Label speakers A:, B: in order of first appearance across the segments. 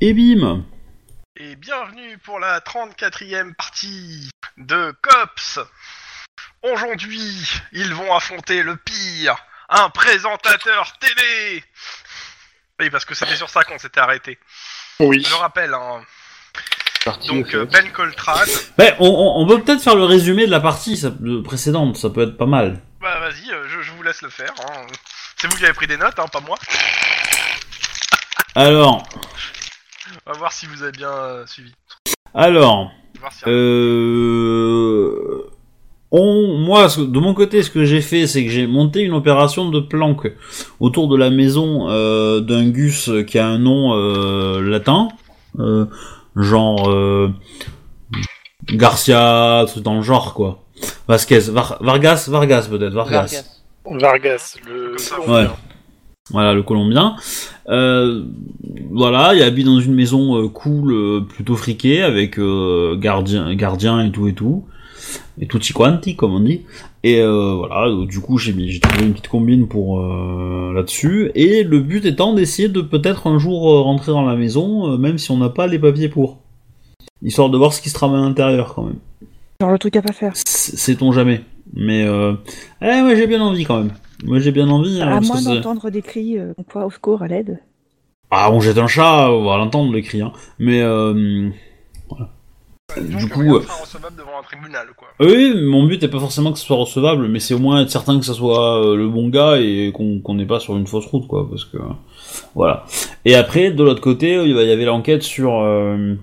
A: Et bim
B: Et bienvenue pour la 34e partie de Cops. Aujourd'hui, ils vont affronter le pire, un présentateur télé. Oui, parce que c'était sur ça qu'on s'était arrêté.
C: Oui.
B: Je le rappelle, hein.
C: Parti,
B: donc
C: ok.
B: euh, Ben Coltrane.
A: Ouais, on, on- on peut peut-être faire le résumé de la partie ça- de- précédente, ça peut être pas mal.
B: Bah vas-y, euh, je, je vous laisse le faire. hein. C'est vous qui avez pris des notes, hein, pas moi.
A: Alors,
B: On va voir si vous avez bien euh, suivi.
A: alors,
B: On va voir si-
A: euh, on, moi, ce- de mon côté, ce que j'ai fait, c'est que j'ai monté une opération de planque autour de la maison euh, d'un gus qui a un nom euh, latin, euh, genre euh, Garcia, truc dans le genre quoi. Vasquez, Var- Vargas, Vargas peut-être, Vargas.
D: Vargas.
C: euh, Vargas, le.
B: Comme ça,
A: Ouais. Voilà, le Colombien. Euh, voilà, il habite dans une maison euh, cool, euh, plutôt friquée, avec euh, gardien, gardien et tout et tout. Et tutti quanti, comme on dit. Et euh, voilà, euh, du coup, j'ai mis- j'ai trouvé une petite combine pour euh, là-dessus. Et le but étant d'essayer de peut-être un jour euh, rentrer dans la maison, euh, même si on n'a pas les papiers pour. Histoire de voir ce qui se trame à l'intérieur, quand même.
E: Genre le truc à pas faire.
A: C'est- Sait-on jamais. Mais, euh... eh, moi j'ai bien envie, quand même. Moi j'ai bien envie. hein,
E: à
A: parce que
E: moins
A: c'est-
E: Ah, d'entendre des cris euh, on croit au secours, à l'aide.
A: Ah, on jette un chat, on va l'entendre le cri, hein. Mais euh,
B: Disons
A: du
B: que
A: coup,
B: rien
A: euh,
B: sera recevable devant un tribunal, quoi.
A: oui, mon but est pas forcément que ce soit recevable, mais c'est au moins être certain que ce soit euh, le bon gars et qu'on qu'on n'est pas sur une fausse route, quoi, parce que voilà. Et après, de l'autre côté, il va y avait l'enquête sur euh,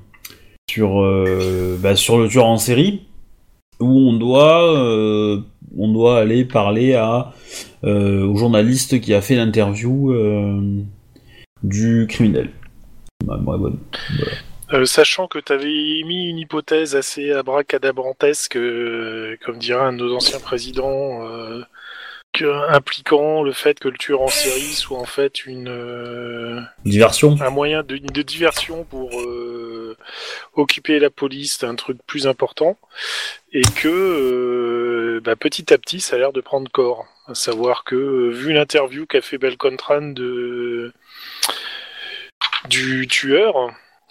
A: sur euh, bah, sur le tueur en série où on doit euh, on doit aller parler à euh, au journaliste qui a fait l'interview euh, du criminel. Bah, ouais, ouais.
C: Euh, sachant que t'avais mis une hypothèse assez abracadabrantesque, euh, comme dirait un de nos anciens présidents, euh, que, impliquant le fait que le tueur en série soit en fait une, euh,
A: Diversion.
C: un moyen de, de diversion pour euh, occuper la police d'un truc plus important, et que euh, bah, petit à petit ça a l'air de prendre corps. À savoir que, euh, vu l'interview qu'a fait Belcontran de... du tueur,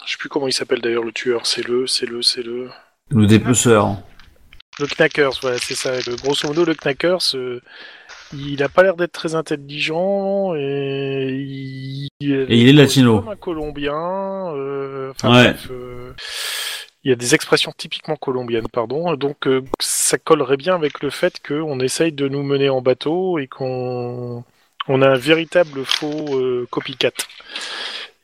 C: je sais plus comment il s'appelle d'ailleurs le tueur, c'est le, c'est le, c'est le.
A: Le dépeceur.
C: Le Knackers, voilà, c'est ça. Le- Grosso modo, le Knackers, euh, il a pas l'air d'être très intelligent et il,
A: Et il est latino.
C: Comme un Colombien. euh, enfin,
A: Ouais.
C: bref, euh, il y a des expressions typiquement colombiennes, pardon. Donc euh, ça collerait bien avec le fait qu'on essaye de nous mener en bateau et qu'on on a un véritable faux euh, copycat.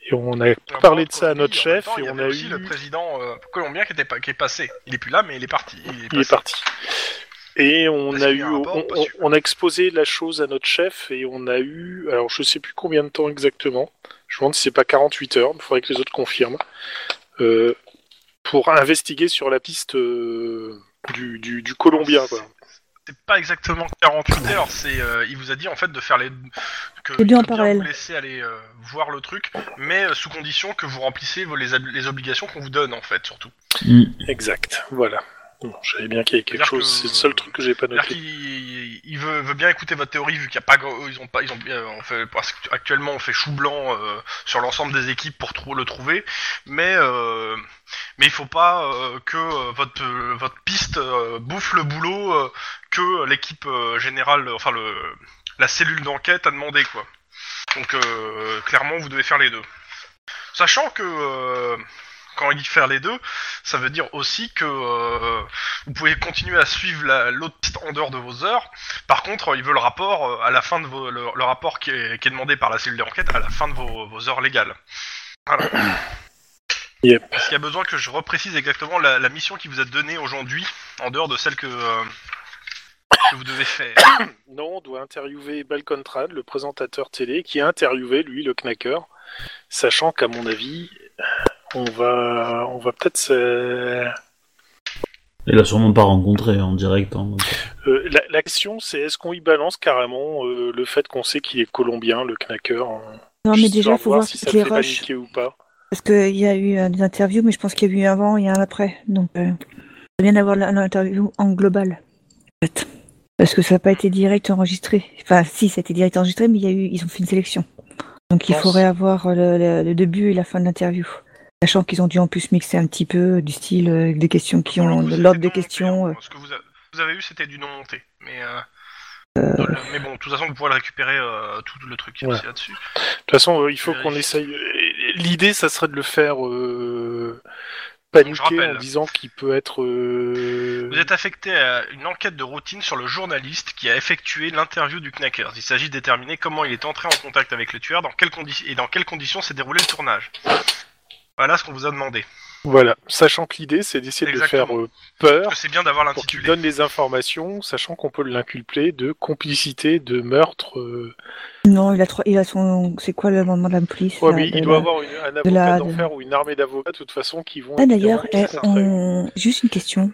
C: Et on a parlé de ça à notre
B: Et en même
C: chef
B: temps, il
C: et
B: y
C: on
B: avait
C: a
B: aussi
C: eu
B: le président euh, colombien qui, était pas, qui est passé. Il est plus là, mais il est parti. Il est
C: il est
B: passé.
C: parti. Et on
B: Parce
C: a
B: qu'il y
C: eu,
B: a un rapport,
C: on,
B: pas
C: on-
B: sûr.
C: on a exposé la chose à notre chef et on a eu, alors je sais plus combien de temps exactement. Je me demande si c'est pas 48 heures. Il faudrait que les autres confirment euh, pour investiguer sur la piste euh, du, du, du Colombien. Quoi.
B: C'est pas exactement 48 heures, c'est euh, il vous a dit en fait de faire les que
E: Les deux en
B: de bien
E: parallèle.
B: vous laisser aller euh, voir le truc, mais euh, sous condition que vous remplissez vos, les, ab- les obligations qu'on vous donne en fait surtout.
A: Mm.
C: Exact. Voilà. Bon, j'avais bien qu'il y avait quelque
B: C'est-à-dire
C: chose.
B: que-
C: C'est le seul truc que j'ai pas
B: C'est-à-dire
C: noté.
B: qu'il il veut, veut bien écouter votre théorie vu qu'il n'y a pas gr- ils ont pas ils ont euh, on fait parce que actuellement on fait chou blanc euh, sur l'ensemble des équipes pour trou- le trouver, mais euh, mais il faut pas euh, que euh, votre euh, votre piste euh, bouffe le boulot euh, que l'équipe euh, générale enfin le la cellule d'enquête a demandé quoi. Donc euh, clairement vous devez faire les deux. Sachant que euh, quand il dit faire les deux, ça veut dire aussi que euh, vous pouvez continuer à suivre la- l'autre piste en dehors de vos heures. Par contre, il veut le rapport euh, à la fin de vos, le, le rapport qui est, qui est demandé par la cellule d'enquête à la fin de vos, vos heures légales. Voilà.
C: Yep.
B: Parce qu'il y a besoin que je reprécise exactement la, la mission qui vous est donnée aujourd'hui, en dehors de celle que, euh, que vous devez faire.
C: Non, on doit interviewer Balcontran, le présentateur télé, qui a interviewé lui le Knacker, sachant qu'à mon avis, on va, on va peut-être. se- euh,
A: Il a sûrement pas rencontré en direct. hein, donc.
C: Euh, la, la question, c'est est-ce qu'on y balance carrément euh, le fait qu'on sait qu'il est colombien, le knacker hein,
E: Non, mais
C: juste
E: déjà,
C: histoire de
E: faut voir
C: si ça
E: les
C: fait
E: rushs.
C: paniquer ou pas.
E: Parce qu'il y a eu euh, des interviews, mais je pense qu'il y a eu un avant et un après. Donc, euh, c'est bien d'avoir la- l'interview en global. en fait. Parce que ça n'a pas été direct enregistré. Enfin, si, ça a été direct enregistré, mais il euh, y a eu, ils ont fait une sélection. Donc, il
C: Pense.
E: faudrait avoir le, le- le début et la fin de l'interview. Sachant qu'ils ont dû en plus mixer un petit peu du style euh, des questions qui
C: Ah,
B: Dans
E: ont
B: l'autre,
E: de
B: c'était
E: l'ordre des
B: non
E: questions.
B: monté,
E: euh,
B: hein. Ce que vous, a- vous avez eu, c'était du non monté. Mais, euh,
E: Euh.
B: dans le- mais bon, de toute façon, vous pourrez le récupérer euh, tout le truc qu'il y a
C: Ouais.
B: aussi là-dessus.
C: toute façon, euh, il faut
B: Euh,
C: qu'on
B: il-
C: essaye. L'idée, ça serait de le faire euh, paniquer
B: Donc, je rappelle.
C: en disant qu'il peut être. euh,
B: Vous êtes affecté à une enquête de routine sur le journaliste qui a effectué l'interview du Knackers. Il s'agit de déterminer comment il est entré en contact avec le tueur dans quelles condi- et dans quelles conditions s'est déroulé le tournage. Voilà ce qu'on vous a demandé.
C: Voilà, sachant que l'idée, c'est d'essayer de le faire
B: Exactement.
C: euh, peur
B: Parce que c'est bien d'avoir
C: pour qu'il
B: l'intitulé.
C: donne les informations, sachant qu'on peut l'inculper de complicité, de meurtre. euh.
E: Non, il a, trois- il a son. C'est quoi le moment de la police
C: Ouais,
E: là,
C: mais
E: de
C: il doit
E: la-
C: avoir une- un avocat
E: la- de-
C: d'enfer ou une armée d'avocats, de toute façon, qui vont.
E: Ah d'ailleurs,
C: évidemment,
E: eh,
C: qui s'intriguent.
E: on- juste une question.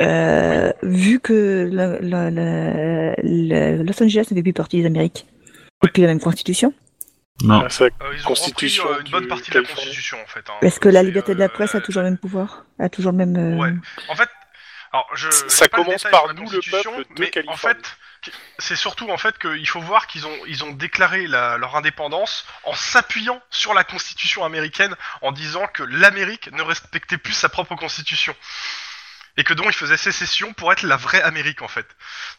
E: Euh, vu que la- la- la- la- Los Angeles ne fait plus partie des Amériques, et puis la même constitution,
A: Non.
C: Ah, ça-
B: Euh, ils ont
C: Constitution
B: repris, euh, une
C: du-
B: bonne partie de la
C: Californie.
B: Constitution en fait. hein.
E: est-ce que la
B: C'est,
E: liberté de la
B: euh,
E: presse a toujours le même pouvoir A toujours le même... euh,
B: Ouais. En fait, alors je.
C: Ça
B: j'ai pas le
C: commence
B: détail
C: par
B: sur la
C: nous, le
B: Constitution,
C: peuple de
B: mais en
C: Californie.
B: fait, c'est surtout en fait qu'il faut voir qu'ils ont ils ont déclaré la- leur indépendance en s'appuyant sur la Constitution américaine en disant que l'Amérique ne respectait plus sa propre Constitution. Et que donc ils faisaient sécession pour être la vraie Amérique en fait.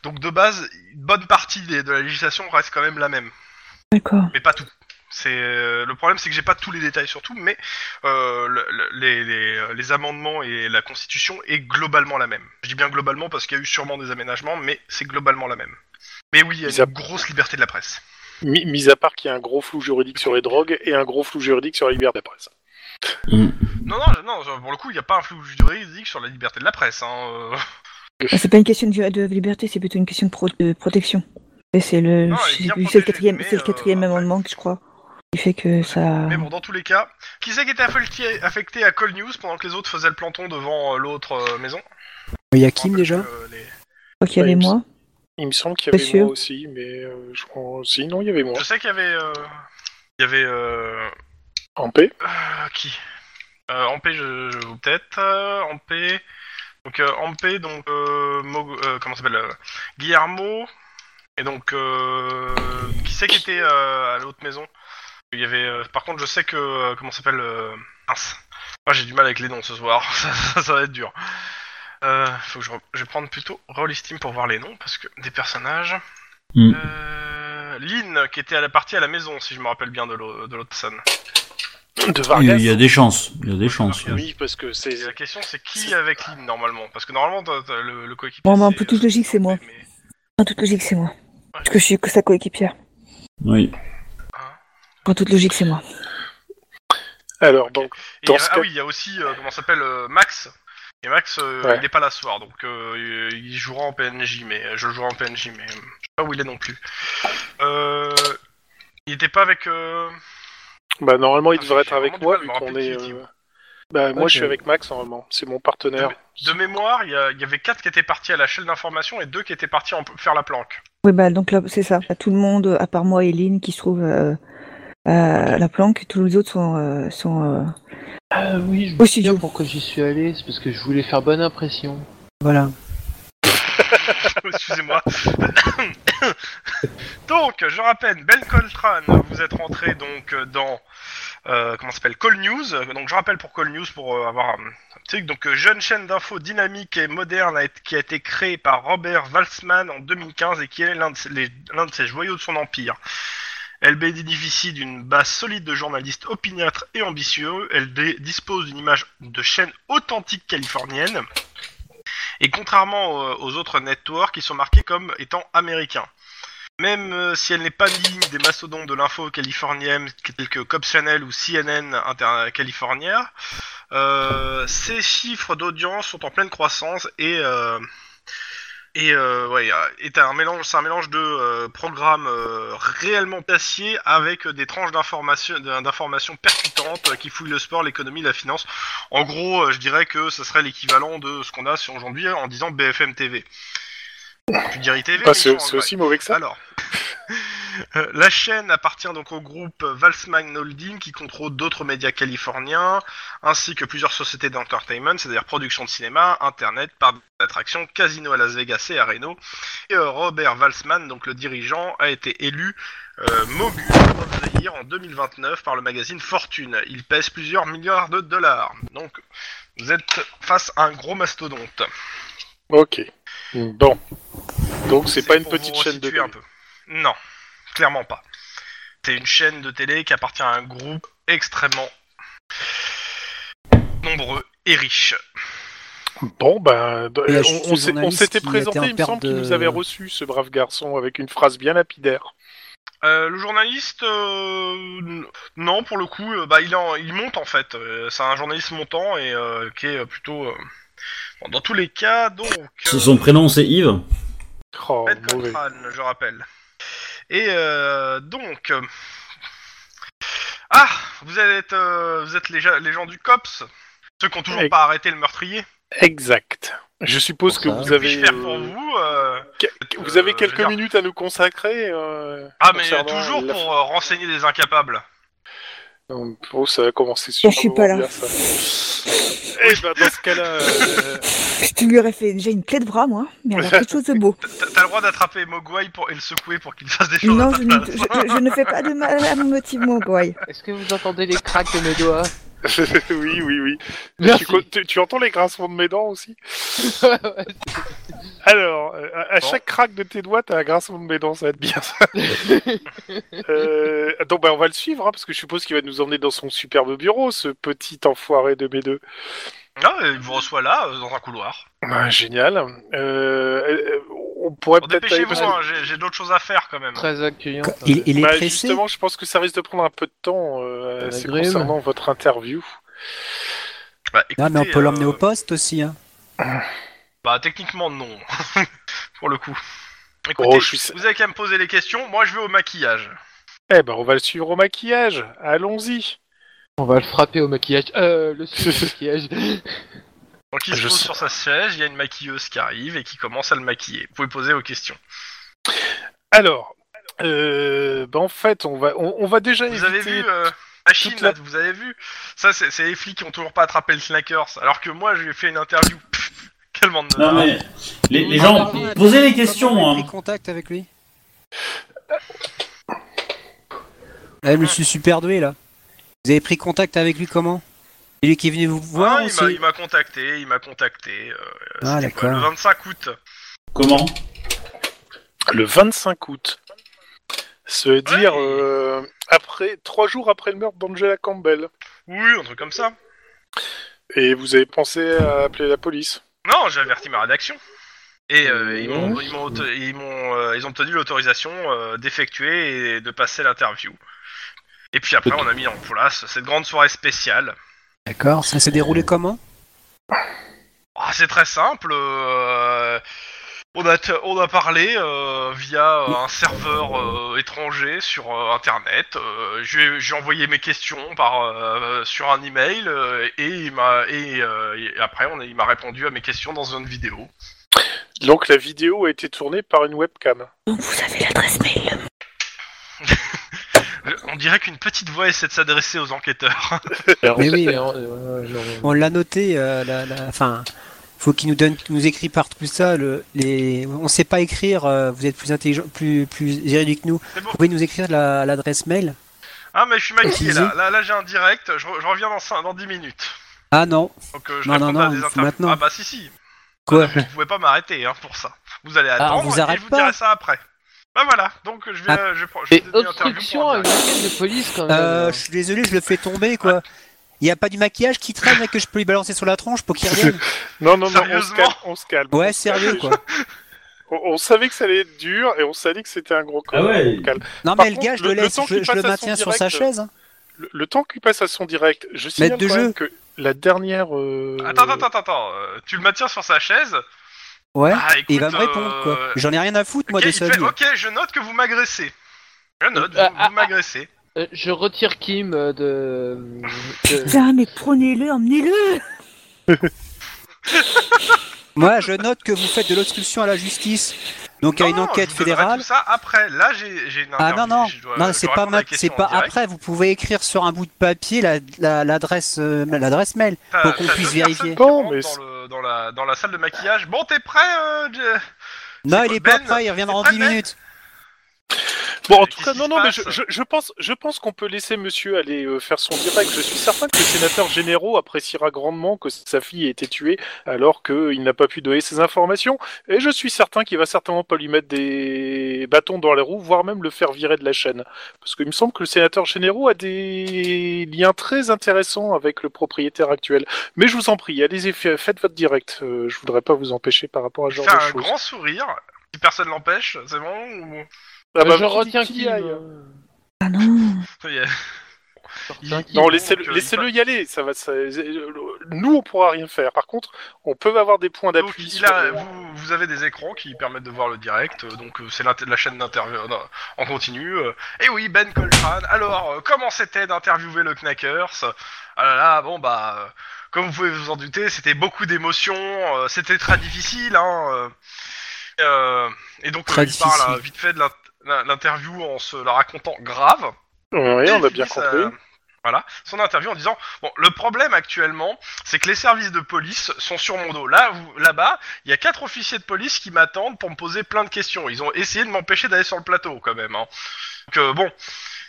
B: Donc de base, une bonne partie des- de la législation reste quand même la même.
E: D'accord.
B: Mais pas tout. C'est euh, le problème, c'est que j'ai pas tous les détails sur tout, mais euh, le- le- les, les, euh, les amendements et la Constitution est globalement la même. Je dis bien globalement parce qu'il y a eu sûrement des aménagements, mais c'est globalement la même. Mais oui, il y a
C: Ils
B: une
C: app-
B: grosse liberté de la presse.
C: Mi- Mis à part qu'il y a un gros flou juridique sur les drogues et un gros flou juridique sur la liberté de la presse.
B: Non, non, non, je- pour le coup, il n'y a pas un flou juridique sur la liberté de la presse. Hein. euh.
E: Ah, C'est pas une question de, vi- de liberté, c'est plutôt une question de, pro- de protection. Et c'est le,
B: Non,
E: je
B: elle est
E: sais
B: bien
E: plus, c'est le
B: protégée,
E: quatrième,
B: mais,
E: c'est le quatrième
B: euh, après.
E: amendement que je crois, qui fait que ça.
B: Mais bon, dans tous les cas, qui c'est qui était affecté, affecté à Call News pendant que les autres faisaient le planton devant euh, l'autre euh, maison
D: Il y a Kim déjà
B: Euh, les-
E: Je crois qu'il y
C: Ouais,
E: avait
C: il me
E: moi.
C: Il me semble qu'il y avait
E: Monsieur.
C: moi aussi, mais euh, je crois aussi. Non, il y avait moi.
B: Je sais qu'il y avait. euh, Il y avait. euh,
C: En paix.
B: Euh, qui euh, Ampé, je, je- peut-être. euh, Ampé. Donc euh, Ampé, donc euh, Mo- euh, comment ça s'appelle euh, Guillermo. Et donc euh, qui c'est qui était euh, à l'autre maison Il y avait. euh, par contre, je sais que euh, comment ça s'appelle euh, mince. Ah, j'ai du mal avec les noms ce soir. ça, ça- ça va être dur. Euh, faut que je, re- je vais prendre plutôt Roll Steam pour voir les noms parce que des personnages.
A: Mm.
B: Euh, Lynn qui était à la partie à la maison si je me rappelle bien de l'au- de l'autre scène.
C: De
A: Il y,
C: Vargas.
A: a- il y a des chances. Il y a des chances.
C: Ah, Oui, parce que c'est.
B: Et la question c'est qui avec Lynn normalement Parce que normalement t'as- t'as le, le coéquipier.
E: Bon, bah, en
B: c'est,
E: toute
B: euh,
E: logique, c'est moi.
B: mais-
E: En toute logique, c'est moi. Parce que je suis que sa coéquipière.
A: Oui.
E: En toute logique, c'est moi.
C: Alors, donc,
B: et
C: Dans
B: il y a-
C: ce
B: ah
C: cas-
B: oui, il y a aussi euh, comment ça s'appelle euh, Max. Et Max, euh,
C: Ouais.
B: il est pas là ce soir, donc euh, il jouera en PNJ, mais euh, je le jouerai en PNJ, mais euh, je sais pas où il est non plus. Euh, il était pas avec. euh,
C: bah, normalement, il
B: Ah,
C: devrait
B: j'ai
C: être avec
B: vraiment
C: moi,
B: du
C: vu
B: mal à me
C: qu'on
B: rappeler
C: est.
B: qui était Ah,
C: euh,
B: où.
C: Bah, moi,
D: Ok.
C: je suis avec Max, normalement. C'est mon partenaire.
B: De mémoire, il y, a- il y avait quatre qui étaient partis à la chaîne d'information et deux qui étaient partis en, faire la planque.
E: Oui, bah donc là, c'est ça. Tout le monde, à part moi et Lynn, qui se trouve euh, à la planque, tous les autres sont. euh, sont euh,
D: Ah oui, je me
E: Au
D: souviens
E: studio.
D: pourquoi j'y suis allé, c'est parce que je voulais faire bonne impression. Voilà.
B: Excusez-moi. donc, je rappelle, Ben Coltrane, vous êtes rentré donc euh, dans euh, comment ça s'appelle Call News. Donc, je rappelle pour Call News pour euh, avoir un truc. Donc, euh, jeune chaîne d'infos dynamique et moderne a été- qui a été créée par Robert Walsman en 2015 et qui est l'un de, ses- les- l'un de ses joyaux de son empire. Elle bénéficie d'une base solide de journalistes opiniâtres et ambitieux. Elle dé- dispose d'une image de chaîne authentique californienne. Et contrairement euh, aux autres networks, ils sont marqués comme étant américains. Même euh, si elle n'est pas digne des mastodontes de l'info californienne tels que Cobb Channel ou CNN Inter California, euh, ces chiffres d'audience sont en pleine croissance et euh, et euh, ouais, euh, est un mélange, c'est un mélange de euh, programmes euh, réellement tassiers avec des tranches d'informations d'informations percutantes euh, qui fouillent le sport, l'économie, la finance. En gros, euh, je dirais que ça serait l'équivalent de ce qu'on a sur aujourd'hui en disant BFM TV. Tu dirais TV
C: Bah,
B: mais
C: c'est
B: sans-
C: c'est
B: ouais.
C: aussi mauvais que ça.
B: Alors, euh, la chaîne appartient donc au groupe Valsman Holding qui contrôle d'autres médias californiens ainsi que plusieurs sociétés d'entertainment, c'est-à-dire production de cinéma, internet, par d'attractions, casino à Las Vegas et à Reno. Et euh, Robert Valsman, donc le dirigeant, a été élu euh, mogul of the lire en 2029 par le magazine Fortune. Il pèse plusieurs milliards de dollars. Donc, vous êtes face à un gros mastodonte.
C: Ok.
F: Mm.
C: Bon. Donc c'est pas une
B: pour vous
C: petite chaîne de
B: resituer un peu. Non, clairement pas. C'est une chaîne de télé qui appartient à un groupe extrêmement nombreux et riche.
C: Bon, ben, d-
F: Et là,
C: on- on,
F: je suis
C: s'est- on
F: journaliste
C: s'était
F: qui
C: présenté,
F: était en
C: il me
F: perte
C: semble qu'il
F: de-
C: nous avait reçu, ce brave garçon, avec une phrase bien lapidaire.
B: Euh, le journaliste, euh, n- non, pour le coup, euh, bah, il, en, il monte en fait. Euh, c'est un journaliste montant et euh, qui est euh, plutôt. euh, bon, dans tous les cas, donc. euh,
A: Son prénom c'est Yves.
C: Oh,
B: Ed
C: mauvais.
B: Cochran, je rappelle. Et euh, donc. euh, Ah Vous êtes, euh, vous êtes les, ja- les gens du COPS Ceux qui ont toujours
C: Oui.
B: pas arrêté le meurtrier
C: Exact. Je suppose
F: Pour
C: que
F: ça.
C: vous
F: Que
B: Que puis-je
C: avez,
B: faire
C: euh,
B: pour vous euh,
C: que- vous avez
B: Euh, je
C: quelques
B: veux dire-
C: minutes à nous consacrer. euh,
B: Ah, mais
C: concernant
B: toujours
C: la-
B: pour euh, renseigner des incapables.
C: Non, oh, ça a commencé super.
E: Non, je suis pas là.
C: bien, ça. Eh ben, dans ce cas-là, euh,
E: Je lui aurais fait déjà une clé de bras, moi. Mais alors, quelque chose de beau.
B: T'as- T'as le droit d'attraper Mogwai pour, et le secouer pour qu'il fasse des choses à
E: Non,
B: ta
E: je ne,
B: place.
E: je, je ne fais pas de mal à mon motif, mon goy.
D: Est-ce que vous entendez les craques de mes doigts
C: oui, oui, oui.
D: Merci.
C: Tu, co- tu- tu entends les grincements de mes dents aussi Alors, euh, à, à
B: Bon.
C: chaque craque de tes doigts, t'as un grincement de mes dents, ça va être bien ça. Euh, donc, bah, on va le suivre, hein, parce que je suppose qu'il va nous emmener dans son superbe bureau, ce petit enfoiré de mes deux.
B: Ah, et il vous reçoit là, euh, dans un couloir.
C: Ah, génial. Euh, euh, on pourrait
B: Bon,
C: peut-être. aller-
B: Dépêchez-vous, hein, j'ai- j'ai d'autres choses à faire quand même.
D: Très accueillant.
F: Quand- Il, il est
C: Bah,
F: pressé.
C: justement, je pense que ça risque de prendre un peu de temps. euh,
D: Un
C: c'est
D: agrume.
C: concernant votre interview.
B: Bah,
F: Non, Ah, mais on
B: écoutez,
F: peut l'emmener
B: euh,
F: au poste aussi. Hein.
B: Bah techniquement non, pour le coup. Écoutez,
C: Oh, je suis...
B: vous avez qu'à me poser les questions, moi je vais au maquillage.
C: Eh ben, on va le suivre au maquillage. Allons-y.
D: On va le frapper au maquillage. Euh, le maquillage.
B: Donc il se
C: Je
B: pose
C: sais.
B: sur sa chaise, il y a une maquilleuse qui arrive et qui commence à le maquiller. Vous pouvez poser vos questions.
C: Alors, euh, bah, en fait, on va, on, on va déjà
B: Vous
C: éviter-
B: avez vu euh, la Chine,
C: toute la-
B: là, vous avez vu Ça c'est c'est les flics qui ont toujours pas attrapé le Snackers, alors que moi je lui ai fait une interview. Pff, Quel monde de...
A: Non mais les, les gens, posez les questions.
F: Ah, On a
A: Hein.
F: pris contact avec lui. Eh, monsieur Super Doué, là. Vous avez pris contact avec lui comment C'est lui qui est venu vous voir
B: Ah, il
F: aussi
B: m'a- il m'a contacté, il m'a contacté. euh,
F: Ah,
B: c'était quoi,
F: d'accord.
B: le 25 août.
A: Comment
C: le 25 août. Se dire
B: Ouais.
C: euh, après trois jours après le meurtre d'Angela Campbell.
B: Oui, un truc comme ça.
C: Et vous avez pensé à appeler la police.
B: Non, j'ai averti ma rédaction. Et euh, ils m'ont,
D: Mmh.
B: ils m'ont auto- ils m'ont, euh, ils ont obtenu l'autorisation euh, d'effectuer et de passer l'interview. Et puis après, on a mis en place cette grande soirée spéciale.
F: D'accord, ça s'est déroulé comment
B: Ah, c'est très simple. euh, on a, t- on a parlé euh, via un serveur euh, étranger sur euh, Internet. Euh, j'ai, j'ai envoyé mes questions par euh, sur un email euh, et il m'a et, euh, et après, on a- il m'a répondu à mes questions dans une vidéo.
C: Donc la vidéo a été tournée par une webcam.
E: Donc, vous avez l'adresse mail.
B: Euh, On dirait qu'une petite voix essaie de s'adresser aux enquêteurs.
F: Mais oui,
D: Et on- euh, genre-
F: on l'a noté. euh, la, la- enfin, faut qu'il nous donne, qu'il nous écrit par tout ça. Le, les, on sait pas écrire. euh, vous êtes plus intelligent, plus plus érudit que nous.
B: C'est bon.
F: Vous pouvez nous écrire la- l'adresse mail
B: Ah, mais je suis maquillé là. Là, là j'ai un direct. Je, re- je reviens dans, cinq- dans 10 minutes.
F: Ah non,
B: Donc euh, je
F: Non,
B: réponds
F: non,
B: à
F: non,
B: des
F: faut
B: interviews.
F: maintenant.
B: Ah, bah si, si.
F: quoi
B: Vous pouvez pas m'arrêter hein, pour ça. Vous allez
F: Ah, on
B: attendre
F: vous
B: et
F: arrête
B: je vous
F: pas.
B: dirai ça après. Bah voilà. Donc je vais.
F: Ah.
B: euh, je, prends- je
D: Et
B: fais des interviews
D: obstruction
B: pour
D: à
B: un
D: une
B: direct.
D: enquête de police quand même.
F: euh, Je suis désolé, je le fais tomber quoi. Il y a pas du maquillage qui traîne là, que je peux lui balancer sur la tronche pour qu'il revienne.
C: Non, non, non, on se
B: Sérieusement
C: calme. On, se calme.
F: Ouais, sérieux quoi.
C: On, on savait que ça allait être dur et on savait que c'était un gros
A: Ah
C: con.
A: ouais.
C: On se calme.
F: Non
C: Par
F: mais le
C: contre,
F: gars, je
C: le-
F: le
C: le
F: laisse,
C: temps
F: je,
C: qu'il
F: je le
C: passe à
F: maintiens
C: son
F: sur sa
C: direct,
B: euh.
F: chaise. hein.
C: Le, le temps qu'il passe à son direct, je signale
F: Maître de
C: quand
F: jeu.
C: même que la dernière. euh,
B: Attends, attends, attends, attends. euh, tu le maintiens sur sa chaise
F: Ouais.
B: Ah,
F: Et il va me
B: écoute,
F: répondre
B: euh,
F: quoi. J'en ai rien à foutre moi
B: ok,
F: de
B: il
F: sa
B: fait,
F: vie.
B: ok, je note que vous m'agressez. Je note,
D: Euh,
B: vous,
D: ah,
B: vous m'agressez.
D: Euh, je retire Kim euh, de. de-
E: Putain, Ah, mais prenez-le, emmenez-le.
F: Moi, je note que vous faites de l'obstruction à la justice. Donc
B: Non,
F: à une
B: non,
F: enquête
B: je vous donnerai
F: fédérale.
B: Tout ça après. Là, j'ai, j'ai une
F: Ah non
B: interview,
F: non,
B: je dois-
F: non
B: je
F: c'est
B: dois
F: pas
B: répondre à la
F: ma- c'est
B: question en
F: pas
B: direct.
F: après. Vous pouvez écrire sur un bout de papier la- la- l'adresse euh, l'adresse mail.
B: T'as-
F: Pour qu'on
B: t'as
F: puisse
B: deux personnes
F: vérifier.
B: qui
C: Bon,
B: rentrent
C: mais
B: dans, le- dans la, dans la salle de maquillage. Bon, t'es prêt euh, Je-
F: Non, il
B: quoi,
F: est pas
B: Ben
F: prêt. Il reviendra en
B: C'est pas
F: 10
B: Ben
F: minutes.
C: Bon, en
B: Mais
C: tout
B: qu'est-ce
C: cas,
B: qui
C: non,
B: se
C: non, mais je,
B: passe
C: je- je pense, je pense qu'on peut laisser monsieur aller euh, faire son direct. Je suis certain que le sénateur généraux appréciera grandement que sa fille ait été tuée alors qu'il n'a pas pu donner ses informations. Et je suis certain qu'il va certainement pas lui mettre des bâtons dans les roues, voire même le faire virer de la chaîne. Parce qu'il me semble que le sénateur généraux a des liens très intéressants avec le propriétaire actuel. Mais je vous en prie, allez-y, fa- faites votre direct. Euh, je voudrais pas vous empêcher par rapport à ce genre
B: Fais
C: de
B: un
C: choses.
B: grand sourire. Si personne l'empêche, c'est bon ou...
C: Ah bah,
D: euh, je retiens
C: qui
D: qui
C: aille,
D: euh,
E: Ah non
B: Il y a-
D: je retiens qui,
C: Non,
D: bon,
C: laissez-le
B: donc, euh,
C: laissez-le y aller. Ça va, ça- euh, nous, on pourra rien faire. Par contre, on peut avoir des points
B: Donc,
C: d'appui.
B: il
C: sur-
B: a- vous, vous avez des écrans qui permettent de voir le direct, euh, donc euh, c'est l'inter- la chaîne d'interview non, en continu. euh. Et oui, Ben Coltrane, alors euh, comment c'était d'interviewer le Knackers Ah là là, bon bah, euh, comme vous pouvez vous en douter, c'était beaucoup d'émotions, euh, c'était très difficile, hein. euh. Euh, et donc,
F: Très
B: euh, il parle
F: difficile.
B: euh, vite fait de l'int- la- l'interview en se la racontant grave.
C: Ouais, on a bien
B: Netflix,
C: compris.
B: euh, voilà, son interview en disant bon le problème actuellement c'est que les services de police sont sur mon dos. Là vous- là-bas, il y a quatre officiers de police qui m'attendent pour me poser plein de questions. Ils ont essayé de m'empêcher d'aller sur le plateau quand même. Hein. Donc euh, bon,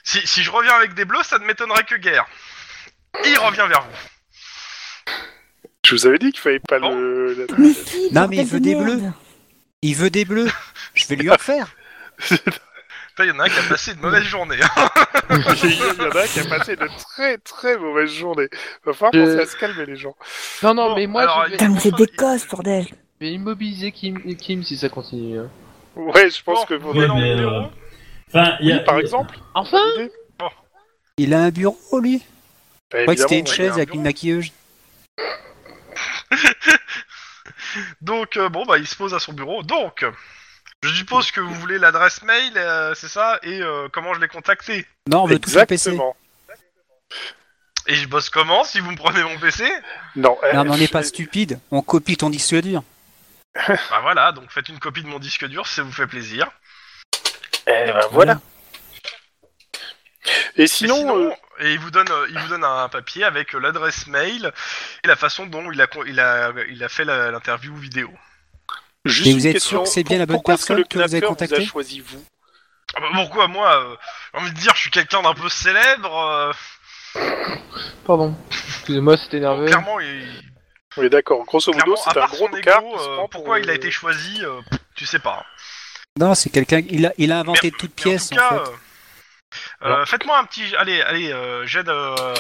B: si, si je reviens avec des bleus, ça ne m'étonnerait que guère. Et il revient vers vous.
C: Je vous avais dit qu'il fallait pas
B: Bon.
C: le. la-
E: Mais si
F: Non,
E: bordel
F: mais il
E: de
F: veut des
E: merde.
F: bleus. Il veut des bleus. Je vais lui en faire.
B: Putain, Il y en a un qui a passé une mauvaise journée. hein.
C: Il y en a qui a passé de très très mauvaise journée. Va falloir
D: Je-
C: penser à se calmer les gens.
D: Non, non,
B: Bon,
D: mais moi,
B: alors,
D: je, vais,
E: Putain, mais c'est des cosses, bordel
D: je vais immobiliser Kim, Kim si ça continue. hein.
C: Ouais, je pense
B: Bon,
C: que vous.
B: voilà,
A: mais,
B: en
A: euh,
B: numéro.
A: Enfin, il y a-
C: Oui, par exemple.
D: Enfin
F: Il a un bureau, lui.
C: Bah,
F: Je croyais que c'était
B: ouais,
C: évidemment,
F: une
B: il a
F: chaise
B: un
F: avec
B: bureau.
F: une maquilleuse.
B: Donc euh, bon bah il se pose à son bureau. Donc je suppose que vous voulez l'adresse mail, euh, c'est ça, et euh, comment je l'ai contacté.
F: Non, on veut tout le PC.
C: Exactement.
B: Et je bosse comment si vous me prenez mon PC
C: Non, euh,
F: Non, mais on n'est
C: je-
F: pas stupide. On copie ton disque dur.
B: Bah voilà, donc faites une copie de mon disque dur si ça vous fait plaisir.
C: Eh ben, voilà. Et
B: Et
C: sinon, euh,
B: et il vous donne, euh, il vous donne un papier avec euh, l'adresse mail et la façon dont il a, con- il a, il a fait la- l'interview vidéo.
C: juste
F: Mais
C: une
F: vous êtes
C: question.
F: sûr que c'est bien la bonne
C: Pourquoi est-ce
F: personne
C: que,
F: que
C: le
F: vous avez
C: knacker vous a
F: contactée
C: choisi vous
B: Ah bah pourquoi moi, euh, j'ai envie de dire, je suis quelqu'un d'un peu célèbre. euh,
D: Pardon. Excusez-moi, c'était nerveux.
B: clairement, il-
C: Oui, d'accord. Grosso modo,
B: clairement, à
C: c'est un
B: part
C: gros
B: son ego,
C: écart. qui se
B: euh,
C: prend pour,
B: pourquoi il a
C: euh,
B: été choisi, euh, pff, tu sais pas.
F: Non, c'est quelqu'un. Il a, il a inventé toute
B: Mais en
F: pièce,
B: tout
F: en
B: cas,
F: fait.
B: euh, euh, faites-moi un petit, allez, allez, euh, jet de- euh,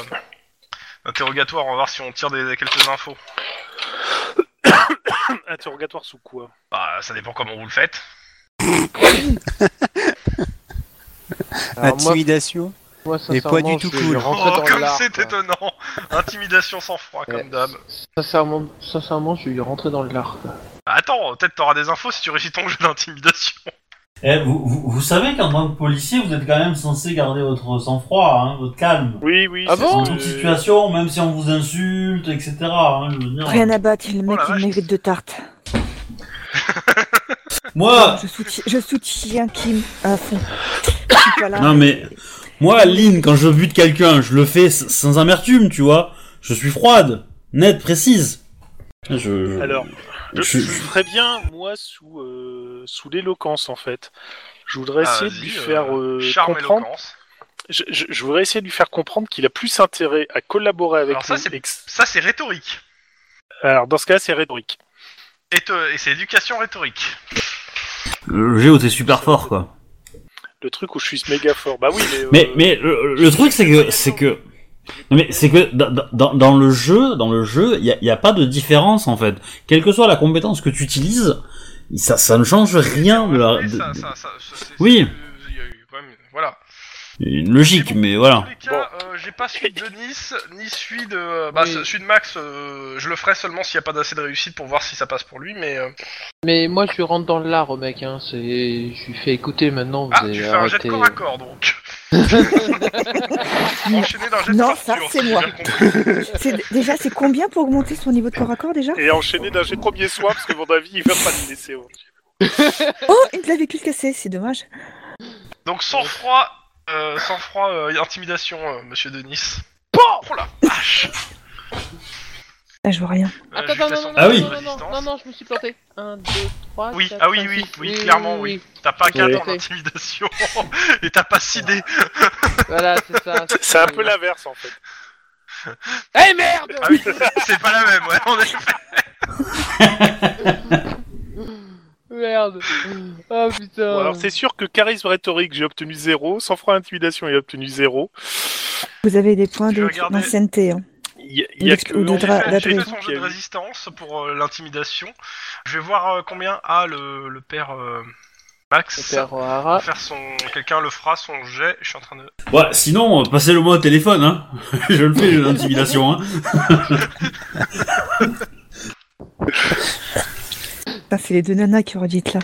B: d'interrogatoire, on va voir si on tire des quelques infos.
C: Interrogatoire sous quoi
B: Bah, ça dépend comment vous le faites.
D: Alors,
F: Ah,
D: moi,
F: Intimidation.
D: moi,
F: et pas du
D: sincèrement,
F: tout
D: je vais
F: cool.
D: rentrer
B: oh,
D: dans
B: comme
D: l'art,
B: c'est
D: quoi.
B: étonnant Intimidation sans froid,
D: Ouais.
B: comme d'hab.
D: Sincèrement, sincèrement, je vais lui rentrer dans l'art. quoi.
B: Bah, Attends, peut-être t'auras des infos si tu réussis ton jeu d'intimidation.
A: Eh, vous, vous, vous savez qu'en tant que policier, vous êtes quand même censé garder votre sang-froid, hein, votre calme.
C: Oui, oui.
D: Ah
C: c'est-
D: bon
A: Dans
C: euh,
A: toute situation, même si on vous insulte, etc. hein, je veux dire.
E: Rien à battre, le
B: Oh
E: mec,
B: la
E: il
B: vache.
E: mérite de tarte.
A: Moi,
E: Je soutiens, je soutiens Kim à fond. Je suis pas là.
A: Non mais moi, Lynn, quand je bute quelqu'un, je le fais s- sans amertume, tu vois. Je suis froide, nette, précise. Je, je-
C: Alors, je,
A: je-
C: je le ferais bien, moi, sous, euh, sous l'éloquence, en fait. Je voudrais
B: Ah,
C: essayer de
B: vas-y,
C: lui
B: euh,
C: faire euh,
B: Charme et
C: comprendre.
B: éloquence.
C: Je, je- je voudrais essayer de lui faire comprendre qu'il a plus intérêt à collaborer avec
B: Alors ça,
C: nous
B: c'est-
C: et que-
B: Ça, c'est rhétorique.
C: Alors, dans ce cas, c'est rhétorique.
B: Et, te- et c'est éducation rhétorique.
A: le Géo, t'es super fort, quoi.
C: Le truc où je suis méga fort. Bah oui, mais. euh,
A: Mais mais le, le truc c'est que c'est que non, mais c'est que dans, dans, dans le jeu, dans le jeu, il y a, y a pas de différence en fait. Quelle que soit la compétence que tu utilises, ça, ça ne change rien de la
B: Ouais,
A: de-
B: ça- ça- ça- ça- c'est-
A: Oui.
B: c'est- il y a eu quand même- Voilà.
A: une logique, mais
B: En
A: voilà.
B: tous les cas, euh, j'ai pas celui de Nice, ni celui de. Bah,
D: Oui.
B: ce- celui de Max, euh, je le ferai seulement s'il n'y a pas d'assez de réussite pour voir si ça passe pour lui, mais. euh,
D: Mais moi, je lui rentre dans l'art, au mec. Hein. C'est, je lui fais écouter maintenant. Vous
B: Ah,
D: avez
B: tu fais un jet
D: arrêté.
B: de corps à corps donc. Enchaîné d'un jet de
E: Non,
B: force
E: ça,
B: pure,
E: c'est
B: j'ai
E: moi.
B: bien compris.
E: C'est- Déjà, c'est combien pour augmenter son niveau de corps à corps déjà
C: Et enchaîner d'un jet de premier soin, parce que mon avis, il va pas le laisser. hein.
E: Oh, une la véhicule cassée, c'est dommage.
B: Donc sans froid, euh, sans froid, euh, intimidation, euh, Monsieur Denis. Oh la vache.
E: Ah, Ah, je vois rien.
B: Euh,
D: Attends,
B: je vais
D: attends,
B: faire
D: non,
B: son
D: non,
A: Ah
D: non,
A: oui.
D: non, non, non, non, non, je me suis planté. 1, 2, 3,
B: Oui, ah oui, oui, oui, clairement, oui. T'as pas 4 en
D: Ouais.
B: intimidation et t'as pas 6
D: Ah,
B: dés.
D: Voilà, c'est ça.
C: C'est un peu l'inverse en fait.
D: Eh merde
B: Ah oui, c'est pas la même, ouais, en effet.
D: Merde Oh putain
B: Euh.
C: Bon, alors c'est sûr que charisme rhétorique, j'ai obtenu 0. Sans froid intimidation, j'ai obtenu 0.
E: Vous avez des points
B: Je vais
E: de-
B: regarder.
E: d'ancienneté. hein.
C: Il y a, il y a
E: L'ex-
C: que
E: ou de
C: en
E: dra-
C: effet,
E: la
B: J'ai fait
E: dragon
B: son
C: qui
B: jeu de
C: a eu-
B: résistance pour euh, l'intimidation. Je vais voir euh, combien a le, le père euh, Max.
D: Le père O'Hara.
B: Faire son... Quelqu'un le fera, son jet. Je suis en train de...
A: Ouais, sinon, euh, passez-le moi au téléphone, hein. je le fais, j'ai l'intimidation, hein.
E: Putain, Ah, c'est les deux nanas qui auraient dit là.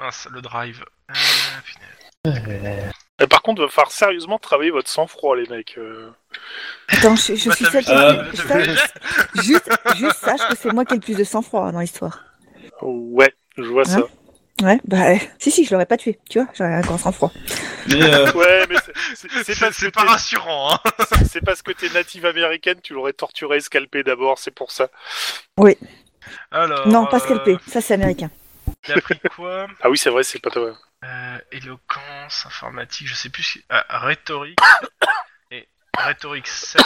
B: Mince, le drive. Euh, punaise.
C: Euh, Par contre, il va falloir sérieusement travailler votre sang-froid, les mecs. euh.
E: Attends, je, je
B: Bah,
E: suis
B: t'as
E: celle
B: vu
E: qui.
A: Euh,
B: ça,
E: ça,
B: t'as vu ça
E: juste, juste sache que c'est moi qui ai le plus de sang-froid hein, dans l'histoire.
C: Ouais, je vois ça.
E: Ouais, bah, euh, si, si, je l'aurais pas tué, tu vois, j'aurais un grand sang-froid.
A: Mais, euh,
C: Ouais, mais c'est- c'est- c'est
B: C'est
C: parce, que
B: c'est pas
C: t'es-
B: rassurant, hein.
C: c'est parce que t'es native américaine, tu l'aurais torturé et scalpé d'abord, c'est pour ça.
B: Alors,
E: non, pas
B: euh,
E: scalpé, ça c'est américain.
B: Il a pris quoi
C: Ah oui, c'est vrai, c'est pas toi.
B: Euh, éloquence, informatique, je sais plus. si- Ah, rhétorique. Et rhétorique 7.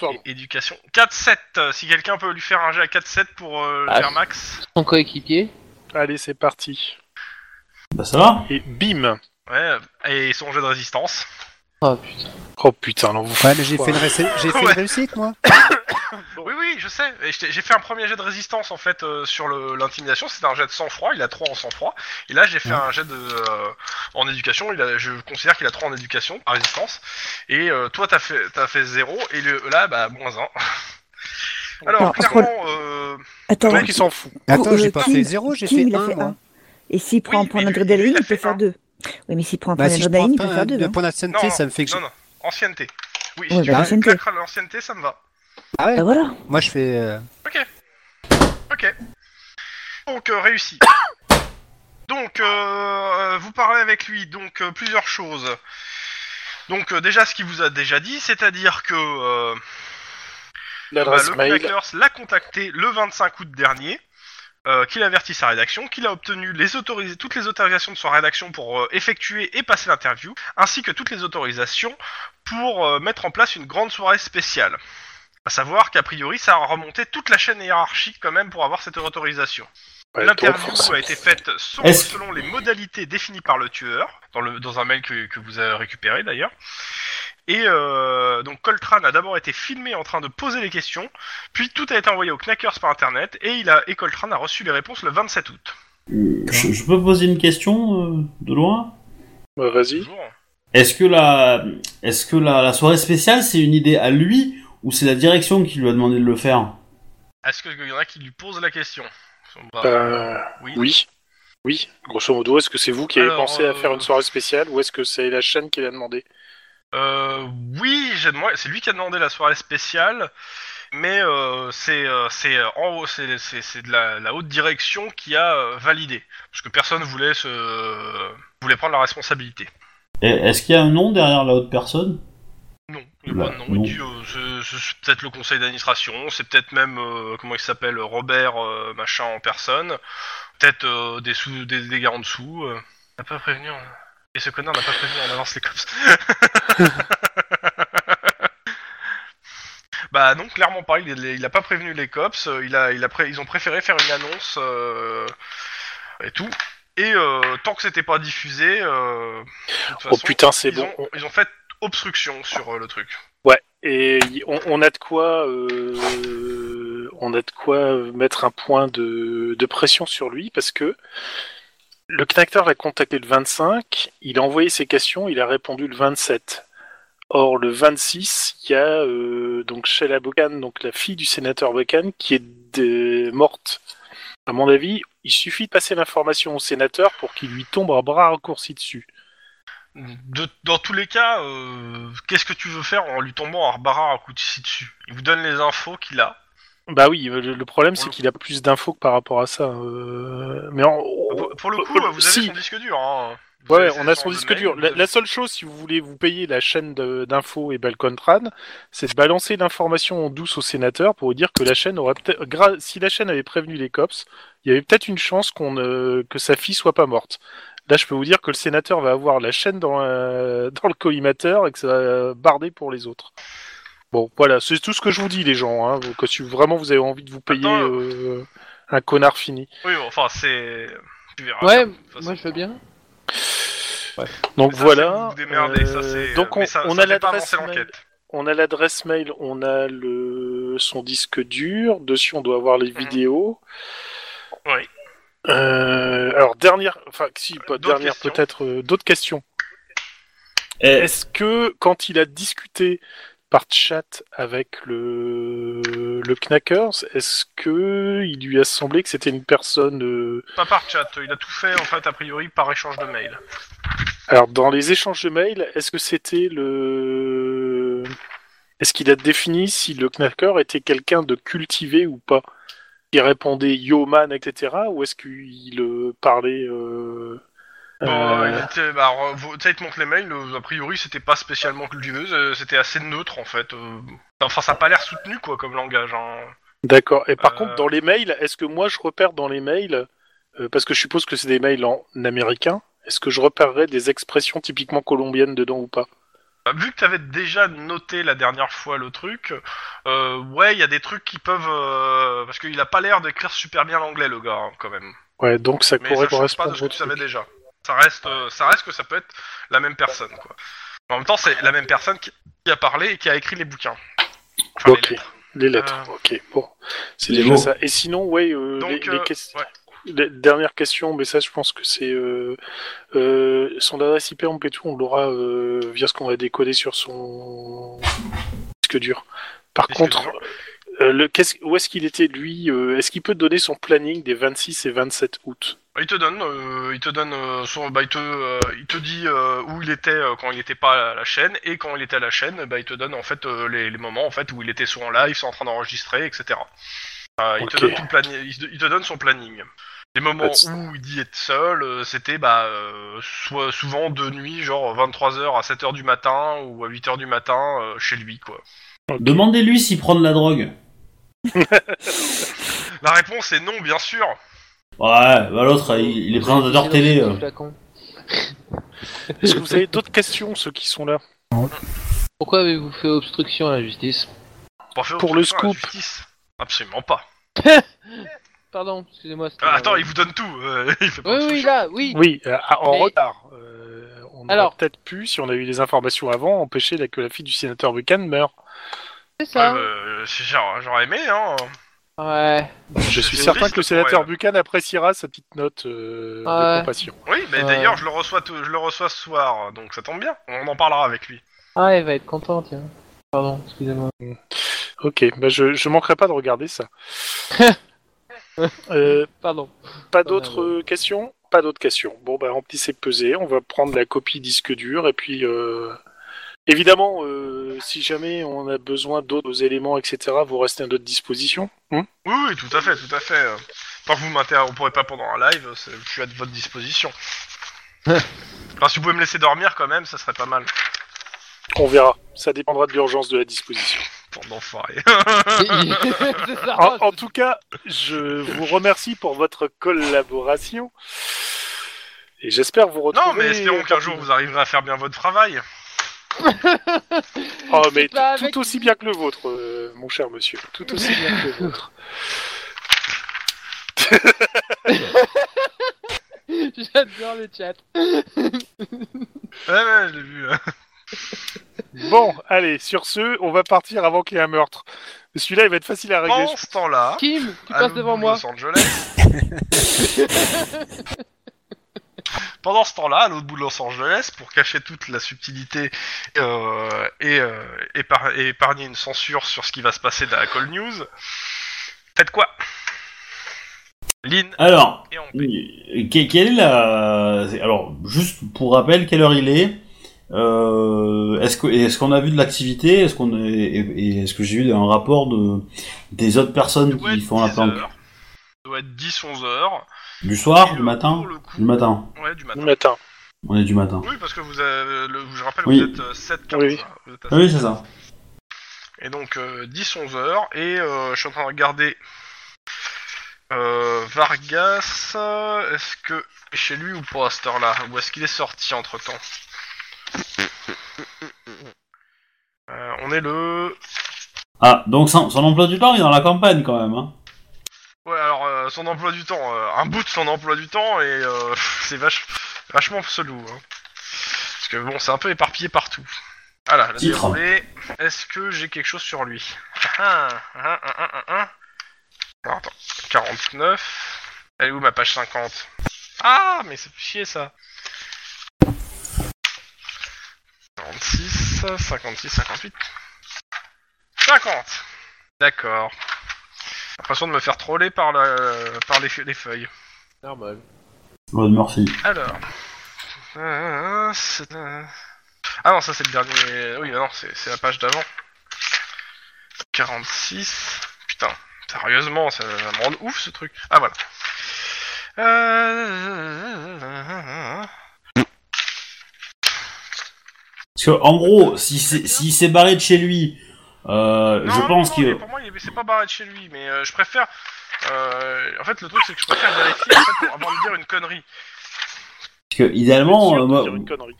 C: Pardon.
B: et éducation. 4-7. euh, Si quelqu'un peut lui faire un jet à 4-7 pour euh, le
D: Ah.
B: faire max.
D: Son coéquipier.
C: Allez, c'est parti.
A: bah ça va.
C: Et bim
B: Ouais, euh, et son jet de résistance.
D: Oh putain.
C: Oh putain, non, vous
F: Ouais, mais j'ai fait, une, réussite- j'ai fait une
B: Ouais.
F: réussite, moi.
B: Oui, oui, je sais. Et je t'ai- J'ai fait un premier jet de résistance en fait euh, sur le- l'intimidation. C'était un jet de sang-froid. Il a 3 en sang-froid. Et là, j'ai fait un jet de euh, en éducation. Il a, je considère qu'il a 3 en éducation, en résistance. Et euh, toi, t'as fait, t'as fait 0. Et le, là, bah, moins 1. Alors,
E: Alors,
B: clairement, euh,
E: Attends,
C: Le mec, il s'en
B: Bah,
C: fout.
E: Oh,
F: Attends, j'ai
E: euh,
F: pas
E: Kim-
F: fait 0, j'ai
E: Kim,
F: fait
E: il a
F: 1,
E: fait
F: moi.
E: un. et s'il prend un
B: Oui,
E: point
B: mais lui,
E: d'adrénaline,
B: il a
E: il peut
B: fait
E: faire
B: un.
E: deux. Oui, mais s'il prend un point
F: Bah, si je prends
E: d'adrénaline, il peut
F: un
E: faire deux.
F: de
E: hein.
F: point d'ancienneté,
B: Non,
F: ça me fait que je...
B: non, non, ancienneté. Oui,
E: Ouais,
B: si
E: bah,
B: tu
E: ancienneté.
B: claques à l'ancienneté, ça me va.
F: Ah ouais
E: Bah voilà.
F: Moi, je fais... euh,
B: Ok. Donc, euh, réussi. Donc, euh, vous parlez avec lui, donc euh, plusieurs choses. Donc, euh, déjà, ce qu'il vous a déjà dit, c'est-à-dire que euh, bah,
C: L'adresse
B: le
C: mail.
B: Crackers l'a contacté le 25 août dernier, euh, qu'il avertit sa rédaction, qu'il a obtenu les autoris- toutes les autorisations de sa rédaction pour euh, effectuer et passer l'interview, ainsi que toutes les autorisations pour euh, mettre en place une grande soirée spéciale. À savoir qu'a priori, ça a remonté toute la chaîne hiérarchique quand même pour avoir cette autorisation.
C: Ouais, toi,
B: L'interview
C: forcément.
B: a été faite selon,
A: Est-ce-
B: selon les modalités définies par le tueur, dans, le, dans un mail que, que vous avez récupéré d'ailleurs. Et euh, donc Coltrane a d'abord été filmé en train de poser les questions, puis tout a été envoyé aux Knackers par internet, et, il a, et Coltrane a reçu les réponses le 27 août.
A: Je, je peux poser une question, euh, de loin
C: Bah, Vas-y.
B: Bonjour.
A: Est-ce que la, est-ce que la, la soirée spéciale, c'est une idée à lui, ou c'est la direction qui lui a demandé de le faire
B: Est-ce qu'il y en a qui lui posent la question Bah,
C: Bah,
B: oui.
C: oui. Oui, grosso modo, est-ce que c'est vous qui avez
B: Alors,
C: pensé à
B: euh,
C: faire une soirée spéciale ou est-ce que c'est la chaîne qui l'a demandé
B: Euh, oui, j'ai demandé- c'est lui qui a demandé la soirée spéciale, mais euh, c'est euh, c'est euh, en haut, c'est c'est- c'est de la, la haute direction qui a euh, validé, parce que personne voulait se voulait prendre la responsabilité.
A: Et Est-ce qu'il y a un nom derrière la haute personne
B: Non, il dit,
A: Bah,
B: bah, non,
A: non.
B: il dit euh, c'est- c'est c'est peut-être le conseil d'administration, c'est peut-être même euh, comment il s'appelle Robert euh, machin en personne, peut-être euh, des sous des, des gars en dessous. Euh, n'a pas prévenu. hein. Et ce connard n'a pas prévenu en avance les cops. Bah non, clairement pas. Il, il- il a pas prévenu les cops. euh, Il a, il a pré- ils ont préféré faire une annonce euh, et tout. Et euh, tant que c'était pas diffusé, euh, de toute
C: Oh
B: façon,
C: putain, c'est
B: ils,
C: bon.
B: ont, ils ont fait obstruction sur euh, le truc.
C: Et y- on, on a de quoi, euh, on a de quoi euh, mettre un point de, de pression sur lui parce que le connecteur l'a contacté le 25, il a envoyé ses questions, il a répondu le 27. Or le 26, il y a euh, donc Sheila Bocan, donc la fille du sénateur Bocan, qui est dé- morte. À mon avis, il suffit de passer l'information au sénateur pour qu'il lui tombe un bras raccourci dessus.
B: De- dans tous les cas, euh, qu'est-ce que tu veux faire en lui tombant un barra à coup de scie dessus Il vous donne les infos qu'il a.
C: Bah oui, euh, le le problème c'est qu'il a plus d'infos que par rapport à ça. euh, Mais en-
B: Pour, pour le coup, euh,
C: Pour-
B: vous avez
C: si.
B: son disque dur. Hein. Vous
C: Ouais,
B: avez
C: on a
B: ça
C: son
B: dans le
C: disque
B: mail,
C: dur.
B: vous
C: La,
B: avez-
C: la seule chose, si vous voulez vous payer la chaîne de- d'infos et Balcontran, c'est de balancer l'information en douce au sénateur pour lui dire que la chaîne aurait peut-être, gra- si la chaîne avait prévenu les cops, il y avait peut-être une chance qu'on euh, que sa fille soit pas morte. Là, je peux vous dire que le sénateur va avoir la chaîne dans, la- dans le collimateur et que ça va barder pour les autres. Bon, voilà, c'est tout ce que je vous dis, les gens. Hein, que si vraiment vous avez envie de vous payer
B: Attends.
C: euh, un connard fini.
B: Oui, bon, enfin, c'est. Tu verras.
D: Ouais,
B: de toute façon.
D: moi je veux bien.
C: Donc
B: Ça, c'est
C: voilà.
B: vous vous démerdez, ça,
C: euh,
B: c'est-
C: donc on,
B: mais ça-
C: on
B: ça fait
C: a
B: pas
C: l'adresse
B: avancer
C: mail.
B: l'enquête.
C: On a l'adresse mail, on a le son disque dur, dessus on doit avoir les vidéos.
B: Mhm. Oui. Euh,
C: Euh, alors dernière, enfin si pas
B: D'autres
C: dernière
B: questions
C: peut-être euh, d'autres questions.
A: Eh,
C: Est-ce que quand il a discuté par chat avec le le Knackers, est-ce que il lui a semblé que c'était une personne euh,
B: Pas par chat, il a tout fait, en fait, a priori, par échange de mail.
C: Alors, dans les échanges de mails, est-ce que c'était le. Est-ce qu'il a défini si le knacker était quelqu'un de cultivé ou pas Il répondait yo man, etc. Ou est-ce qu'il euh, parlait. euh,
B: Bon,
C: euh,
B: il était- bah, re- vous- tu sais, il te montre les mails, euh, a priori, c'était pas spécialement cultivé, euh, c'était assez neutre, en fait. euh. Enfin, ça a pas l'air soutenu, quoi, comme langage. hein.
C: D'accord. Et par
B: Euh,
C: contre, dans les mails, est-ce que moi je repère dans les mails, euh, parce que je suppose que c'est des mails en américain, est-ce que je repérerais des expressions typiquement colombiennes dedans ou pas
B: Bah, vu que t'avais déjà noté la dernière fois le truc, euh, ouais, il y a des trucs qui peuvent... euh, parce qu'il a pas l'air d'écrire super bien l'anglais, le gars, hein, quand même.
C: Ouais, donc ça
B: Mais ça
C: pourrait
B: change pas
C: correspondre
B: de ce que
C: au
B: tu
C: truc.
B: savais déjà. Ça reste, euh, ça reste que ça peut être la même personne, quoi. En même temps, c'est la même personne qui, qui a parlé et qui a écrit les bouquins. Enfin, les
C: Ok.
B: lettres.
C: Les lettres,
B: Euh,
C: ok, bon. C'est
A: les
C: déjà
A: mots.
C: ça. Et sinon, ouais, euh,
B: Donc,
C: les, les
B: euh,
C: ques-
B: ouais.
C: les- dernière question, mais ça, je pense que c'est euh, euh, son adresse IP en tout, on l'aura euh, via ce qu'on a décodé sur son disque dur. Par
B: Disque
C: contre,
B: dur.
C: euh, le, qu'est-ce- où est-ce qu'il était, lui euh, Est-ce qu'il peut donner son planning des 26 et 27 août
B: Il te donne, euh, il te donne euh, son, bah, il te, euh, il te dit euh, où il était euh, quand il n'était pas à la chaîne et quand il était à la chaîne, bah, il te donne en fait euh, les, les moments en fait où il était soit en live, soit en train d'enregistrer, etc. Euh, il, te
C: Ok.
B: donne tout le planning, il, te, il te donne son planning. Les moments
C: That's-
B: où il dit être seul, euh, c'était bah, euh, soit souvent de nuit, genre 23h à 7h du matin ou à 8h du matin euh, chez lui quoi.
A: Demandez-lui s'il prend de la drogue.
B: La réponse est non bien sûr.
A: Ouais, bah l'autre, il, il est présentateur télé. euh.
D: Flacon.
C: Est-ce que vous avez d'autres questions, ceux qui sont là
D: Pourquoi avez-vous fait obstruction à la justice
B: Pour, faire
C: Pour le
B: obstruction à la
C: scoop.
B: justice. Absolument pas.
D: Pardon, excusez-moi. c'était-
B: Ah, attends, il vous donne tout. euh, il fait pas
D: Oui, oui,
B: obstruction.
D: là, oui.
C: Oui, euh, à- en
D: Mais-
C: retard. Euh, on aurait
D: Alors-
C: peut-être pu, si on avait eu des informations avant, empêcher la- que la fille du sénateur Buchan meure.
D: C'est ça.
B: Ouais, bah, c'est- j'aurais j'aurais aimé, hein.
D: Ouais.
C: Je suis
B: C'est
C: certain
B: triste
C: que le
B: pour
C: sénateur
B: elle.
C: Buchan appréciera sa petite note euh,
D: Ah ouais.
C: de compassion.
B: Oui, mais
D: Ouais.
B: d'ailleurs, je le reçois, tout- je le reçois ce soir, donc ça tombe bien. On en parlera avec lui.
D: Ah, elle va être contente, tiens. Pardon, excusez-moi.
C: Ok, bah je, je manquerai pas de regarder ça. Euh,
D: Pardon.
C: pas d'autres euh, questions Pas d'autres questions. Bon, bah remplissez pesé, on va prendre la copie disque dur et puis. euh, Évidemment, euh, si jamais on a besoin d'autres éléments, etc., vous restez à notre disposition. hein
B: Oui, oui, tout à fait, tout à fait. euh. Tant que vous m'interromprez pas pendant un live, euh, c'est- je suis à votre disposition. Enfin, si vous pouvez me laisser dormir quand même, ça serait pas mal.
C: on verra. Ça dépendra de l'urgence de la disposition.
B: Pour d'enfoiré.
D: C'est ça.
C: en, en tout cas, je vous remercie pour votre collaboration. Et j'espère vous retrouver.
B: non, mais espérons qu'un jour vous arriverez à faire bien votre travail.
C: Oh, mais
D: C'est pas
C: tout,
D: avec-
C: tout aussi bien que le vôtre, euh, mon cher monsieur. Tout aussi bien que le vôtre.
D: J'adore le chat.
B: Ouais, ouais, je l'ai vu. hein.
C: Bon, allez, sur ce, on va partir avant qu'il y ait un meurtre. Celui-là, il va être facile à régler.
B: Pendant ce temps-là,
D: Kim, tu
A: Ah,
B: à
D: passes devant moi.
B: Los Angeles. Pendant ce temps-là, à l'autre bout de Los Angeles, pour cacher toute la subtilité euh, et, euh, épar- et épargner une censure sur ce qui va se passer dans la Call News, faites quoi Lynn
A: Alors, euh,
B: et on
A: que- quelle est la... c'est- Alors, juste pour rappel, quelle heure il est euh, Est-ce que- est-ce qu'on a vu de l'activité Est-ce qu'on est, et- et est-ce que j'ai vu un rapport de des autres personnes qui font la planque
B: euh, doit être 10-11 heures.
A: Du soir,
B: Et
A: du
B: le-
A: matin
B: pour le coup-
A: Du matin.
B: Ouais, du matin.
C: Du matin.
A: On est du matin.
B: Oui, parce que vous avez, le- je rappelle,
A: Oui.
B: vous êtes euh, 7 15,
C: Oui.
B: hein, vous êtes à
A: Ah oui,
B: 7.
A: c'est ça.
B: Et donc, 10-11 heures, et euh, je suis en train de regarder euh, Vargas, euh, est-ce que est chez lui ou pas à cette heure-là Ou est-ce qu'il est sorti entre-temps Euh, On est le...
A: Ah, donc son, son emploi du temps, il est dans la campagne quand même. Hein.
B: Ouais, alors, euh, son emploi du temps, euh, un bout de son emploi du temps, et euh, pff, c'est vache... vachement selou. Hein. Parce que bon, c'est un peu éparpillé partout. Voilà, la
A: Titre.
B: déroulée. Est-ce que j'ai quelque chose sur lui Ah, ah, ah, ah, ah, ah. Alors, attends, 49. Elle est où ma page 50 Ah, mais c'est chier ça 46, 56, 58. 50 D'accord. L'impression de me faire troller par, la, par les, les feuilles.
D: Normal.
A: Lord Murphy.
B: Alors. Euh, c'est- euh. Ah non, ça c'est le dernier. Oui, ah non, c'est c'est la page d'avant. 46. Putain, sérieusement, ça, ça me rend ouf ce truc. Ah voilà. Euh,
A: Parce que, en gros, si c'est- s'il s'est barré de chez lui, euh,
B: Non,
A: je
B: non,
A: pense
B: non,
A: qu'il.
B: mais Pour moi, il est- c'est pas barré de chez lui, mais euh, je préfère. euh, en fait, le truc c'est que je préfère vérifier en fait, pour- avant de dire une connerie.
A: parce que, idéalement,
C: Sûr
A: euh,
C: de
A: moi,
C: dire une connerie.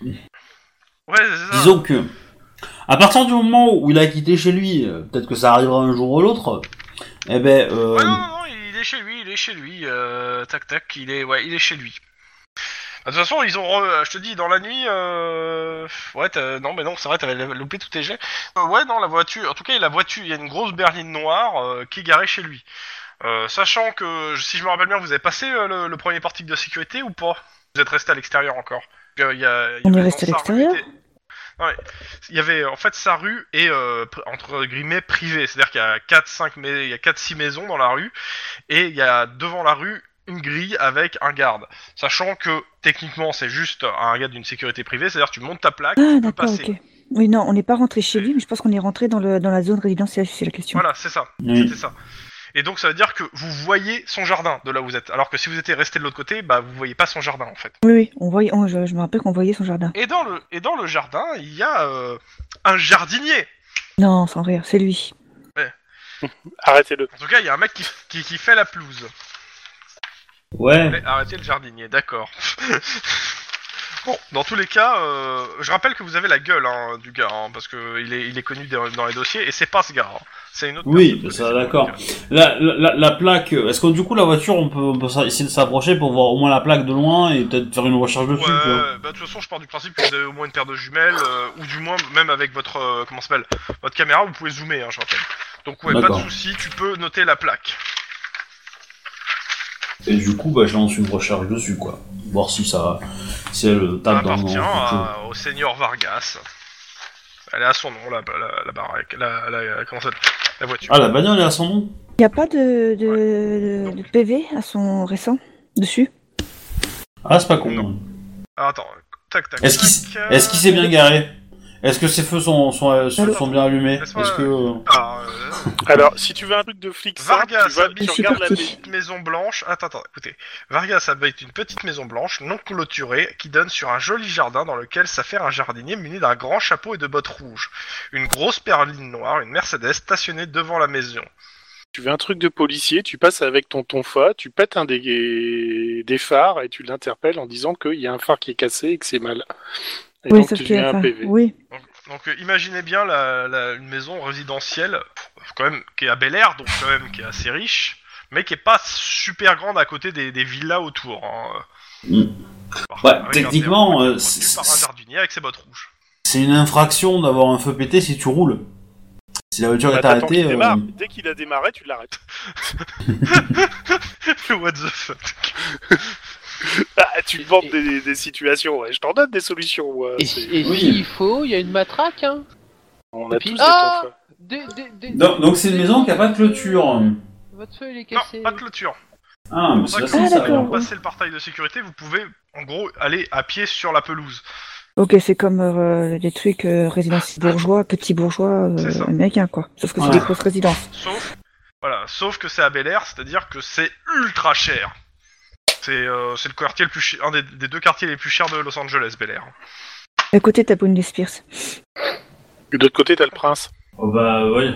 B: Ouais, c'est ça.
A: disons que. À partir du moment où il a quitté chez lui, euh, peut-être que ça arrivera un jour ou l'autre, eh ben. Euh,
B: Ouais, non, Ah, non, non, il est chez lui, il est chez lui. euh, tac, tac, il est, ouais, il est chez lui. Bah, De toute façon, ils ont, re- je te dis, dans la nuit, euh... ouais, t'as- non, mais non, c'est vrai, t'avais loupé tous tes jets. Euh, ouais, non, la voiture, en tout cas, la voiture, il y a une grosse berline noire euh, qui est garée chez lui. Euh, sachant que, si je me rappelle bien, vous avez passé euh, le, le premier portique de sécurité ou pas Vous êtes resté à l'extérieur encore Euh, il y a- il y
E: On est
B: avait
E: resté à
B: dans sa rue,
E: l'extérieur
B: était- Non, mais il y avait en fait sa rue et euh, pr- entre guillemets privée, c'est-à-dire qu'il y a 4 5 mais il y a 4 6 maisons dans la rue et il y a devant la rue une grille avec un garde. Sachant que techniquement c'est juste un garde d'une sécurité privée, c'est-à-dire tu montes ta plaque,
E: Ah,
B: tu peux
E: d'accord,
B: passer.
E: ok. Oui, non, on n'est pas rentré chez lui, mais je pense qu'on est rentré dans, le, dans la zone résidentielle, c'est la question.
B: Voilà, c'est ça.
A: oui.
B: C'était ça. Et donc ça veut dire que vous voyez son jardin de là où vous êtes, alors que si vous étiez resté de l'autre côté, bah vous voyez pas son jardin en fait.
E: Oui, oui, on voyait, on- je, je me rappelle qu'on voyait son jardin.
B: Et dans le, et dans le jardin, il y a euh, un jardinier.
E: Non, sans rire, c'est lui.
C: Arrêtez-le.
B: En tout cas, il y a un mec qui, qui, qui fait la pelouse.
A: Ouais.
B: Vous voulez arrêter le jardinier, d'accord. bon, dans tous les cas, euh, je rappelle que vous avez la gueule hein, du gars, hein, parce que il est, il est connu dans, dans les dossiers, et c'est pas ce gars. hein. C'est une autre
A: Oui,
B: personne.
A: ça, d'accord. La, la, la- la plaque, euh, est-ce que du coup la voiture on peut, on peut s'a- essayer de s'approcher pour voir au moins la plaque de loin et peut-être faire une recherche dessus quoi.
B: Ouais, bah, de toute façon, je pars du principe que vous avez au moins une paire de jumelles, euh, ou du moins, même avec votre, euh, comment ça s'appelle, votre caméra, vous pouvez zoomer, hein, je rappelle. Donc, ouais, pas de
A: D'accord.
B: souci, tu peux noter la plaque.
A: Et du coup bah je lance une recherche dessus quoi. Voir si ça si elle
B: Ça
A: tape dans
B: appartient
A: dans-
B: à- au seigneur Vargas. Elle est à son nom, la, la, la baraque, la, la- comment ça s'appelle, la voiture.
A: Ah la bagnole est à son nom
E: Il n'y a pas de, de- de PV à son récent dessus
A: Ah c'est pas con.
B: Non. Ah, attends, tac, tac,
A: Est-ce qu'il s-
B: tac. euh,
A: Est-ce qu'il s'est bien garé Est-ce que ses feux sont, sont, euh, sont,
E: Alors-
A: sont bien allumés
B: Laisse-moi-
A: Est-ce que... euh,
B: Ah, euh,
C: Alors, si tu veux un truc de flic, ça, tu
B: Vargas
C: vas,
B: habite
E: Je
B: une
E: suis
C: regardes la
E: partie.
C: baie.
B: petite maison blanche. Attends, attends, écoutez. Vargas habite une petite maison blanche, non clôturée, qui donne sur un joli jardin dans lequel s'affaire un jardinier muni d'un grand chapeau et de bottes rouges. Une grosse perline noire, une Mercedes stationnée devant la maison.
C: Tu veux un truc de policier, tu passes avec ton tonfa, tu pètes un des, des phares et tu l'interpelles en disant qu'il y a un phare qui est cassé et que c'est mal. Et
E: Oui,
C: donc
E: sauf
C: tu
E: qu'il
C: lui mets un
E: enfin,
C: PV.
E: Oui,
B: Donc, donc, euh, imaginez bien la, la- une maison résidentielle, pff, quand même, qui est à Bel Air, donc quand même qui est assez riche, mais qui est pas super grande à côté des, des villas autour. hein.
A: Mm.
B: Par-
A: Ouais,
B: avec un
A: techniquement,
B: terrain
A: euh,
B: entretenu
A: c'est-
B: par un jardinier avec ses bottes rouges.
A: C'est une infraction d'avoir un feu pété si tu roules. Si la voiture
C: Bah,
A: est
C: t'attends qu'il
A: arrêtée... euh,
C: démarre. Dès qu'il a démarré, tu l'arrêtes.
B: What the fuck
C: Ah, tu
D: Et-
C: demandes
D: et-
C: des, des situations, ouais. je t'en donne des solutions. ouais,
D: Et,
C: c'est-
D: si- et
A: Oui.
D: s'il faut, il y a une matraque, hein.
C: On
D: et
C: a
D: puis-
C: tous
D: Ah
C: des tonfas.
D: Dé- dé- dé-
A: Donc donc c'est une maison qui a pas de clôture.
D: Votre feu, il est
B: Non,
D: cassé.
B: pas de clôture.
A: Ah, mais
B: C'est
A: c'est
B: pour ça
A: facile,
B: que si
E: Ah,
A: ça.
E: d'accord.
B: vous passez le portail de sécurité, vous pouvez en gros aller à pied sur la pelouse.
E: ok, c'est comme euh, des trucs euh, résidences bourgeois, petits bourgeois euh,
B: Ah. C'est ça.
E: américains, quoi. Sauf que c'est
A: Voilà.
E: des grosses résidences.
B: Sauf, voilà, sauf que c'est à Bel Air, c'est-à-dire que c'est ultra cher. C'est euh, c'est le quartier le plus chi- un des, des deux quartiers les plus chers de Los Angeles, Bel Air.
E: À côté, t'as Britney Spears.
C: De l'autre côté, t'as le prince.
A: Oh bah ouais.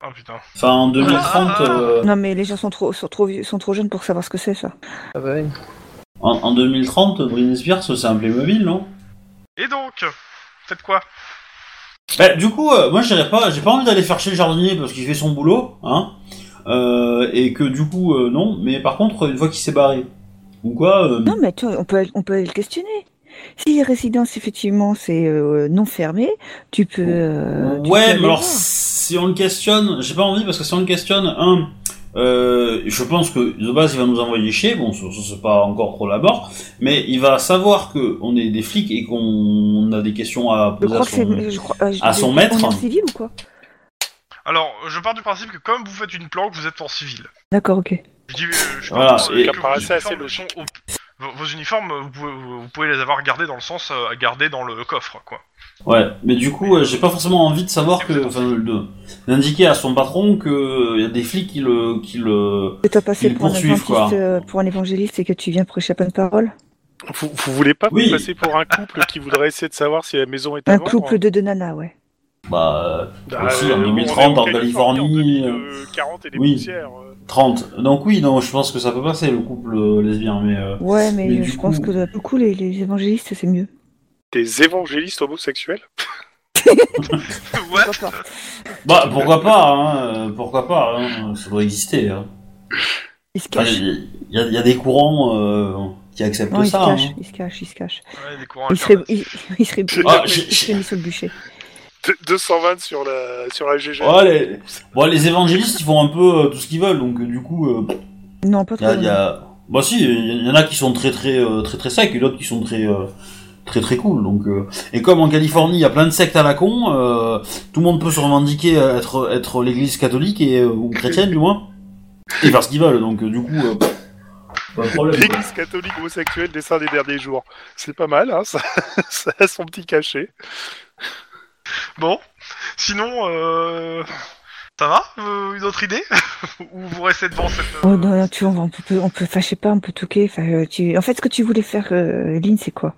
B: Ah putain.
A: Enfin en 2030, euh,
E: Non, mais les gens sont trop, sont trop, vieux- sont trop jeunes pour savoir ce que c'est, ça.
D: Ah bah oui.
A: en, en 2030, Britney Spears c'est un Playmobil, non
B: Et donc, faites quoi
A: Bah, du coup, euh, moi, j'irai pas, j'ai pas envie d'aller faire chez le jardinier parce qu'il fait son boulot, hein, euh, et que du coup, euh, non. Mais par contre, une fois qu'il s'est barré, ou quoi, euh,
E: Non, mais attends, on peut, on peut aller le questionner. Si les résidences, effectivement, c'est euh, non fermé, tu peux. euh, tu peux
A: ouais,
E: aller
A: mais alors
E: voir.
A: si on le questionne, j'ai pas envie parce que si on le questionne, un, euh, je pense que de base il va nous envoyer chier, bon, ça, ça, c'est pas encore trop la mort, mais il va savoir que on est des flics et qu'on a des questions à
E: Je
A: poser à
E: crois que
A: son-
E: c'est. je crois- euh, je-
A: à son
E: on est
A: maître.
E: en civil ou quoi
B: Alors, je pars du principe que comme vous faites une planque, vous êtes en civil.
E: D'accord, ok.
B: Je dis, euh, je
A: Voilà,
B: pense
A: et-
B: que
C: Ça
B: vos
C: paraissait assez
B: uniformes sont au- vos- vos uniformes, vous pouvez, vous pouvez les avoir gardés dans le sens euh, à garder dans le coffre, quoi.
A: Ouais, mais du coup, euh, j'ai pas forcément envie de savoir que, enfin, de- d'indiquer à son patron que euh, y a des flics qui le, qui le,
E: Que t'as passé
A: Ils
E: pour un,
A: poursuivent, quoi.
E: adventiste, euh, pour un évangéliste et que tu viens prêcher à pleine parole
C: Vous, vous voulez pas
A: Oui.
C: vous passer pour un couple qui voudrait essayer de savoir si la maison est à
E: Un
C: vendre
E: couple de deux nanas, ouais.
A: bah,
C: Ah,
A: aussi, en
C: bon, on est
A: 2030, en
C: en
A: Californie,
C: 2040 et des
A: oui.
C: poussières. euh.
A: 30. Donc oui, non, je pense que ça peut passer le couple euh, lesbien, mais euh,
E: Ouais, mais,
A: Mais
E: euh,
A: du
E: je pense
A: coup-
E: que du coup, les, les évangélistes, c'est mieux.
C: Des évangélistes homosexuels
B: What
E: Pourquoi pas
A: bah pourquoi pas, hein, euh, pourquoi pas, hein, ça doit exister. hein.
E: Ils se
A: Enfin,
E: cachent.
A: Il y, a- il y a des courants euh, qui acceptent
E: Non, ils se
A: ça.
E: cachent,
A: hein.
E: ils se cachent, ils se cachent.
B: Ouais, des courants
E: Ils seraient,
B: alternatifs.
E: ils, ils seraient,
A: Ah,
E: ils
A: j'ai-
E: seraient mis sur le bûcher.
C: De- 220 sur la, sur la GG.
A: Ouais, les... Bon, les évangélistes, ils font un peu euh, tout ce qu'ils veulent, donc euh, du coup, euh,
E: Non, pas
A: Il
E: trop.
A: y a,
E: non.
A: il y a- Bah si, il y en a qui sont très très euh, très très secs et d'autres qui sont très euh, très très cool. Donc euh, et comme en Californie, il y a plein de sectes à la con, euh, tout le monde peut se revendiquer à être être l'Église catholique et euh, ou chrétienne du moins et faire ce qu'ils veulent. Donc euh, du coup, euh, pff, pas de problème. quoi.
C: L'église catholique homosexuelle des saints des derniers jours. C'est pas mal, hein, ça, ça a son petit cachet.
B: Bon, sinon, euh... ça va Euh, Une autre idée Ou vous restez devant cette... euh,
E: Oh non, non, tu vois, on, va- on peut, on peut, enfin, je sais pas, on peut toquer. Enfin, euh, tu... En fait, ce que tu voulais faire, euh, Lynn, c'est quoi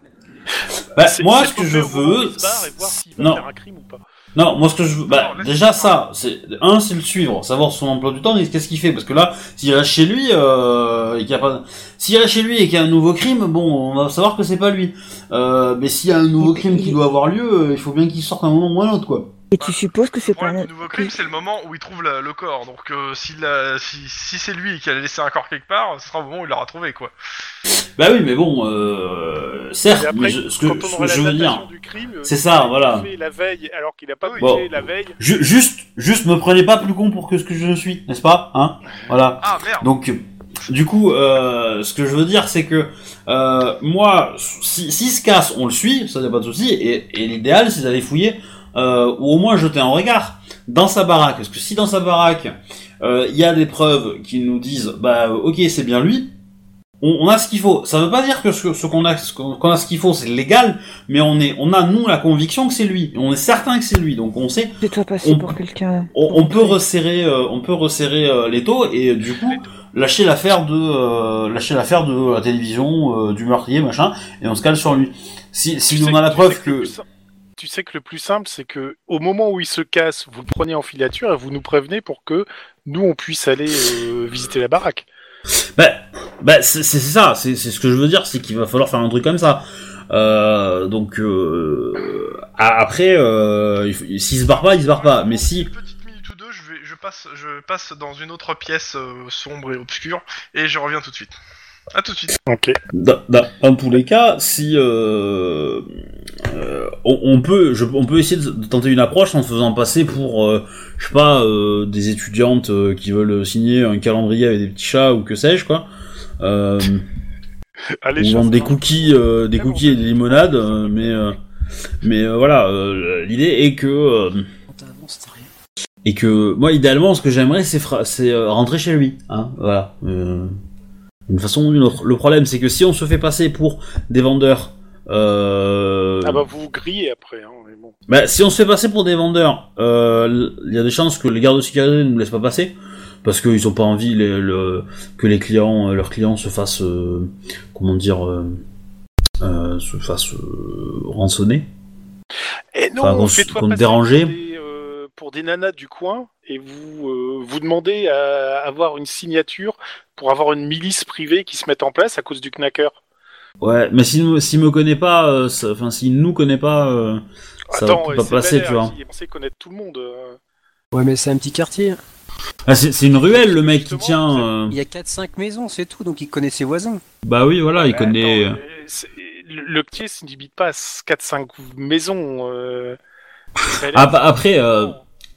A: Bah,
C: C'est-
A: moi,
C: c'est
A: ce que
C: pour
A: je
C: faire où
A: veux,
C: il se barre et voir s'il va
A: non.
C: faire un crime ou pas.
A: Non, moi ce que je veux, bah,
B: Non, laisse-
A: déjà ça, c'est un, c'est le suivre, savoir son emploi du temps, et qu'est-ce qu'il fait, parce que là, s'il reste chez lui euh, et qu'il y a pas, s'il reste chez lui et qu'il y a un nouveau crime, bon, on va savoir que c'est pas lui. Euh, mais s'il y a un nouveau
E: Il-
A: crime
E: il-
A: qui doit avoir lieu, euh, il faut bien qu'il sorte à un moment ou à un autre, quoi.
E: Et tu supposes que
B: Le
E: c'est pas.
B: problème
E: un-
B: du nouveau crime, c'est le moment où il trouve la- le corps. Donc euh, s'il a- si, si c'est lui qui a laissé un corps quelque part, ce sera au moment où il l'aura trouvé, quoi.
A: Bah oui, mais bon, euh, certes,
C: Et
A: mais
C: après,
A: je- ce que,
C: quand on
A: ce que
C: aura
A: je
C: la
A: veux
C: datation
A: dire,
C: du crime, euh,
A: c'est ça,
C: il a
A: voilà.
C: fait la veille, alors qu'il a pas
B: Oui.
C: bougé
A: Bon.
C: la veille.
A: Ju- juste, juste me prenez pas plus con pour que ce que je suis, n'est-ce pas, hein, voilà.
B: Ah merde
A: Donc, du coup, euh, ce que je veux dire, c'est que euh, moi, si, si se casse, on le suit, ça y a pas de souci. Et, et l'idéal, c'est d'aller fouiller euh, ou au moins jeter un regard dans sa baraque. Parce que si dans sa baraque, euh, il y a des preuves qui nous disent, bah, euh, ok, c'est bien lui. On, on a ce qu'il faut. Ça veut pas dire que ce, ce qu'on a, ce qu'on qu'on a ce qu'il faut, c'est légal, mais on est, on a nous la conviction que c'est lui. Et on est certain que c'est lui, donc on sait.
E: C'est toi passer
A: on-
E: pour quelqu'un.
A: On, on peut resserrer, euh, on peut resserrer euh, les taux et euh, du coup lâcher l'affaire de, euh, lâcher l'affaire de la télévision, euh, du meurtrier, machin, et on se cale sur lui. Si, si
C: Tu sais
A: on a
C: que-
A: la
C: tu sais
A: preuve
C: le
A: que,
C: plus sim- Tu sais que le plus simple, c'est que au moment où il se casse, vous le prenez en filature et vous nous prévenez pour que nous on puisse aller euh, visiter la baraque.
A: bah c'est c'est ça, c'est c'est ce que je veux dire, c'est qu'il va falloir faire un truc comme ça. Euh, donc euh, a- après, euh, il faut- s'il se barre pas, il se barre pas. Ah, bah, Mais si,
B: Une petite minute ou deux, je, vais, je, passe, je passe dans une autre pièce euh, sombre et obscure, et je reviens tout de suite. À tout de suite.
C: Ok.
A: Dans, dans- dans tous les cas, si euh, euh, on, on peut, je- on peut essayer de, de tenter une approche en se faisant passer pour, euh, je sais pas, euh, des étudiantes euh, qui veulent signer un calendrier avec des petits chats ou que sais-je quoi. Euh,
C: Allez,
A: on
C: chasse-
A: vend des cookies, euh, des
C: Ah bon.
A: cookies et des limonades, euh, mais euh, mais euh, voilà, euh, l'idée est que euh,
F: On t'annonce, t'as rien.
A: et que moi idéalement, ce que j'aimerais, c'est fra- c'est euh, rentrer chez lui, hein, voilà. Euh, d'une façon ou d'une autre. Le problème, c'est que si on se fait passer pour des vendeurs Euh,
C: Ah bah vous vous grillez après, hein, mais bon.
A: bah, si on se fait passer pour des vendeurs, euh, l- il y a des chances que les gardes de sécurité ne nous laissent pas passer parce qu'ils ont pas envie les- le- que les clients, euh, leurs clients se fassent, euh, comment dire, euh, euh, se fassent euh, rançonner.
C: Et Eh non,
A: Enfin, qu'on s-
C: fais-toi
A: qu'on te
C: passer
A: dérangeait.
C: Pour des, euh, pour des nanas du coin et vous euh, vous demandez à avoir une signature pour avoir une milice privée qui se mette en place à cause du knacker.
A: Ouais, mais s'il me, s'il me connaît pas, euh, ça- enfin s'il nous connaît pas, euh, ça
C: Attends,
A: peut
C: ouais,
A: pas
C: c'est
A: passer,
C: Valère,
A: tu vois.
C: Il est censé connaître tout le monde. euh.
F: Ouais, mais c'est un petit quartier.
A: Ah, c'est c'est une ruelle le mec qui
C: Justement,
A: tient. euh,
F: Il y a 4-5 maisons, c'est tout, donc il connaît ses voisins.
A: Bah oui, voilà, il
C: Bah,
A: connaît.
C: attends, euh, c'est- le, le quartier ne limite pas à 4-5 maisons. euh. Valère,
A: Ah, bah, après, euh,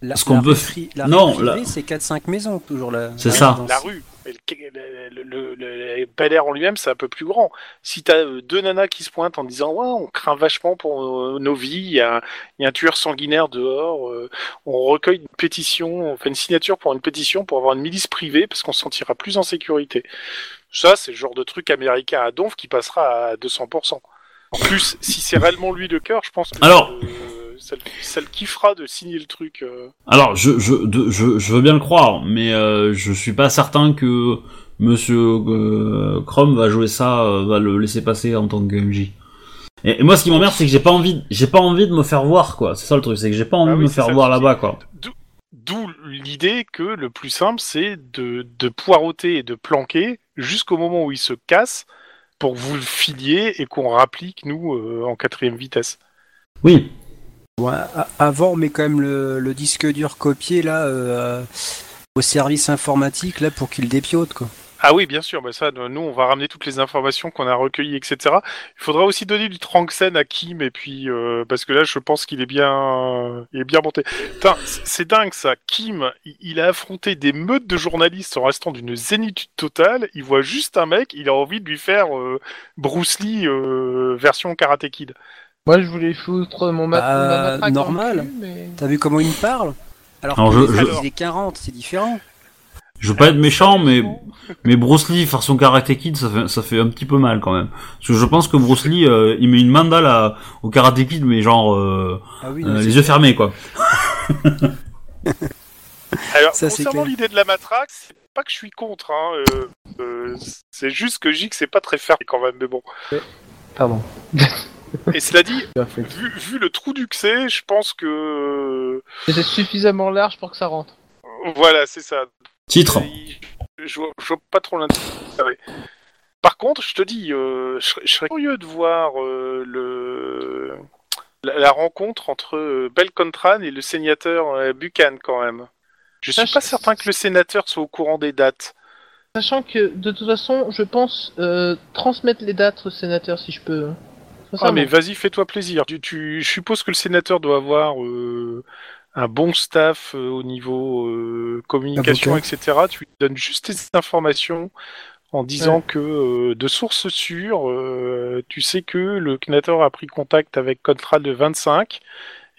F: La,
A: Ce qu'on
F: la
A: peut-
F: rue pri- la rue
A: Non,
F: privée,
A: la-
F: c'est 4-5 maisons, toujours là.
A: C'est ça.
C: Hein, la rue. Mais le, le, le- le- le Bel Air en lui-même, c'est un peu plus grand. Si t'as euh, deux nanas qui se pointent en disant ouais, on craint vachement pour euh, nos vies, il y, a un- il y a un tueur sanguinaire dehors, euh, on recueille une pétition, on fait une signature pour une pétition pour avoir une milice privée parce qu'on se sentira plus en sécurité. Ça, c'est le genre de truc américain à donf qui passera à 200%. En plus, si c'est réellement lui de cœur, je pense que
A: Alors.
C: euh, ça, le- ça le kiffera de signer le truc. euh.
A: Alors, je, je, de- je, je veux bien le croire, mais euh, je suis pas certain que Monsieur euh, Chrome va jouer ça, euh, va le laisser passer en tant que MJ. Et, et moi, ce qui m'emmerde, c'est que j'ai pas envie, de- j'ai pas envie de me faire voir, quoi. C'est ça le truc, c'est que j'ai pas envie
C: Bah
A: de
C: oui,
A: me
C: c'est
A: faire
C: ça le
A: voir
C: souci.
A: là-bas, quoi.
C: D'où- D'où l'idée que le plus simple, c'est de, de poireauter et de planquer jusqu'au moment où il se casse pour que vous le filiez et qu'on rapplique, nous, euh, en quatrième vitesse.
A: Oui.
F: Bon, a- a- avant, on met quand même le, le disque dur copié là euh, au service informatique là pour qu'il dépiote quoi.
C: Ah oui, bien sûr, bah ça, nous, on va ramener toutes les informations qu'on a recueillies, etc. Il faudra aussi donner du Tranxen à Kim, et puis, euh, parce que là, je pense qu'il est bien, il est bien monté. Putain, c'est- c'est dingue, ça. Kim, il- il a affronté des meutes de journalistes en restant d'une zénitude totale. Il voit juste un mec, il a envie de lui faire euh, Bruce Lee euh, version Karate Kid.
D: Moi, je voulais foutre mon mat
F: Bah,
D: ma matraque dans le
F: normal.
D: cul, mais-
F: T'as vu comment il me parle Alors,
A: Alors,
F: que
A: je-
F: les
A: je-
F: autres, il est 40, c'est différent.
A: Je veux pas être méchant, mais mais Bruce Lee faire son Karate Kid, ça fait, ça fait un petit peu mal quand même. Parce que je pense que Bruce Lee, euh, il met une mandale à- au Karate Kid, mais genre euh,
F: Ah oui,
A: euh,
F: mais
A: les yeux fermés, quoi.
C: Alors,
F: Ça, c'est
C: concernant
F: clair.
C: l'idée de la matraque, c'est pas que je suis contre, hein, euh, euh, c'est juste que Jig, c'est pas très ferme quand même, mais bon.
F: Euh,
D: Pardon.
C: Et cela dit,
D: Bien fait.
C: vu, vu le trou du que c'est, je pense que euh,
D: C'était suffisamment large pour que ça rentre.
C: voilà, c'est ça.
A: Titre.
C: Et Je, vois- je vois pas trop l'intérêt. Ah Par contre, je te dis, euh, je, serais- je serais curieux de voir euh, le la, la rencontre entre euh, Belcontran et le sénateur euh, Buchan quand même. Je suis
D: Ah, je-
C: pas certain que le sénateur soit au courant des dates.
D: Sachant que, de toute façon, je pense euh, transmettre les dates au sénateur si je peux. hein.
C: Ah mais
D: Sincèrement.
C: vas-y, fais-toi plaisir. Tu, tu- je suppose que le sénateur doit avoir euh, un bon staff euh, au niveau euh, communication, etc. Tu lui donnes juste tes informations en disant que euh, de source sûre, euh, tu sais que le sénateur a pris contact avec Coltrane le 25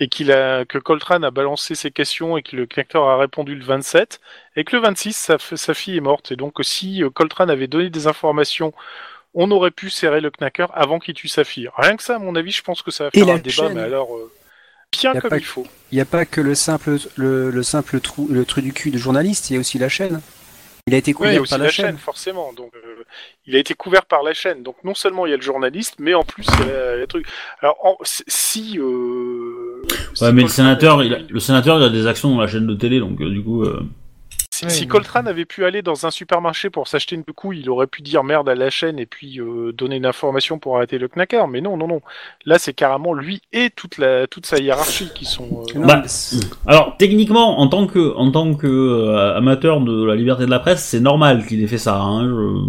C: et qu'il a que Coltrane a balancé ses questions et que le sénateur a répondu le 27 et que le 26 sa, f- sa fille est morte. Et donc si euh, Coltrane avait donné des informations on aurait pu serrer le knacker avant qu'il tue sa fille. Rien que ça, à mon avis, je pense que ça va
F: Et
C: faire
F: la
C: un débat,
F: chaîne.
C: mais alors, euh, bien
F: Y a
C: comme
F: pas
C: il
F: que-
C: faut.
F: Il n'y a pas que le simple, le, le simple trou, le trou du cul de journaliste, il y a aussi la chaîne. Il a été
C: Oui, il y
F: couvert
C: a aussi
F: par
C: la, chaîne, forcément. Donc, euh, il a été couvert par la chaîne. Donc, non seulement il y a le journaliste, mais en plus, il y a les trucs. Alors, en- si. euh, si
A: Ouais, mais le
C: Coltrane
A: sénateur,
C: avait-
A: il a, le sénateur, il a des actions dans la chaîne de télé, donc euh, du coup. euh,
C: Si,
D: Oui,
C: si
D: oui.
C: Coltrane avait pu aller dans un supermarché pour s'acheter une couille, il aurait pu dire merde à la chaîne et puis euh, donner une information pour arrêter le knacker. Mais non, non, non. Là, c'est carrément lui et toute, la, toute sa hiérarchie qui sont. euh,
F: Non,
A: Bah,
F: mais c'est-
A: Alors techniquement, en tant que en tant que euh, amateur de la liberté de la presse, c'est normal qu'il ait fait ça. Hein, je-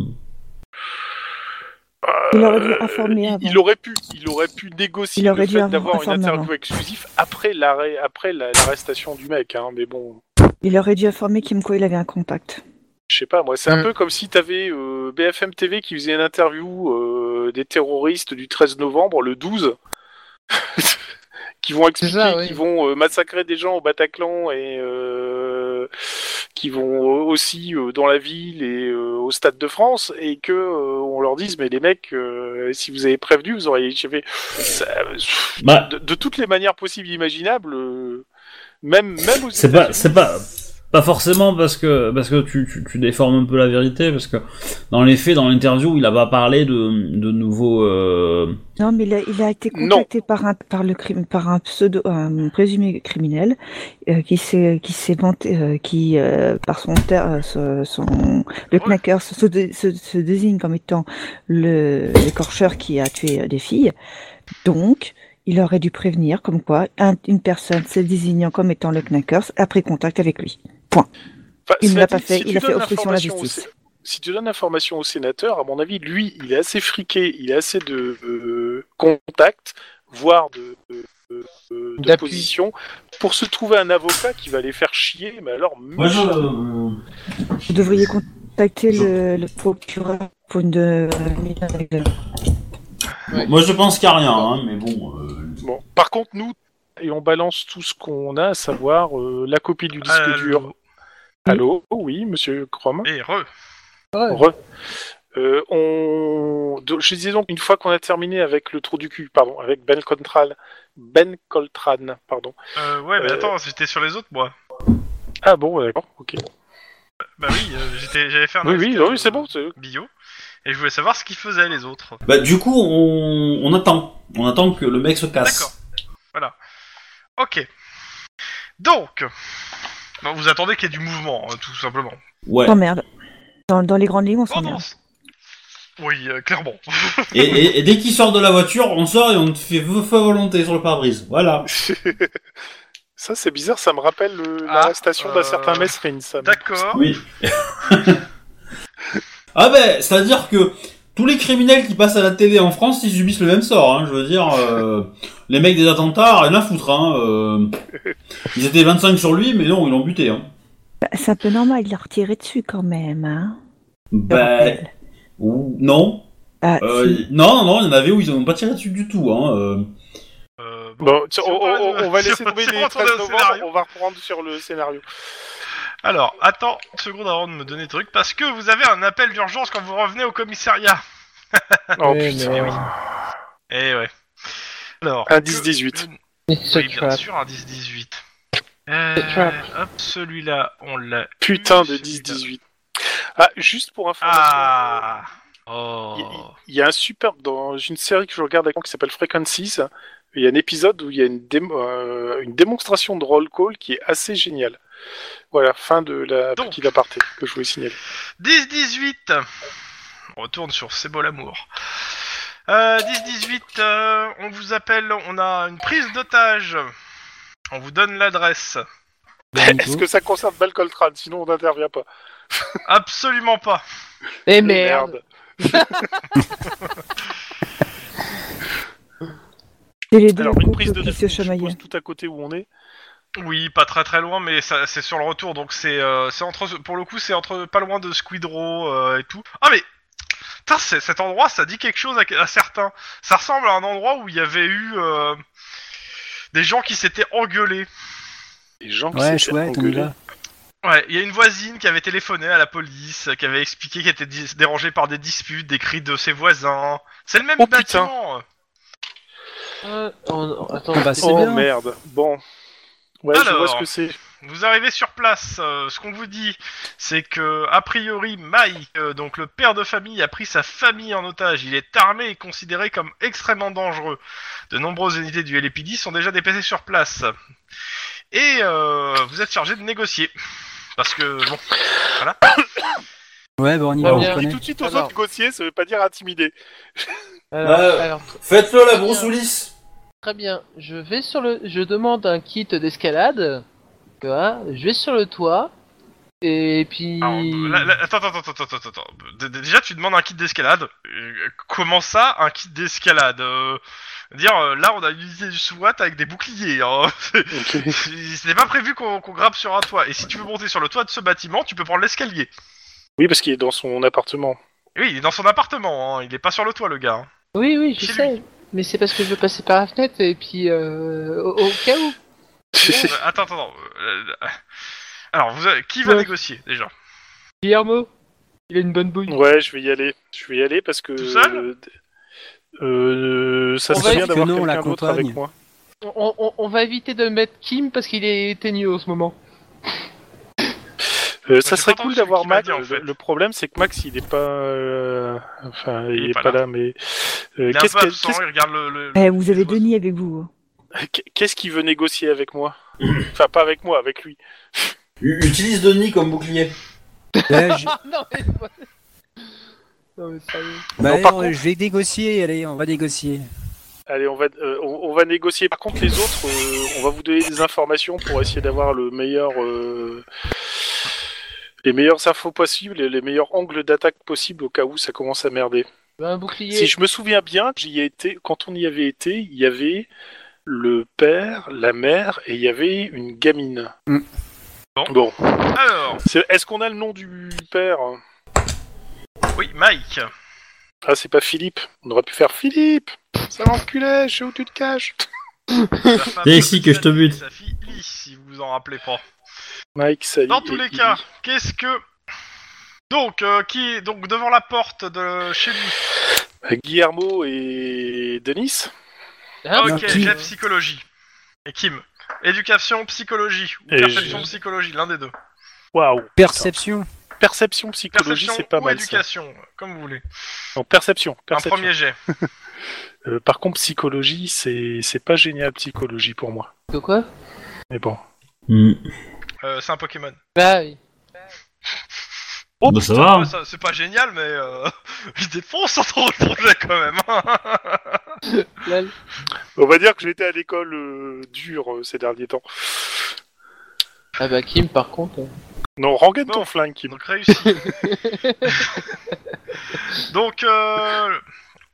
E: Il aurait dû informer avant.
C: euh, Il aurait pu, il aurait pu négocier
E: Il aurait
C: le
E: dû
C: fait
E: avoir-
C: d'avoir une
E: informer
C: interview
E: avant.
C: exclusive après l'arrêt, après la- l'arrestation du mec. Hein, mais bon,
E: Il aurait dû informer Kim quoi il avait un contact.
C: je sais pas moi. C'est un
D: Mm.
C: peu comme si t'avais euh, BFM TV qui faisait une interview euh, des terroristes du 13 novembre, le 12. qui vont expliquer
D: ça, oui.
C: qu'ils vont euh, massacrer des gens au Bataclan et euh, euh, qui vont aussi euh, dans la ville et euh, au Stade de France et que euh, on leur dise mais les mecs, euh, si vous avez prévenu, vous auriez échappé. Ça,
A: Bah,
C: de, de toutes les manières possibles et imaginables, euh, même même aux
A: c'est pas,
C: États-Unis.
A: c'est pas, pas forcément parce que parce que tu, tu, tu déformes un peu la vérité, parce que dans les faits, dans l'interview, il a pas parlé de, de nouveaux. euh,
E: Non, mais il a, il a été
C: Non.
E: contacté par un, par le crime, par un pseudo, un présumé criminel euh, qui s'est, qui s'est vanté, euh, qui euh, par son, ter- euh, ce- son le knacker se, se dé- se- se désigne comme étant le l'écorcheur qui a tué euh, des filles. Donc, il aurait dû prévenir comme quoi un- une personne se désignant comme étant le knacker a pris contact avec lui.
C: Enfin,
E: Il ne
C: cela
E: l'a pas
C: dit,
E: fait.
C: si
E: il
C: tu
E: a fait
C: donnes
E: obstruction à la
C: l'information au
E: justice.
C: sé- Si tu donnes l'information au sénateur, à mon avis, lui, il est assez friqué, il a assez de euh, contacts, voire de, euh, euh, de
D: D'appui.
C: position, pour se trouver un avocat qui va les faire chier, mais alors...
A: Moi, je- euh,
C: méchant.
E: Vous devriez contacter le, le procureur pour une euh, de.
A: moi, je pense qu'il y a rien, hein, mais bon. euh,
C: Bon. Par contre, nous, et on balance tout ce qu'on a, à savoir euh, la copie du disque
B: Allô.
C: dur. Allô Oui, monsieur Crom
B: Euh, Et re.
C: Re. Euh, on... donc, Je disais donc, une fois qu'on a terminé avec le trou du cul, pardon, avec Ben Coltrane, Ben Coltrane, pardon.
B: Euh, ouais, mais
C: Euh.
B: attends, j'étais sur les autres, moi.
C: Ah bon, d'accord, ok.
B: Bah oui, euh, j'étais, j'avais fait un.
C: Oui, oui,
B: article,
C: oui, c'est
B: euh,
C: bon. c'est-
B: Bio. Et je voulais savoir ce qu'ils faisaient, les autres.
A: Bah, du coup, on, on attend. On attend que le mec se
B: D'accord.
A: casse.
B: Voilà. Ok. Donc, bon, vous attendez qu'il y ait du mouvement, hein, tout simplement.
D: Oh,
A: Ouais.
E: S'emmerde. Oh, Dans, dans les grandes lignes, on s'emmerde.
B: Tendance. Oui, euh, clairement.
A: Et, et- et dès qu'il sort de la voiture, on sort et on te fait feu feu à volonté sur le pare-brise. Voilà.
C: Ça, c'est bizarre, ça me rappelle euh,
B: Ah,
C: l'arrestation d'un
B: euh,
C: certain Mesrine, ça.
B: D'accord.
A: Oui. ah ben, c'est-à-dire que tous les criminels qui passent à la télé en France, ils subissent le même sort. Hein. Je veux dire, euh, les mecs des attentats, rien à foutre. Hein. euh. ils étaient 25 sur lui, mais non, ils l'ont buté. Hein.
E: Bah, C'est un peu normal, il l'a retiré dessus quand même. Hein Je
A: Bah,
E: rappelle.
A: ou- non.
E: Ah,
A: Euh,
E: si.
A: y- non, non, il y en avait où ils n'ont pas tiré dessus du tout. Hein. euh.
B: Euh, bon.
C: Bon, tiens,
B: Si
C: on,
B: on parle
C: on-
B: de-
C: on va
B: si
C: laisser
B: on-
C: tomber
B: si on
C: les
B: retourne
C: 13
B: au
C: novembre,
B: scénario.
C: on va reprendre sur le scénario.
B: Alors, attends une seconde avant de me donner le truc, parce que vous avez un appel d'urgence quand vous revenez au commissariat.
C: Oh
D: Eh
C: putain,
D: non.
C: oui.
B: Eh ouais. Alors.
C: Un
B: que-
C: 10-18.
D: It's a
B: Oui, bien
D: trap.
B: sûr, un 10-18. Euh,
D: C'est trap.
B: hop, celui-là, on l'a.
C: Putain de
B: Celui-là.
C: 10-18. Ah, juste pour information.
B: Ah
C: Il y-
B: Oh
C: Il y a un superbe dans une série que je regarde actuellement qui s'appelle Frequencies. Il y a un épisode où il y a une, démo- euh, une démonstration de roll call qui est assez géniale. Voilà, fin de la
B: Donc.
C: petite aparté que je voulais signaler.
B: 10-18 On retourne sur C'est beau l'amour. Euh, 10-18, euh, on vous appelle, on a une prise d'otage. On vous donne l'adresse.
C: Bah, Est-ce que ça concerne Balcoltrane Sinon, on n'intervient pas.
B: Absolument pas.
C: Oh,
D: Eh merde.
E: C'est les deux
C: Alors, une
E: couples
C: prise de
E: qui
C: neuf,
E: se
C: je suppose,
E: chamaillaient.
C: tout à côté où on est.
B: Oui, pas très très loin, mais ça- c'est sur le retour, donc c'est euh, c'est entre pour le coup c'est entre pas loin de Squidrow euh, et tout. Ah mais putain, c'est- cet endroit, ça dit quelque chose à, à certains. Ça ressemble à un endroit où il y avait eu euh, des gens qui s'étaient engueulés.
C: Les gens qui
F: Ouais,
C: s'étaient
F: chouette, on est
C: engueulés.
F: là.
B: Ouais, il y a une voisine qui avait téléphoné à la police, qui avait expliqué qu'elle était dis- dérangée par des disputes, des cris de ses voisins. C'est le même
C: Oh, putain.
B: bâtiment.
D: Euh, on- on- attends,
F: Bah,
D: c'est-
F: C'est
C: Oh
F: bien.
C: merde. Bon. Ouais, je
B: Alors.
C: vois ce que c'est.
B: Vous arrivez sur place, euh, ce qu'on vous dit, c'est que, a priori, Mike, euh, donc le père de famille, a pris sa famille en otage. Il est armé et considéré comme extrêmement dangereux. De nombreuses unités du LAPD sont déjà dépassées sur place. Et euh, vous êtes chargé de négocier. Parce que, bon,
F: Ouais, bah on y
D: Ah,
F: va,
D: bien.
C: Et
F: on connaît.
C: tout de suite, on
D: Alors.
C: saute Gauthier, ça veut pas dire intimider.
D: alors,
A: Euh.
D: alors,
A: Faites-le la grosse Ulysse.
D: très bien. Je vais sur le, je demande un kit d'escalade. Tu vois, je vais sur le toit. Et puis.
B: alors, Ah, euh, là- là- attends, attends, attends, attends, attends, attends. Dé- dé- Déjà, tu demandes un kit d'escalade. Euh, Comment ça, un kit d'escalade Euh, Dire, euh, là, on a une unité du SWAT avec des boucliers. Hein. C'était pas prévu qu'on qu'on grimpe sur un toit. Et si tu veux monter sur le toit de ce bâtiment, tu peux prendre l'escalier.
C: oui, parce qu'il est dans son appartement.
B: Et Oui, il est dans son appartement, hein. il est pas sur le toit, le gars. hein.
D: Oui, oui, je
B: Chez
D: sais. Mais c'est parce que je veux passer par la fenêtre et puis euh, au, au cas où.
B: Euh, attends, attends, attends. Euh, euh, Alors, vous avez- qui va
D: Ouais.
B: négocier déjà
D: Guillermo, il a une bonne bouille.
C: Ouais, je vais y aller. Je vais y aller parce que.
B: Tout seul
C: euh, euh, ça
D: On
C: serait
D: va
C: bien
F: dire
C: d'avoir
F: que non, on
C: quelqu'un d'autre
F: l'accompagne.
C: avec moi.
D: On, on- on va éviter de mettre Kim parce qu'il est ténueux en ce moment.
C: Euh, ça
B: j'ai
C: serait
B: pas
C: cool
B: entendu ce
C: d'avoir
B: qu'il m'a
C: Max.
B: dit, en fait.
C: Le problème, c'est que Max, il est pas. euh, Enfin, il, est pas, là. mais.
B: Il
C: euh,
B: est un
C: qu'est-ce
B: peu
C: que-
B: absent, il regarde le. le-
E: Eh, vous avez
B: les oiseaux.
E: Denis avec vous. hein.
C: qu'est-ce- Qu'est-ce qu'il veut négocier avec moi Enfin, pas avec moi, avec lui.
G: U- Utilise Denis comme bouclier.
F: Là, je,
D: Ah non mais... non mais sérieux.
F: bah,
C: Non, par
F: alors, je vais négocier, allez, on va négocier.
C: Allez, on va, euh, on, on va négocier. Par contre, les autres, euh, on va vous donner des informations pour essayer d'avoir le meilleur, euh, les meilleures infos possibles et les meilleurs angles d'attaque possibles au cas où ça commence à merder.
D: Ben, un bouclier.
C: Si je me souviens bien, j'y ai été, quand on y avait été, il y avait le père, la mère et il y avait une gamine.
F: Mm.
C: Bon,
B: Alors,
C: C'est- est-ce qu'on a le nom du père
B: oui, Mike.
C: Ah, c'est pas Philippe. On aurait pu faire Philippe. Ça l'enculé, je sais où tu te caches.
B: La femme
A: Viens ici
B: de
A: que je te
B: Sally
A: bute.
B: et Sa fille Lee, si vous vous en rappelez pas.
C: Mike, Sally
B: Dans
C: et
B: tous les
C: Billy.
B: cas, qu'est-ce que. Donc, euh, qui est donc devant la porte de chez lui
C: Guillermo et Denis.
D: Ah,
B: Ok,
D: mais-
F: Kim.
B: j'ai psychologie. Et Kim. Éducation, psychologie. Ou
C: Et
B: perception,
C: je-
B: psychologie, l'un des deux.
C: Waouh.
F: Perception.
C: Perception psychologie,
B: Perception
C: c'est pas
B: ou
C: mal. ça.
B: éducation, comme vous voulez.
C: Non, perception. perception.
B: Un premier jet.
C: Euh, par contre, psychologie, c'est c'est pas génial psychologie pour moi.
D: De quoi
C: Mais bon.
A: Hmm.
B: Euh, c'est un Pokémon.
D: Bah oui.
C: Oh,
A: bah, ça va.
B: Ouais, ça- c'est pas génial, mais euh, il défonce sans trop le projet quand même. hein.
D: Lol.
C: On va dire que j'étais à l'école euh, dure euh, ces derniers temps.
D: Ah bah Kim par contre. euh.
C: Non, rengaine
B: Bon.
C: ton flingue, Kim.
B: Donc réussi. Donc euh,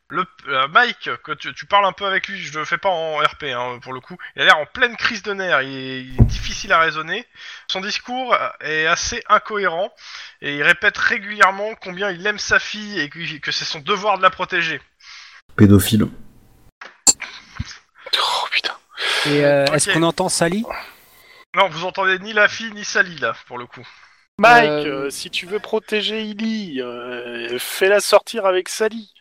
B: le euh, Mike, que tu, tu parles un peu avec lui, je le fais pas en RP hein, pour le coup. Il a l'air en pleine crise de nerfs. Il est, il est difficile à raisonner. Son discours est assez incohérent et il répète régulièrement combien il aime sa fille et que, que c'est son devoir de la protéger.
A: Pédophile.
C: Oh putain.
F: Et euh, est-ce
B: Ok.
F: qu'on entend Sally
B: Non, vous entendez ni la fille ni Sally là pour le coup.
C: Mike,
D: Euh,
C: euh, si tu veux protéger Illy, euh, fais-la sortir avec Sally.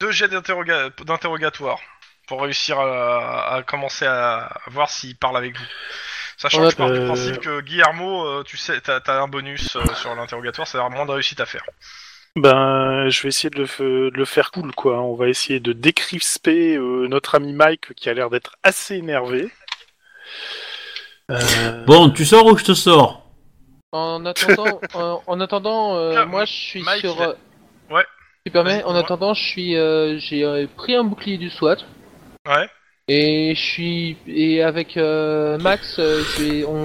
B: Deux jets d'interroga- d'interrogatoire pour réussir à, à commencer à, à voir s'il parle avec vous. Sachant
D: Ouais,
B: que je pars du
C: euh,
B: principe que Guillermo, euh, tu sais, t'as t'as un bonus euh, sur l'interrogatoire, ça a moins de réussite à faire.
C: Ben, je vais essayer de le, fe- de le faire cool, quoi. On va essayer de décrisper euh, notre ami Mike qui a l'air d'être assez énervé. Euh,
A: Bon, tu sors ou je te sors
D: En attendant, en, en attendant, euh,
B: Tiens,
D: moi je suis
B: Ah, Mike,
D: sur.
B: il a-
D: euh,
B: Ouais.
D: Tu permets
B: Vas-y,
D: En
B: dis-moi.
D: attendant, je suis, euh, j'ai euh, pris un bouclier du SWAT.
B: Ouais.
D: Et je suis et avec euh, Max, euh, je vais- on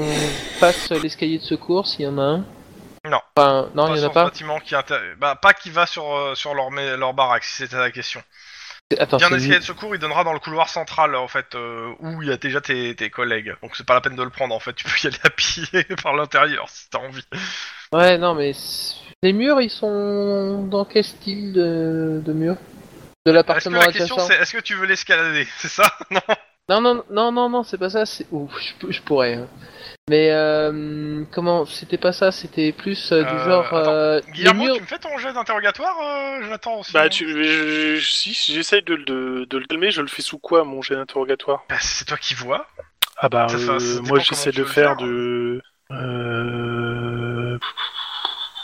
D: passe l'escalier de secours s'il y en a un.
B: Non.
D: Enfin, non, il n'y en
B: sur
D: a
B: ce
D: pas.
B: bâtiment qui inter- bah, pas qui va sur, euh, sur leur, mais- leur baraque, si c'était la question.
D: Attends,
B: Bien
D: c'est-
B: escalier de secours, il donnera dans le couloir central, en fait, euh, où il y a déjà tes, tes collègues. Donc c'est pas la peine de le prendre, en fait, tu peux y aller à pied par l'intérieur, si t'as envie.
D: Ouais, non, mais c'est- les murs, ils sont dans quel style de, de mur De
B: Est-ce que
D: l'appartement
B: la question,
D: adjacent
B: c'est est-ce que tu veux l'escalader, c'est ça Non
D: Non, non, non, non, non, c'est pas ça. C'est ouf, je, peux- je pourrais. hein. Mais euh, comment C'était pas ça. C'était plus euh, du
B: Euh,
D: genre euh, les
B: Guillermo,
D: murs.
B: tu me fais ton jet d'interrogatoire, euh, Jonathan aussi
C: Bah,
B: non
C: tu, je- je- si si j'essaye de, le- de- de le calmer, je le fais sous quoi mon jet d'interrogatoire
B: Bah, c'est toi qui vois.
C: Ah bah,
B: Ça, ça, ça
C: euh,
B: dépend
C: moi j'essaie
B: comment tu
C: de
B: veux
C: le faire hein.
B: faire.
C: de. Euh...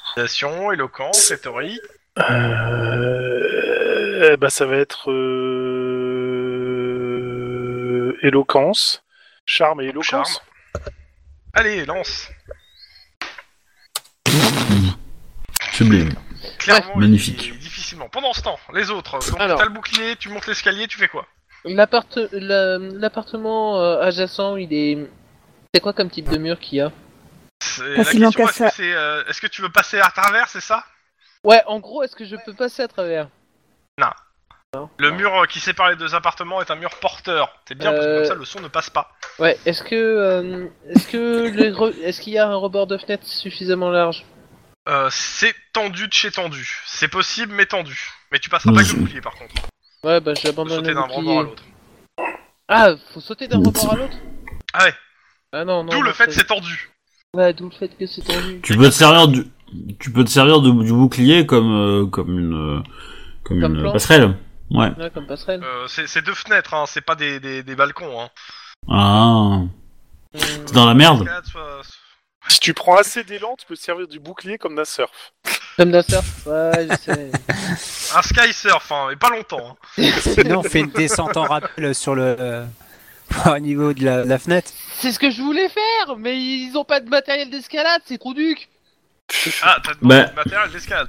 B: Citation, éloquence, rhétorique.
C: euh, eh Bah, ça va être. euh, Éloquence. Charme et éloquence.
B: Charme. Allez, lance.
A: Sublime.
B: Clairement, il-
A: Magnifique.
B: il- difficilement. Pendant ce temps, les autres. Donc,
D: Alors.
B: t'as le bouclier, tu montes l'escalier, tu fais quoi
D: L'apparte- la- L'appartement euh, adjacent, il est. C'est quoi comme type de mur qu'il y a
B: C'est-
E: Pas si long qu'à
B: est-ce que,
E: ça.
B: c'est, euh, est-ce que tu veux passer à travers, c'est ça
D: Ouais, en gros, est-ce que je peux passer à travers
B: Le mur euh, qui sépare les deux appartements est un mur porteur. C'est bien parce que
D: Euh.
B: comme ça, le son ne passe pas.
D: Ouais. Est-ce que euh, est-ce que les re- est-ce qu'il y a un rebord de fenêtre suffisamment large
B: Euh, c'est tendu de chez tendu. C'est possible, mais tendu. Mais tu passeras pas
A: Oui.
B: avec le bouclier, par contre.
D: Ouais, bah
B: Faut
D: j'abandonne
B: sauter
D: le
B: d'un rebord à
D: bouclier.
B: l'autre.
D: Ah, faut sauter d'un rebord à l'autre
B: Ah ouais.
D: Ah non, non.
B: D'où
D: non,
B: le fait,
D: c'est-
B: c'est tendu.
D: Ouais, d'où le fait que c'est tendu.
A: Tu peux te servir du, tu peux te servir de- du bouclier comme, euh, comme une, euh, comme,
D: Comme
A: une
D: plan.
A: passerelle. Ouais.
D: Ouais, comme passerelle.
B: Euh, c'est c'est deux fenêtres, hein, c'est pas des, des, des balcons. Hein.
A: Ah,
D: Hum,
A: c'est dans la Ah, merde.
B: Quatre, soit-
C: Si tu prends assez d'élan, tu peux te servir du bouclier comme d'un surf.
D: Comme d'un surf. Ouais, je sais.
B: Un sky surf, hein, mais pas longtemps. hein.
F: Sinon, on fait une descente en rappel sur le. euh, au niveau de la, la fenêtre.
D: c'est ce que je voulais faire, mais ils ont pas de matériel d'escalade, c'est trop duc.
B: Ah, t'as demandé
A: Bah.
B: du matériel d'escalade.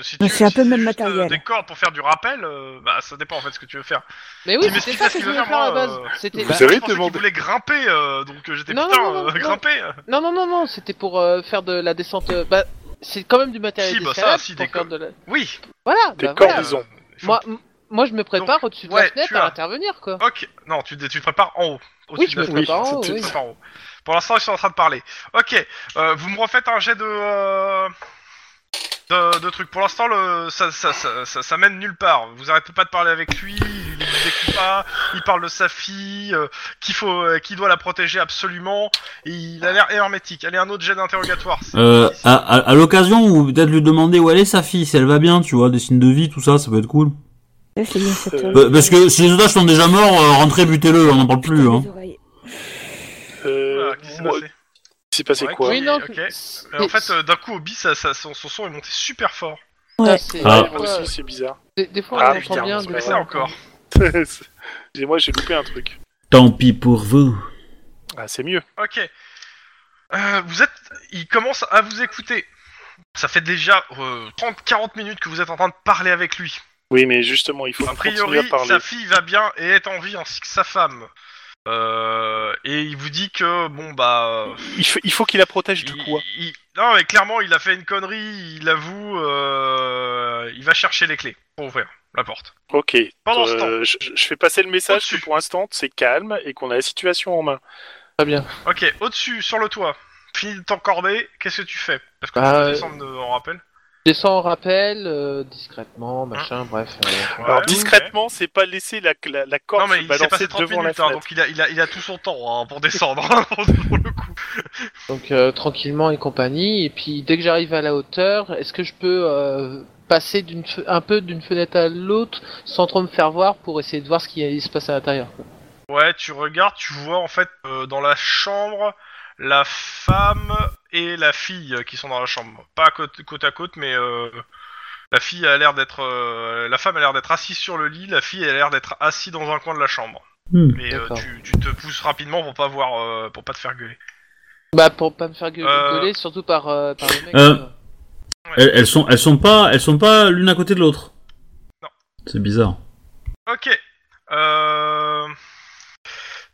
B: Si
E: Mais
B: tu-
E: c'est un
B: si
E: peu le même
B: juste, euh,
E: matériel.
B: Des cordes pour faire du rappel, euh, bah ça dépend en fait ce que tu veux faire.
D: Mais oui,
B: Tu
D: c'était
B: m'expliques
D: ça
B: pas ce
D: que je
B: qu'il veut
D: voulais
B: faire,
D: faire à la
B: moi,
D: base.
B: euh,
D: C'était
C: Vous
B: Je
C: avez
B: pensais qu'il
C: demandé-
B: voulait grimper, euh, donc euh, j'étais
D: Non,
B: putain,
D: non, non,
B: euh,
D: non.
B: grimper.
D: Non, non, non, non, c'était pour euh, faire de la descente. euh, Bah, c'est quand même du matériel
B: Si, bah ça,
D: d'escalade
B: si,
D: pour
B: des
D: faire
B: co-
D: de la-
B: Oui.
D: Voilà,
C: Des
D: bah
C: cordes,
D: voilà.
C: ils ont.
B: Il faut-
D: Moi, m- moi, je me prépare au-dessus de
B: ouais,
D: la fenêtre
B: tu as-
D: à intervenir, quoi.
B: Ok. Non, tu, tu te prépares en haut.
D: Oui,
B: Au-dessus
D: je
B: de
D: me
B: la-
D: prépare en haut,
B: Tu te
D: oui.
B: prépares en haut. Pour l'instant, ils sont en train de parler. Ok. euh, vous me refaites un jet de. euh, De, de trucs. Pour l'instant, le ça, ça, ça, ça, ça mène nulle part. Vous arrêtez pas de parler avec lui, il vous écoute pas, il parle de sa fille, euh, qu'il faut, euh, qu'il doit la protéger absolument. et il a l'air hermétique. Allez, un autre jet d'interrogatoire. c'est-
A: Euh, à, à, à l'occasion, ou peut-être lui demander où elle est sa fille, si elle va bien, tu vois, des signes de vie, tout ça, ça peut être cool.
E: Là, c'est bien cette
C: Euh,
A: Bah, parce que si les otages sont déjà morts, euh, rentrez, butez-le, on n'en parle plus. Hein.
C: Euh,
B: Voilà, Ah, qu'est-ce qui s'est
C: moi,
B: passé
C: il s'est passé
B: Ouais,
C: quoi
B: oui.
D: non.
B: ok.
D: c'est-
B: Euh, En fait, euh, d'un coup, Obi, ça, ça, son, son son est monté super fort.
D: putain,
E: Ouais.
D: c'est-
A: Ah.
D: des
C: Moi
D: fois,
C: aussi, c'est bizarre.
D: Des, des fois,
B: Ah,
D: on
B: putain,
D: entend bien.
B: on se
D: des
B: fait
D: fois,
B: ça
D: on
B: encore.
C: Excusez-moi, j'ai loupé un truc.
A: Tant pis pour vous.
C: Ah, c'est mieux.
B: Ok. Euh, vous êtes. Il commence à vous écouter. Ça fait déjà 30-40 minutes que vous êtes en train de parler avec lui.
C: Oui, mais justement, il faut
B: A
C: continuer
B: priori,
C: à parler.
B: sa fille va bien et est en vie ainsi que sa femme. Euh, et il vous dit que bon bah. euh,
C: Il faut, il faut qu'il la protège hein. de
B: il-
C: quoi
B: il- Non mais clairement il a fait une connerie, il avoue, euh, il va chercher les clés pour ouvrir la porte.
C: Ok.
B: Pendant ce
C: Euh, je, je fais passer le message
B: Au-dessus.
C: que pour l'instant, c'est calme et qu'on a la situation en main.
D: Très bien.
B: Ok, au-dessus, sur le toit, fini de t'encorber, qu'est-ce que tu fais Parce que
D: Bah,
B: tu
D: euh,
B: descends de- en rappel.
D: Je descends en rappel, euh, discrètement,
B: Mm.
D: machin, bref. euh,
C: Alors,
B: Ouais, ok.
C: discrètement, c'est pas laisser la, la, la corde
B: Ah, Non mais
C: se
B: il s'est
C: balancer
B: passé 30
C: devant
B: minutes,
C: la
B: hein,
C: fenêtre.
B: donc il a, il, a, il a tout son temps hein, pour descendre, hein, pour, pour le coup.
D: donc, euh, tranquillement et compagnie. Et puis, dès que j'arrive à la hauteur, est-ce que je peux euh, passer d'une fe- un peu d'une fenêtre à l'autre sans trop me faire voir pour essayer de voir ce qui se passe à l'intérieur quoi.
B: Ouais, tu regardes, tu vois en fait euh, dans la chambre la femme et la fille qui sont dans la chambre. Pas côte, côte à côte, mais euh, la fille a l'air d'être, euh, la femme a l'air d'être assise sur le lit, la fille a l'air d'être assise dans un coin de la chambre.
A: Hmm.
B: Mais euh,
D: D'accord.
B: tu, tu te pousses rapidement pour pas voir, euh, pour pas te faire gueuler.
D: Bah, pour pas me faire gueuler,
B: Euh.
D: gueuler, surtout par, euh, par le mec.
A: Euh.
D: quoi.
A: Elles, elles sont, elles sont pas, elles sont pas l'une à côté de l'autre.
B: Non.
A: C'est bizarre.
B: Ok. Euh...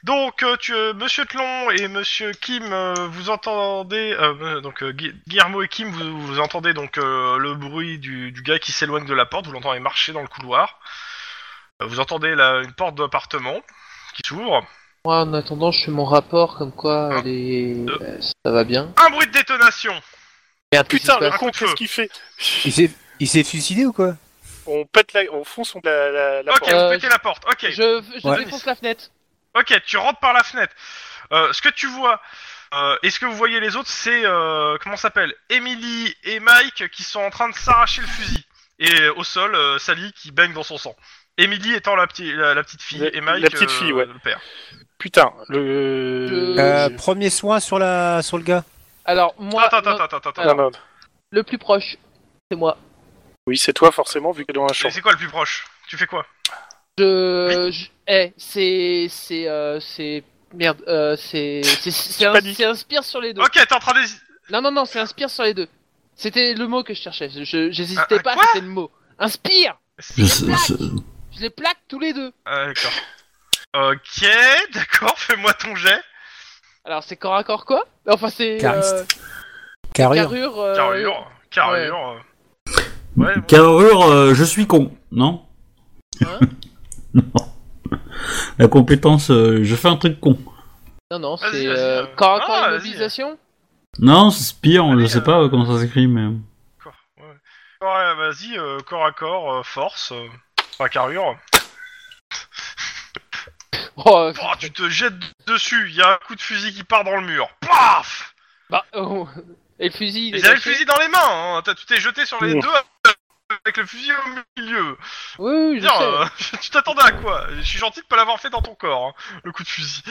B: Donc, euh, tu, euh, Monsieur Tlon et Monsieur Kim, euh, vous entendez euh, euh, donc euh, Gui- Guillermo et Kim, vous, vous entendez donc euh, le bruit du, du gars qui s'éloigne de la porte. Vous l'entendez marcher dans le couloir. Euh, vous entendez la, une porte d'appartement qui s'ouvre.
D: Moi, en attendant, je fais mon rapport, comme quoi
B: Un,
D: euh, les...
B: deux.
D: euh, ça va bien.
B: Un bruit de détonation.
D: Merde,
C: Putain, le
B: Un coup
C: con,
B: de feu.
C: qu'est-ce qu'il fait
F: Il s'est, il s'est suicidé ou quoi
C: On pète la, on fonce la, la, la
B: ok,
C: porte.
D: Euh,
B: vous pétez la porte. Ok.
D: Je, je
F: Ouais.
D: défonce la fenêtre.
B: Ok, tu rentres par la fenêtre. Euh, ce que tu vois, euh, et ce que vous voyez les autres, c'est euh, comment ça s'appelle Emily et Mike qui sont en train de s'arracher le fusil. Et euh, au sol, euh, Sally qui baigne dans son sang. Emily étant la, petite la, la petite fille
C: La-
B: et Mike
C: la petite
B: euh,
C: fille, ouais.
B: le père.
C: Putain, le.
D: Je-
F: Euh, Premier soin sur la, sur le gars.
D: Alors, moi, euh,
B: attends,
D: non,
B: attends, attends, attends, attends.
C: Non, non.
D: le plus proche, c'est moi.
C: Oui, c'est toi forcément, vu qu'elle est dans la
B: Et
C: chambre.
B: C'est quoi le plus proche Tu fais quoi
D: Je. je- Eh, c'est. C'est. euh, c'est. Merde, euh, c'est. C'est c'est un,
C: paniques.
D: c'est inspire sur les deux.
B: Ok, t'es en train d'hési-
D: Non, non, non, c'est inspire sur les deux. C'était le mot que je cherchais. Je- je-
B: Un-
D: J'hésitais
B: un
D: pas,
B: quoi
D: c'était le mot. Inspire
A: Je sais-
D: plaque.
A: c'est-
D: Je les plaque tous les deux.
B: Ah, D'accord. ok, d'accord, fais-moi ton jet.
D: Alors, c'est corps à corps quoi Enfin, c'est.
F: Cariste.
D: euh,
F: Carrure.
D: carrure. euh,
B: Carrure, carrure. euh. Ouais, bon.
A: Carrure, euh, je suis con, non
D: hein
A: La compétence, euh, je fais un truc con.
D: non, non,
B: Vas-y,
D: c'est.
B: vas-y,
D: euh,
B: euh.
D: corps à
B: Ah,
D: corps
B: vas-y.
D: immobilisation
A: Non, c'est pire,
B: Allez,
A: je sais
B: euh,
A: pas euh, comment ça s'écrit, mais...
B: Corps, ouais. Corps à- vas-y, euh, corps à corps, euh, force, euh, enfin carrure.
D: Oh,
B: Pouah, tu te jettes dessus, il y a un coup de fusil qui part dans le mur. Paf
D: Bah, oh. Et le fusil,
B: Ils
D: il est
B: avaient le
D: caché.
B: fusil dans les mains, hein. T'as- tu t'es jeté sur les
C: Ouh.
B: deux avec le fusil au milieu.
D: Oui, oui, je
B: Dire,
D: sais.
B: euh, tu t'attendais à quoi Je suis gentil de pas l'avoir fait dans ton corps, hein, le coup de fusil.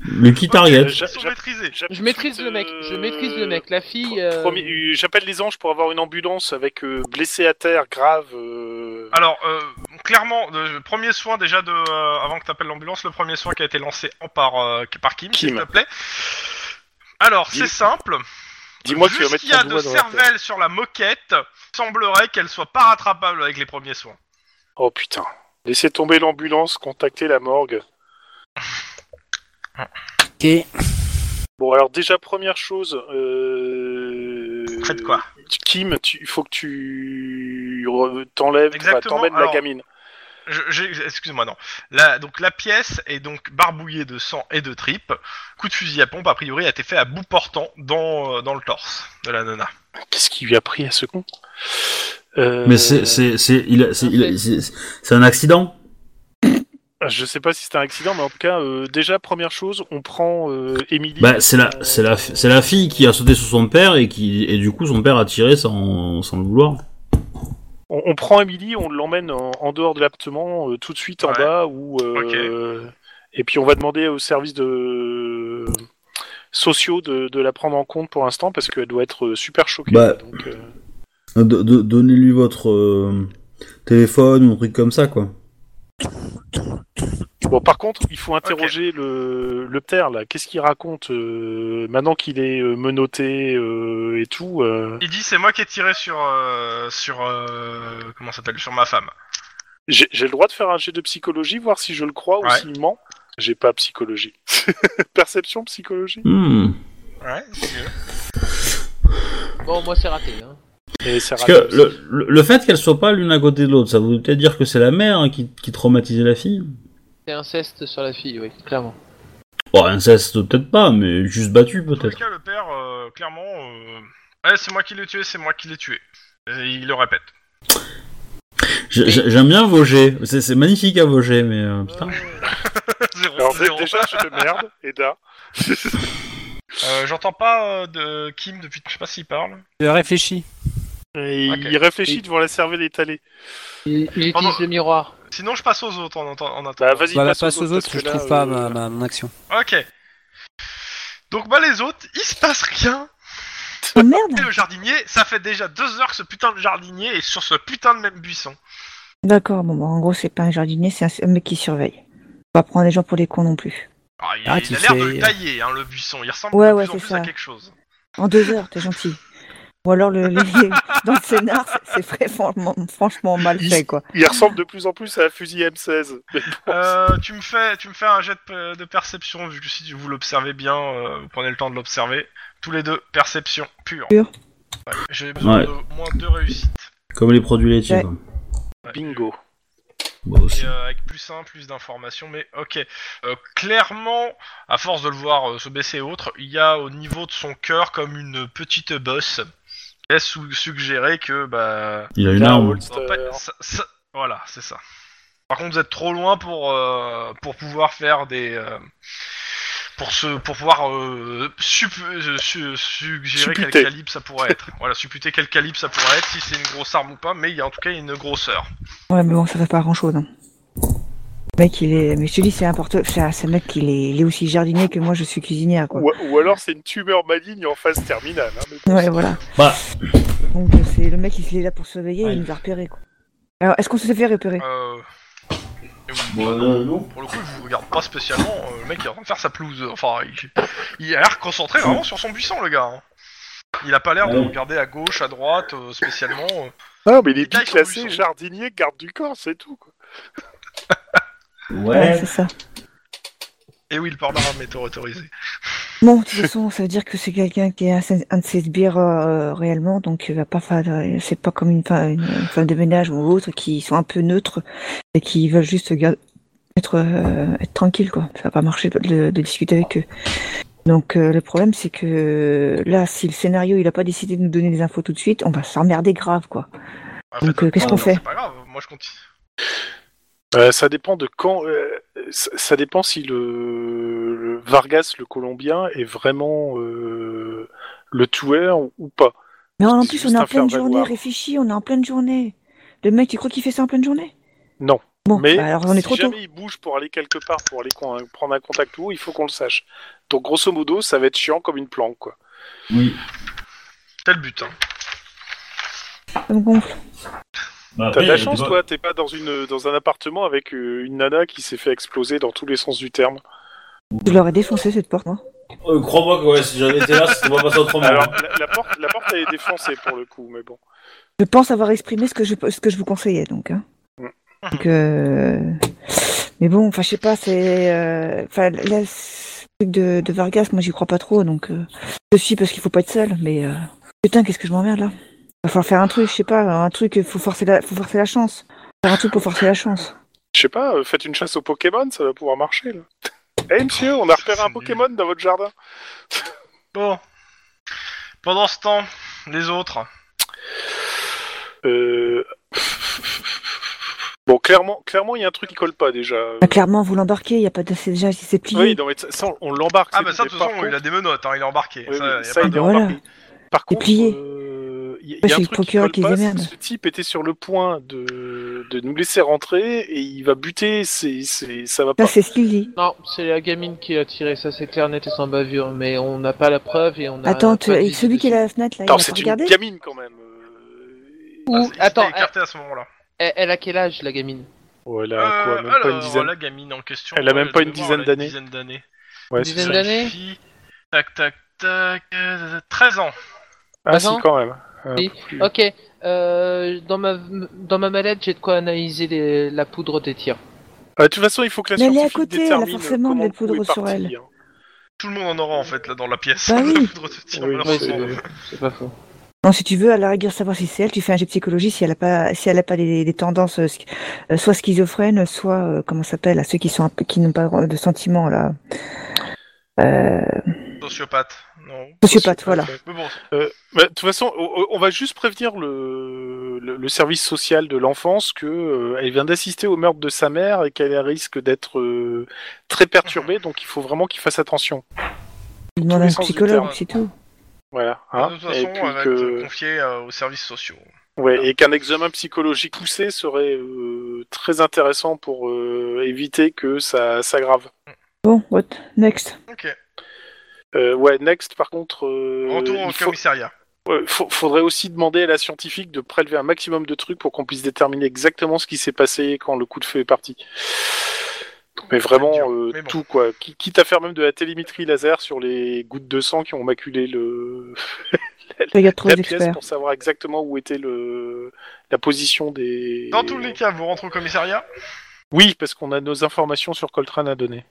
A: Le qui target.
B: Ils sont maîtrisés.
D: Je maîtrise le mec, je maîtrise le mec. La fille. euh,
C: J'appelle les anges pour avoir une ambulance avec euh, blessé à terre grave. euh,
B: Alors, euh, clairement, le premier soin déjà de. euh, avant que t'appelles l'ambulance, le premier soin qui a été lancé en par, euh, par Kim, s'il
C: Kim.
B: te plaît. Alors,
C: Dis-
B: c'est simple.
C: Dis-moi que
B: Vu
C: tu vas
B: ce
C: mettre
B: qu'il y a
C: ton
B: de
C: doigt dans la terre.
B: cervelle sur la moquette, semblerait qu'elle soit pas rattrapable avec les premiers soins.
C: Oh putain. Laissez tomber l'ambulance, contactez la morgue.
F: Ok.
C: Bon, alors déjà, première chose. Euh...
B: Faites quoi
C: tu- Kim, tu- il faut que tu re- t'enlèves, enfin,
B: Exactement,
C: t'emmènes la
B: alors-
C: gamine.
B: Je- j'ai- Excuse-moi, non. La, donc la pièce est donc barbouillée de sang et de tripes. Coup de fusil à pompe, a priori, a été fait à bout portant dans, euh, dans le torse de la nana.
C: Qu'est-ce qui lui a pris à ce con Euh,
A: Mais c'est c'est c'est il a- c'est il a- c'est c'est un accident.
C: Je sais pas si c'était un accident, mais en tout cas, euh, déjà, première chose, on prend euh, Emily.
A: Bah c'est
B: euh,
A: la c'est la c'est la fille qui a sauté sur son père et qui et du coup son père a tiré sans sans le vouloir.
C: On, on prend Emily, on l'emmène en, en dehors de l'appartement, euh, tout de suite en
B: Ouais.
C: bas, où, euh, et puis on va demander au service de sociaux de, de la prendre en compte pour l'instant parce qu'elle doit être euh, super choquée.
A: Bah,
C: donc, euh,
A: De- de- Donnez-lui votre euh, téléphone ou un truc comme ça quoi.
C: Bon, par contre, il faut interroger le, le père là. Qu'est-ce qu'il raconte euh, maintenant qu'il est euh, menotté euh, et tout euh,
B: Il dit c'est moi qui ai tiré sur euh, sur euh, comment ça s'appelle sur ma femme.
C: J'ai j'ai le droit de faire un jet de psychologie, voir si je le crois ou
B: Ouais.
C: s'il ment. J'ai pas psychologie. Perception psychologie.
A: Hmm.
B: Ouais. c'est mieux.
D: Bon, moi c'est raté. Hein.
C: Et ça
A: Parce que le, le, le fait qu'elles soient pas l'une à côté de l'autre, ça veut peut-être dire que c'est la mère hein, qui, qui traumatisait la fille.
D: C'est inceste sur la fille, oui, clairement.
A: Bon, inceste peut-être pas, mais juste battu
B: Dans tous les
A: peut-être.
B: cas, le père, euh, clairement, euh, Ouais, c'est moi qui l'ai tué, c'est moi qui l'ai tué. Et il le répète.
A: J'ai- j'ai- J'aime bien Vosger, c'est c'est magnifique à Vosger, mais euh, putain.
B: Zéro,
C: Alors dé-
B: zéro.
C: déjà, je te merde, Eda.
B: Euh, J'entends pas euh, de Kim depuis. Je sais pas s'il parle.
F: Je réfléchis.
C: Et
B: Ok.
C: Il réfléchit devant la cervelle étalée.
D: Il, il utilise
B: Pardon.
D: le miroir.
B: Sinon, je passe aux autres en, atten- en attendant.
C: Bah vas-y,
F: Voilà,
C: passe, aux autres.
F: parce
C: parce
F: que je
C: là,
F: trouve pas
C: euh,
F: ma, ma- mon action.
B: Ok. Donc bah les autres, il se passe rien.
E: Oh merde
B: Et le jardinier, ça fait déjà deux heures que ce putain de jardinier est sur ce putain de même buisson.
E: D'accord, bon, bah, en gros, c'est pas un jardinier, c'est un c'est un mec qui surveille. On va prendre les gens pour des cons non plus.
B: Ah, il,
F: Arrête,
B: il a
F: il
B: l'air de
F: fait-
B: le tailler, hein, le buisson. Il ressemble
E: Ouais,
B: de
E: ouais,
B: plus en
E: c'est
B: plus
E: ça.
B: à quelque chose.
E: En deux heures, t'es gentil. Ou alors, le, le- dans le scénar, c'est- c'est vrai, franchement, franchement mal fait, quoi.
C: Il ressemble de plus en plus à un fusil M16. Mais bon,
B: Euh, tu me fais, tu me fais un jet de, pe- de perception vu que si vous l'observez bien, euh, vous prenez le temps de l'observer. Tous les deux, perception pure.
E: Pure.
B: Ouais, J'ai besoin
A: Ouais.
B: de au moins deux réussites.
A: Comme les produits laitiers.
E: Ouais.
A: quoi.
B: Ouais.
C: Bingo.
A: Bon, aussi.
B: Et, euh, avec plus 1, plus d'informations, mais ok. Euh, clairement, à force de le voir euh, se baisser et autres, il y a au niveau de son cœur comme une petite bosse. qui Laisse sou- suggérer que bah
A: Il a une
C: Là,
A: arme.
C: on-
B: ça va pas- ça- ça- voilà, c'est ça. Par contre, vous êtes trop loin pour euh, pour pouvoir faire des euh, pour se pour pouvoir euh, sup- euh, su- suggérer
C: Supputer.
B: quel calibre ça pourrait être. voilà, supputer quel calibre ça pourrait être, si c'est une grosse arme ou pas, mais il y a en tout cas une grosseur.
E: Ouais, mais bon, ça fait pas grand chose. Hein. Le Mec, il est. Mais je te dis, c'est important. C'est un c'est un mec, il est... il est aussi jardinier que moi, je suis cuisinière, quoi.
C: Ou, ou alors c'est une tumeur maligne en phase terminale. hein, mais bon,
E: Ouais, voilà.
A: Bah.
E: Donc, euh, c'est le mec, il est là pour surveiller et
A: Ouais.
E: il nous a repérés, quoi. Alors, est-ce qu'on se fait repérer
B: Euh, et vous-
G: Bon, non, non.
B: Pour le coup, il vous regarde pas spécialement. euh, le mec il est en train de faire sa pelouse. euh, Enfin, il, il a l'air concentré vraiment sur son buisson, le gars. hein. Il a pas l'air de
G: Ouais.
B: regarder à gauche, à droite, euh, spécialement. euh.
C: Ah, mais il est
B: Là, ils sont
C: classé,
B: ruisseaux.
C: jardinier, garde du corps, c'est tout. Quoi.
G: Ouais.
E: c'est ça.
B: Et oui, le parlera m'étant autorisé.
E: Bon, de toute façon, ça veut dire que c'est quelqu'un qui est un, un de ses sbires euh, réellement, donc il va pas faire. euh, C'est pas comme une, fa- une femme de ménage ou autre qui sont un peu neutres et qui veulent juste gar- être, euh, être tranquilles, quoi. Ça va pas marcher de, de- de discuter avec eux. Donc euh, le problème, c'est que là, si le scénario il a pas décidé de nous donner des infos tout de suite, on va s'emmerder grave, quoi.
B: Ah,
E: Donc,
B: faites-
E: euh, qu'est-ce
B: non,
E: qu'on
B: non,
E: fait
B: C'est pas grave, moi je continue.
C: Euh, ça dépend de quand. euh, ça, ça dépend si le, le- euh, Vargas le Colombien est vraiment euh, le tueur ou- ou pas.
E: Mais en
C: C'est
E: plus, on
C: juste
E: est en
C: un faire
E: pleine journée,
C: valoir.
E: réfléchis, on est en pleine journée. Le mec, tu crois qu'il fait ça en pleine journée
C: Non.
E: Bon,
C: Mais
E: bah alors on est
C: si
E: trop tôt.
C: jamais il bouge pour aller quelque part, pour aller con- prendre un contact ou il faut qu'on le sache. Donc grosso modo, ça va être chiant comme une planque. Quoi.
A: Oui.
B: Tel but. Hein.
E: Ça me gonfle.
A: Bah,
C: T'as
A: après,
C: de la
A: il y a
C: chance,
A: des-
C: toi, t'es pas dans, une, dans un appartement avec euh, une nana qui s'est fait exploser dans tous les sens du terme.
E: Je leur ai défoncé cette porte, moi.
A: Euh, Crois-moi que ouais, si j'avais été là, ça serait pas passé autrement.
C: Alors, la, la porte, la porte, elle est défoncée pour le coup, mais bon.
E: Je pense avoir exprimé ce que je, ce que je vous conseillais, donc. hein.
C: Mm.
E: Donc, euh, Mais bon, enfin, je sais pas, c'est. euh, Enfin, là, ce truc de, de Vargas, moi, j'y crois pas trop, donc. euh, Je suis parce qu'il faut pas être seul, mais. euh, Putain, qu'est-ce que je m'emmerde là Va falloir faire un truc, je sais pas, un truc, faut forcer la, faut forcer la chance. Faire un truc pour forcer la chance.
C: Je sais pas, euh, faites une chasse aux Pokémon, ça va pouvoir marcher, là. Eh monsieur, on a repéré un Pokémon dans votre jardin.
B: Bon. Pendant ce temps, les autres.
C: Euh... Bon, clairement, clairement, il y a un truc qui colle pas déjà.
E: Bah, clairement, vous l'embarquez, il y a pas de. c'est Déjà, c'est plié.
C: Oui, non, mais ça, on- on l'embarque.
B: Ah
C: c'est
B: bah
C: tout,
B: ça, de
C: mais
B: toute
C: par
B: façon,
C: contre-
B: il a des menottes, hein, il est embarqué.
C: Oui,
B: ça,
C: oui,
B: y a
C: ça,
B: pas
C: il
B: de-
C: est
E: Voilà.
C: embarqué. Par contre,
E: plié.
C: euh, il y
E: Bah,
C: y a
E: chez
C: un
E: les
C: truc qui
E: procureurs
C: colle
E: qui
C: pas,
E: démerdent.
C: c'est que ce type était sur le point de, de nous laisser rentrer et il va buter, c'est, c'est, ça va pas.
E: Ça, c'est ce qu'il dit.
D: Non, c'est la gamine qui a tiré, ça c'est clair, net et sans bavure, mais on n'a pas la preuve et on a.
E: Attends,
D: pas de
E: tu-
D: visite
E: celui qui est
D: dessus.
E: à la fenêtre, là,
C: Attends,
E: il a pas
C: c'est une
E: regardé
C: gamine quand même. euh,
D: Ou-
B: Il s'est
D: attends, elle,
B: écarté à ce moment-là.
D: elle- elle a quel âge la gamine
C: Ouais, elle a quoi,
B: Euh,
C: même
B: alors,
C: pas une dizaine.
B: la gamine en question.
C: Elle a même
B: euh,
C: pas
B: de
C: une
B: mémoire,
C: dizaine
B: elle a
C: d'années.
B: Dizaine d'années.
C: Ouais,
D: Dizaine
C: c'est ça.
D: d'années.
B: Fille. Tac, tac, tac. euh, 13 ans.
C: Ah si,
D: Attends.
C: quand même. Un
D: Oui.
C: peu plus.
D: Ok, euh, dans, ma, dans ma mallette, j'ai de quoi analyser les- la poudre des tirs.
C: Ah, de toute façon, il faut que la
E: Mais elle est à
C: scientifique
E: côté, elle a
C: détermine euh,
E: forcément
C: comment
E: de la
C: le coup
E: poudre
C: est
E: sur
C: parti,
E: elle.
C: hein.
B: Tout le monde en aura en fait là dans la pièce.
E: Bah oui.
B: La poudre de tir,
C: Oui,
D: Oui,
B: malheureusement.
D: c'est c'est pas faux.
E: Non, si tu veux, à la rigueur, savoir si c'est elle, tu fais un jet de psychologie si elle a pas, si elle a pas des, des tendances, euh, schi- euh, soit schizophrènes, soit, euh, comment ça s'appelle, à ceux qui sont un peu, qui n'ont pas de sentiments, là. Euh,
B: Sociopathe. Non.
E: sociopathe, voilà.
B: Mais bon,
C: Euh, bah, de toute façon, on, on va juste prévenir le, le, le service social de l'enfance que euh, elle vient d'assister au meurtre de sa mère et qu'elle risque d'être euh, très perturbée,
B: Mhm.
C: donc il faut vraiment qu'il fasse attention.
E: Tu demandes
C: tous
E: à un
C: les sens du
E: psychologue,
B: terme.
E: c'est tout.
C: Voilà. hein.
B: Bah, de toute façon,
C: et,
B: on va
C: puis que-
B: être confié euh, aux services sociaux.
C: ouais, et qu'un examen psychologique poussé serait euh, très intéressant pour euh, éviter que ça s'aggrave.
E: Bon, what? Next.
B: Ok.
C: Euh, ouais, next, par contre, euh,
B: Retour au
C: il faut-
B: commissariat.
C: Ouais, faut- faudrait aussi demander à la scientifique de prélever un maximum de trucs pour qu'on puisse déterminer exactement ce qui s'est passé quand le coup de feu est parti. Mais vraiment
B: dur,
C: euh,
B: mais bon.
C: tout quoi. Qui- Quitte à faire même de la télémétrie laser sur les gouttes de sang qui ont maculé le
E: Je regarde trop
C: la
E: les
C: pièce
E: experts.
C: pour savoir exactement où était le la position des.
B: Dans tous les cas, vous rentrez au commissariat.
C: Oui, parce qu'on a nos informations sur Coltrane à donner.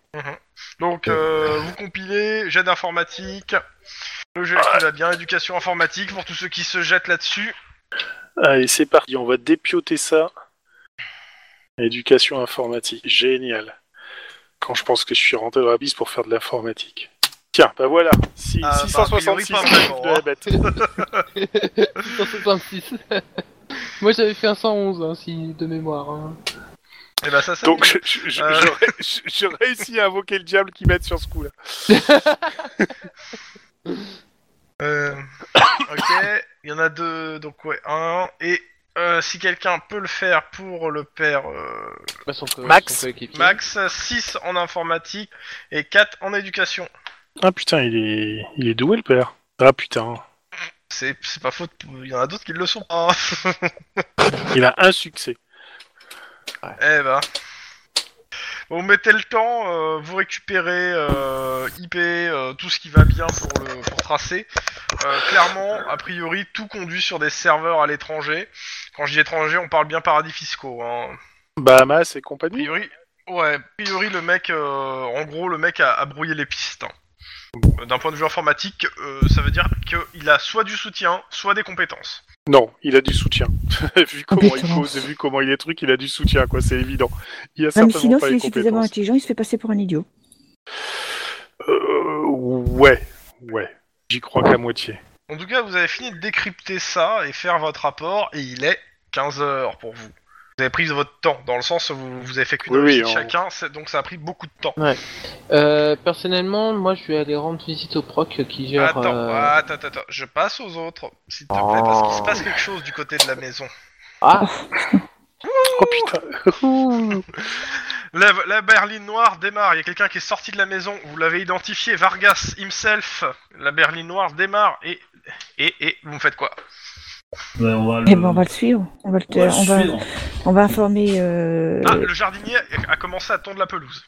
B: Donc, euh, vous compilez, jet d'informatique, le jet qui va bien, éducation informatique pour tous ceux qui se jettent là-dessus.
C: Allez, c'est parti. On va dépioter ça. Éducation informatique. Génial. Quand je pense que je suis rentré dans la bise pour faire de l'informatique. Tiens, bah voilà. Si-
B: Ah, bah,
C: 666
B: a priori, pas vraiment, hein.
C: de la bête.
D: 166. Moi j'avais fait un 111 hein, si, de mémoire. hein.
B: Et bah ça, ça.
C: Donc, je, je- je-
B: Euh.
C: je- je- je réussis à invoquer le diable qui m'aide sur ce coup-là.
B: Euh, ok, il y en a deux, donc ouais, un. Et euh, si quelqu'un peut le faire pour le père euh,
D: Bah, son co-
C: Max.
D: son coéquipier.
B: Max, 6 en informatique et 4 en éducation.
C: Ah putain, il est, il est doué le père. Ah putain,
B: C'est c'est pas faute, il y en a d'autres qui le sont pas. hein.
C: il a un succès.
B: eh ben. Bon, mettez le temps, euh, vous récupérez euh, IP, euh, tout ce qui va bien pour, le, pour tracer. Euh, clairement, a priori, tout conduit sur des serveurs à l'étranger. Quand je dis étranger, on parle bien paradis fiscaux. Hein.
C: Bahamas et
B: A
C: compagnie.
B: priori, ouais, a priori le mec, euh, en gros, le mec a, a brouillé les pistes. hein. Euh, D'un point de vue informatique, euh, ça veut dire qu'il a soit du soutien, soit des compétences.
C: Non, il a du soutien. vu comment il
E: Compétence.
C: pose, et vu comment il est truc, il a du soutien, quoi. C'est évident. Il a
E: Même
C: certainement
E: Ah, sinon,
C: pas les
E: s'il
C: hein.
E: est suffisamment
C: compétences.
E: intelligent, il se fait passer pour un idiot.
C: Euh, ouais, ouais. J'y crois qu'à moitié.
B: En tout cas, vous avez fini de décrypter ça et faire votre rapport, et il est 15h pour vous. Vous avez pris votre temps, dans le sens où vous, vous avez fait qu'une
C: Oui, oui,
B: réussite
C: on-
B: chacun, c'est- donc ça a pris beaucoup de temps.
D: Euh, personnellement, moi, je vais aller rendre visite au proc qui gère.
B: Attends, ah.
D: euh,
B: attends, attends, attends, je passe aux autres, s'il te plaît, parce qu'il se passe quelque chose du côté de la maison.
D: Ah,
C: Oh putain Ouh.
B: La, la berline noire démarre, il y a quelqu'un qui est sorti de la maison, vous l'avez identifié, Vargas himself, la berline noire démarre et... Et, et vous me faites quoi
A: Ben, on
C: Hmm.
A: va le,
E: Eh ben, on va le suivre. On va, le,
A: on va le
E: on va,
A: suivre.
E: on va informer. euh,
B: Ah, le jardinier a commencé à tondre la pelouse.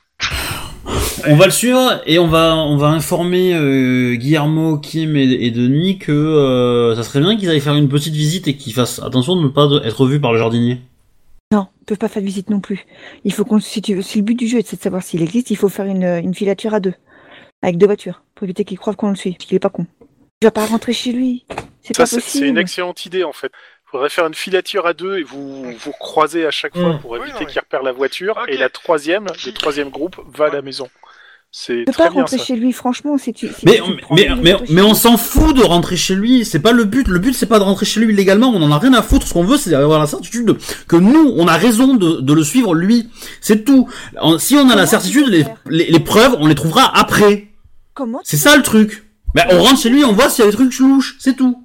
A: On va le suivre et on va on va informer euh, Guillermo, Kim et, et Denis que euh, ça serait bien qu'ils aillent faire une petite visite et qu'ils fassent attention de ne pas être vus par le jardinier.
E: Non, ils peuvent pas faire de visite non plus. Il faut qu'on, si, tu veux- si le but du jeu c'est de savoir s'il existe, il faut faire une, une filature à deux, avec deux voitures, pour éviter qu'il croive qu'on le suit, parce qu'il est pas con. Il va pas rentrer chez lui. C'est
C: Ça,
E: pas
C: c'est c'est
E: possible.
C: une excellente idée en fait. Faudrait faire une filature à deux et vous vous croisez à chaque fois
A: Mm.
C: pour
B: Oui,
C: éviter
B: non, mais-
C: qu'ils repèrent la voiture.
B: Ok.
C: Et la troisième,
B: Qui-
C: le troisième groupe va à
B: Ouais.
C: la maison. C'est
E: Il peut
C: très
E: pas
C: bien
E: rentrer
C: ça.
E: chez lui, franchement, si tu. si
A: Mais
E: tu
A: on-
E: prends
A: mais
E: une
A: mais,
E: voiture chez
A: mais on
E: lui.
A: s'en fout de rentrer chez lui. C'est pas le but. Le but c'est pas de rentrer chez lui illégalement. On en a rien à foutre. Ce qu'on veut c'est avoir la certitude de- que nous on a raison de, de le suivre lui. C'est tout. En- si on a la certitude, les, les, les preuves on les trouvera après.
E: Comment
A: C'est ça le truc. Ben on rentre chez lui, on voit s'il y a des trucs louches. C'est tout.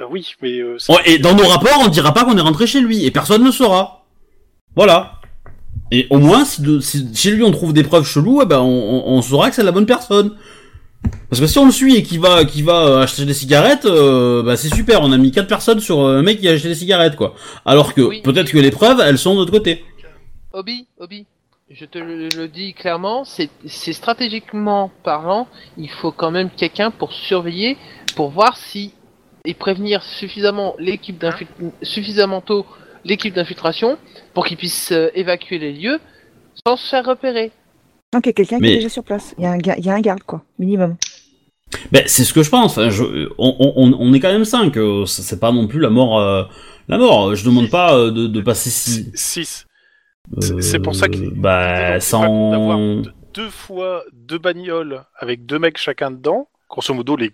C: Euh, oui, mais euh, ça-
A: On- et dans nos rapports, on dira pas qu'on est rentré chez lui, et personne ne saura. Voilà. Et au moins, si, de- si chez lui on trouve des preuves cheloues, eh ben on, on- on saura que c'est la bonne personne. Parce que si on le suit et qu'il va, qu'il va euh, acheter des cigarettes, euh, bah c'est super, on a mis quatre personnes sur euh, un mec qui a acheté des cigarettes, quoi. Alors que
D: Oui.
A: peut-être que les preuves, elles sont de l'autre côté.
D: Obi, Obi, je te le, le dis clairement, c'est c'est stratégiquement parlant, il faut quand même quelqu'un pour surveiller, pour voir si et prévenir suffisamment l'équipe d'infil- suffisamment tôt l'équipe d'infiltration pour qu'ils puissent euh, évacuer les lieux sans se faire repérer.
E: Donc il y a quelqu'un qui
A: Mais-
E: est déjà sur place. Il y, a un ga- il y a un garde, quoi, minimum.
A: Ben, c'est ce que je pense. Enfin, je, on, on, on est quand même cinq. euh, C'est c'est pas non plus la mort. euh, la mort. Je demande pas euh, de, de passer si.
C: six. C'est- c'est pour ça que-
A: Bah,
C: C'est pas con d'avoir
A: sans.
C: de- deux fois deux bagnoles avec deux mecs chacun dedans. Grosso modo, les,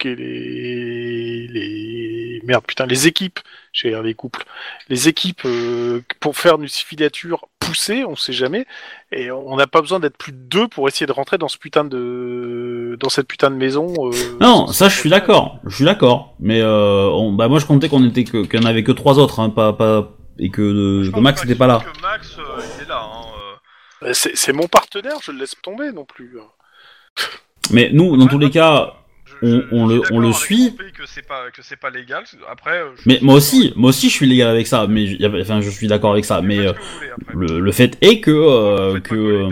C: les, les- merde, putain, les équipes, j'ai l'air des couples, les équipes euh, pour faire une filature poussée, on sait jamais, et on n'a pas besoin d'être plus de deux pour essayer de rentrer dans ce putain de, dans cette putain de maison. euh,
A: Non,
C: sans-
A: ça je suis d'accord, je suis d'accord. Mais euh, on- bah moi je comptais qu'on était que- qu'il y en avait que trois autres, hein, pas, pas et que, euh,
B: Je
A: que
B: pense
A: Max
B: pas
A: n'était
B: qu'il-
A: pas là.
B: Que Max, euh, il est là. hein, euh.
C: Euh, C'est c'est mon partenaire, je le laisse tomber non plus.
A: Mais nous, dans
B: Ouais,
A: tous les
B: non,
A: cas,
B: je-
A: on- on le- on
B: je- je suis d'accord
A: le
B: avec
A: suit.
B: Pompée Que c'est pas, que c'est pas légal. Après. euh, je-
A: mais moi aussi, moi aussi je suis légal avec ça. Mais je- y a- enfin je suis d'accord avec ça.
B: Vous
A: Mais
B: faites
A: euh,
B: ce que vous voulez, après.
A: le, le fait est que euh, que, euh,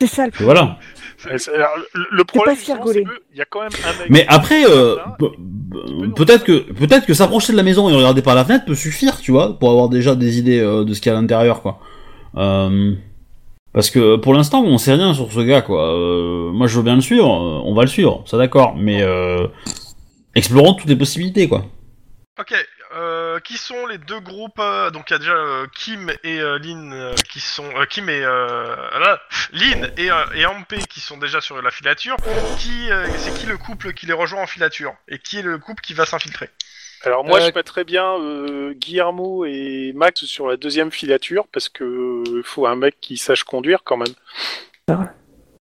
E: C'est ça le
A: que voilà.
C: Euh, c'est- alors, le, le problème,
E: pas se faire
C: justement, c'est
E: gauler.
C: que il y a quand même un mec.
A: Mais après, euh,
C: Là,
A: pe- pe- peut-être que peut-être que s'approcher de la maison et regarder par la fenêtre peut suffire, tu vois, pour avoir déjà des idées euh, de ce qu'il y a à l'intérieur, quoi. Euh, parce que pour l'instant, on sait rien sur ce gars, quoi. Euh, moi, je veux bien le suivre, euh, on va le suivre, ça d'accord. Mais euh, explorons toutes les possibilités, quoi.
B: Ok, euh, qui sont les deux groupes euh, Donc il y a déjà euh, Kim et euh, Lynn euh, qui sont euh, Kim et euh, là, Lynn et euh, et Ampé qui sont déjà sur la filature. Qui euh, c'est qui le couple qui les rejoint en filature et qui est le couple qui va s'infiltrer
C: Alors moi,
D: Euh,
C: je mettrais bien euh, Guillermo et Max sur la deuxième filature parce que euh, faut un mec qui sache conduire quand même.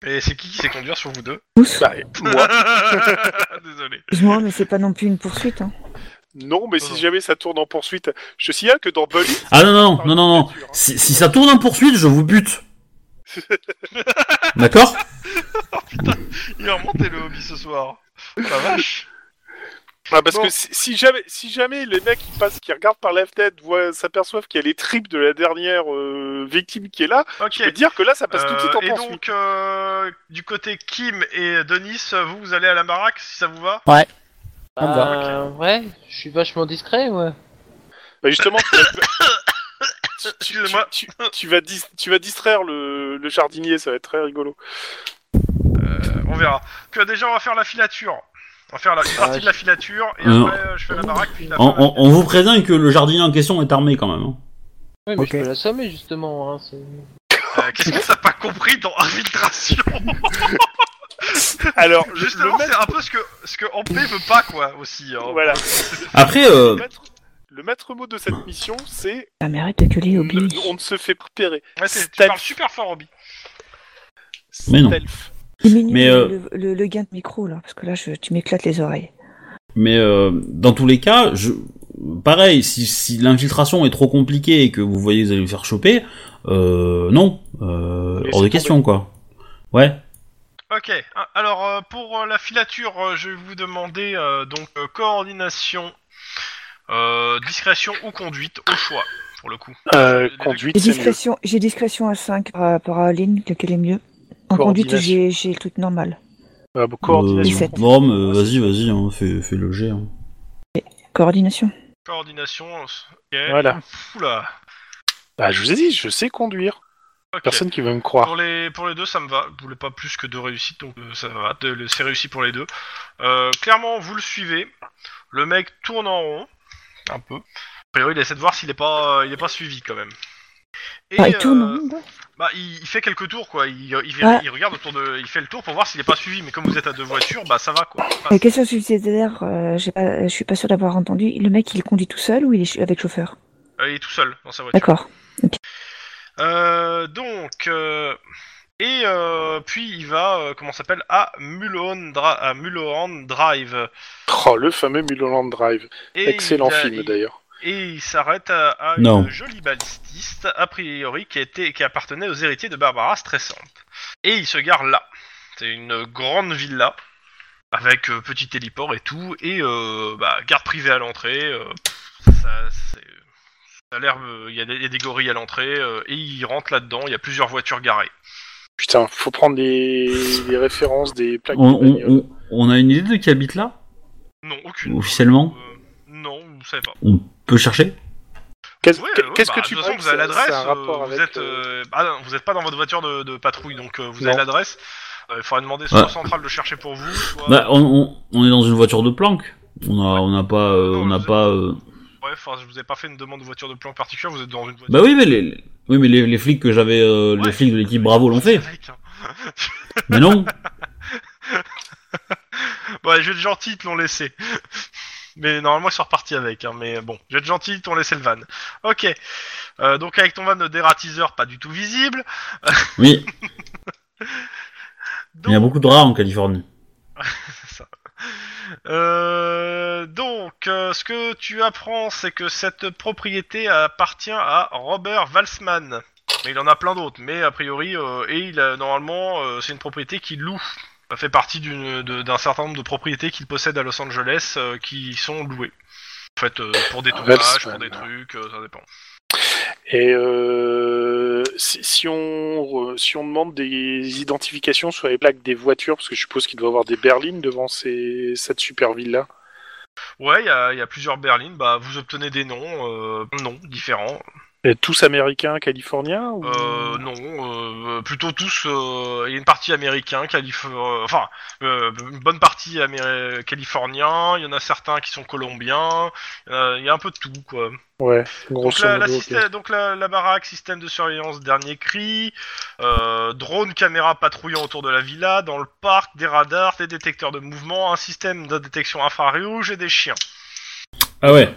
B: Et c'est qui qui sait conduire sur vous deux
E: pouce.
C: Bah, moi,
B: Désolé.
E: Excuse-moi, mais c'est pas non plus une poursuite. Hein.
C: non, mais si jamais ça tourne en poursuite, je signale que dans Bully.
A: Ah non non non non non.
C: hein.
A: Si, si ça tourne en poursuite, je vous bute. D'accord
B: Il a remonté le hobby ce soir. La vache.
C: Ah, parce
B: Bon.
C: que si, si jamais, si jamais les mecs qui passent, qui regardent par la fenêtre, voient, s'aperçoivent qu'il y a les tripes de la dernière euh, victime qui est là,
B: Ok.
C: je peux dire que là, ça passe tout de suite
B: Euh,
C: en
B: et
C: poursuite.
B: donc euh, du côté Kim et Denis, vous vous allez à la baraque si ça vous va
F: Ça me va.
D: Euh, ouais, je suis vachement discret, ouais.
C: Bah, justement, tu vas, tu- tu,
B: Excusez-moi.
C: tu- tu vas dis- tu vas distraire le, le jardinier, ça va être très rigolo.
B: On verra. Que déjà, on va faire la filature. On va faire la, une partie de la filature et
A: Non.
B: après, euh, je fais la baraque. Puis la
A: on, on- on vous prévient que le jardinier en question est armé quand même. hein.
D: Oui, mais
F: Ok.
D: je peux l'assommer justement. Hein, c'est-
B: Euh, Qu'est-ce que t'as pas compris dans infiltration
C: Alors, le-
B: Justement,
C: le maître-
B: c'est un peu ce que ce que Ampé veut pas, quoi, aussi. hein.
C: Voilà.
A: Après, euh,
C: Maître- Le maître mot de cette mission, c'est
E: Ah, mais arrête de gueuler, Obi.
C: ne- on ne se fait repérer.
B: Ouais, c'est- tu
C: Stealth.
B: parles super fort, Obi.
A: Mais non.
C: Stealth.
E: Diminue
A: Mais, euh,
E: le, le- le gain de micro, là, parce que là, je- tu m'éclates les oreilles.
A: Mais euh, dans tous les cas, je... pareil, si, si l'infiltration est trop compliquée et que vous voyez que vous allez vous faire choper, euh, non, euh,
C: Laissez
A: hors de
C: tomber.
A: question quoi. Ouais.
B: Ok, ah, alors euh, pour euh, la filature, euh, je vais vous demander euh, donc euh, coordination, euh, discrétion ou conduite, au choix, pour le coup.
C: Euh,
B: Les-
C: conduite,
E: J'ai
C: c'est mieux.
E: discrétion, j'ai discrétion à 5 par rapport à Aline, lequel est mieux En
C: Coordination.
E: conduite, j'ai j'ai le truc normal.
C: Ah, bon, coordination.
A: Euh,
E: Dix-sept.
C: conduite.
A: non, mais vas-y, vas-y, hein, fais, fais le jet. hein.
E: Coordination.
B: Coordination, ok.
C: Voilà.
B: Oula.
C: Bah, je vous ai dit, je sais conduire.
B: Ok.
C: Personne qui veut me croire.
B: Pour les, pour les deux, ça me va. Vous voulez pas plus que deux réussites, donc euh, ça va. de- le- C'est réussi pour les deux. Euh, clairement, vous le suivez. Le mec tourne en rond, un peu. A priori, il essaie de voir s'il est pas, euh, il est pas suivi quand même. Et,
E: Ah, il tourne,
B: euh,
E: hein, ouais.
B: Bah, il, il fait quelques tours, quoi. Il, il, il-
E: Ouais.
B: il regarde autour de, il fait le tour pour voir s'il est pas suivi. Mais comme vous êtes à deux voitures, bah ça va, quoi. Ça
E: La
B: passe.
E: question subsidiaire, euh, j'ai pas- je suis pas sûr d'avoir entendu. Le mec, il conduit tout seul ou il est ch- avec chauffeur
B: Euh, il est tout seul dans sa voiture.
E: D'accord.
B: Euh, donc, euh, et euh, puis il va, euh, comment ça s'appelle, à Mulholland, Dra- à Mulholland Drive.
C: Oh, le fameux Mulholland Drive.
B: Et
C: Excellent
B: il a-
C: film,
B: il-
C: d'ailleurs.
B: Et il s'arrête à, à
A: Non.
B: une jolie balististe, a priori, qui, était, qui appartenait aux héritiers de Barbara Stressante. Et il se gare là. C'est une grande villa, avec euh, petit téléport et tout, et euh, bah, gare privée à l'entrée. euh, ça, c'est- ça a l'air. euh, Il y, a des- il y a des gorilles à l'entrée, euh, et il rentre là-dedans, il y a plusieurs voitures garées.
C: Putain, faut prendre les, les références des plaques.
A: On,
C: de
A: on,
C: bagnole.
A: on, on a une idée de qui habite là
B: Non, aucune.
A: Officiellement
B: Euh, Non, vous savez pas.
A: Peut chercher
C: Qu'est-ce
B: Ouais, ouais,
C: qu'est-ce
B: bah,
C: que tu
B: de toute
C: penses
B: façon, vous avez l'adresse,
C: ça a un
B: euh,
C: rapport
B: vous
C: avec,
B: êtes,
C: euh,
B: euh, ah non, vous êtes pas dans votre voiture de, de patrouille, donc euh, vous
C: Non.
B: avez l'adresse. Euh, Il faudra demander soit
A: Ouais.
B: aux centrales de chercher pour vous, soit...
A: Bah, on, on, on est dans une voiture de planque. On a, on n'a pas, euh,
B: Non,
A: on n'a
B: vous-
A: pas. euh,
B: Ouais, enfin, je vous ai pas fait une demande de voiture de plan particulier, vous êtes dans une voiture...
A: Bah oui, mais les, les- oui, mais les, les flics que j'avais, euh, les
B: Ouais.
A: flics de l'équipe Bravo l'ont fait.
B: Avec, hein.
A: Mais non.
B: Bon, ouais, Bah, je vais être gentil, ils te l'ont laissé. mais normalement, ils sont repartis avec, hein, mais bon. Je vais être gentil, ils t'ont laissé le van. Ok. Euh, donc avec ton van de dératiseur pas du tout visible...
A: Oui, il y a
B: Donc,
A: beaucoup de rats en Californie.
B: Euh, donc, euh, ce que tu apprends, c'est que cette propriété appartient à Robert Walsman. Mais il en a plein d'autres, mais a priori, euh, et il a- normalement, euh, c'est une propriété qu'il loue. Ça fait partie d'une- de- d'un certain nombre de propriétés qu'il possède à Los Angeles euh, qui sont louées. En fait, euh, pour des tournages,
C: Walsman.
B: pour des trucs, euh, ça dépend.
C: Et euh, si, si on re- si on demande des identifications sur les plaques des voitures, parce que je suppose qu'il doit y avoir des berlines devant ces, cette super ville là.
B: Ouais, il y a, il y a plusieurs berlines, bah, vous obtenez des noms, euh, noms différents.
C: Tous américains, californiens ou...
B: Euh, non, euh, plutôt tous. euh, Il y a une partie américain, calif euh, enfin, euh, une bonne partie améri- californien. Il y en a certains qui sont colombiens. Il y en a- il y a un peu de tout, quoi.
C: Ouais.
B: Donc
C: Grosso
B: la, la
C: modo, ok.
B: système- donc la- la baraque, système de surveillance, dernier cri, euh, drone, caméra patrouillant autour de la villa, dans le parc, des radars, des détecteurs de mouvement, un système de détection infrarouge et des chiens.
A: Ah ouais.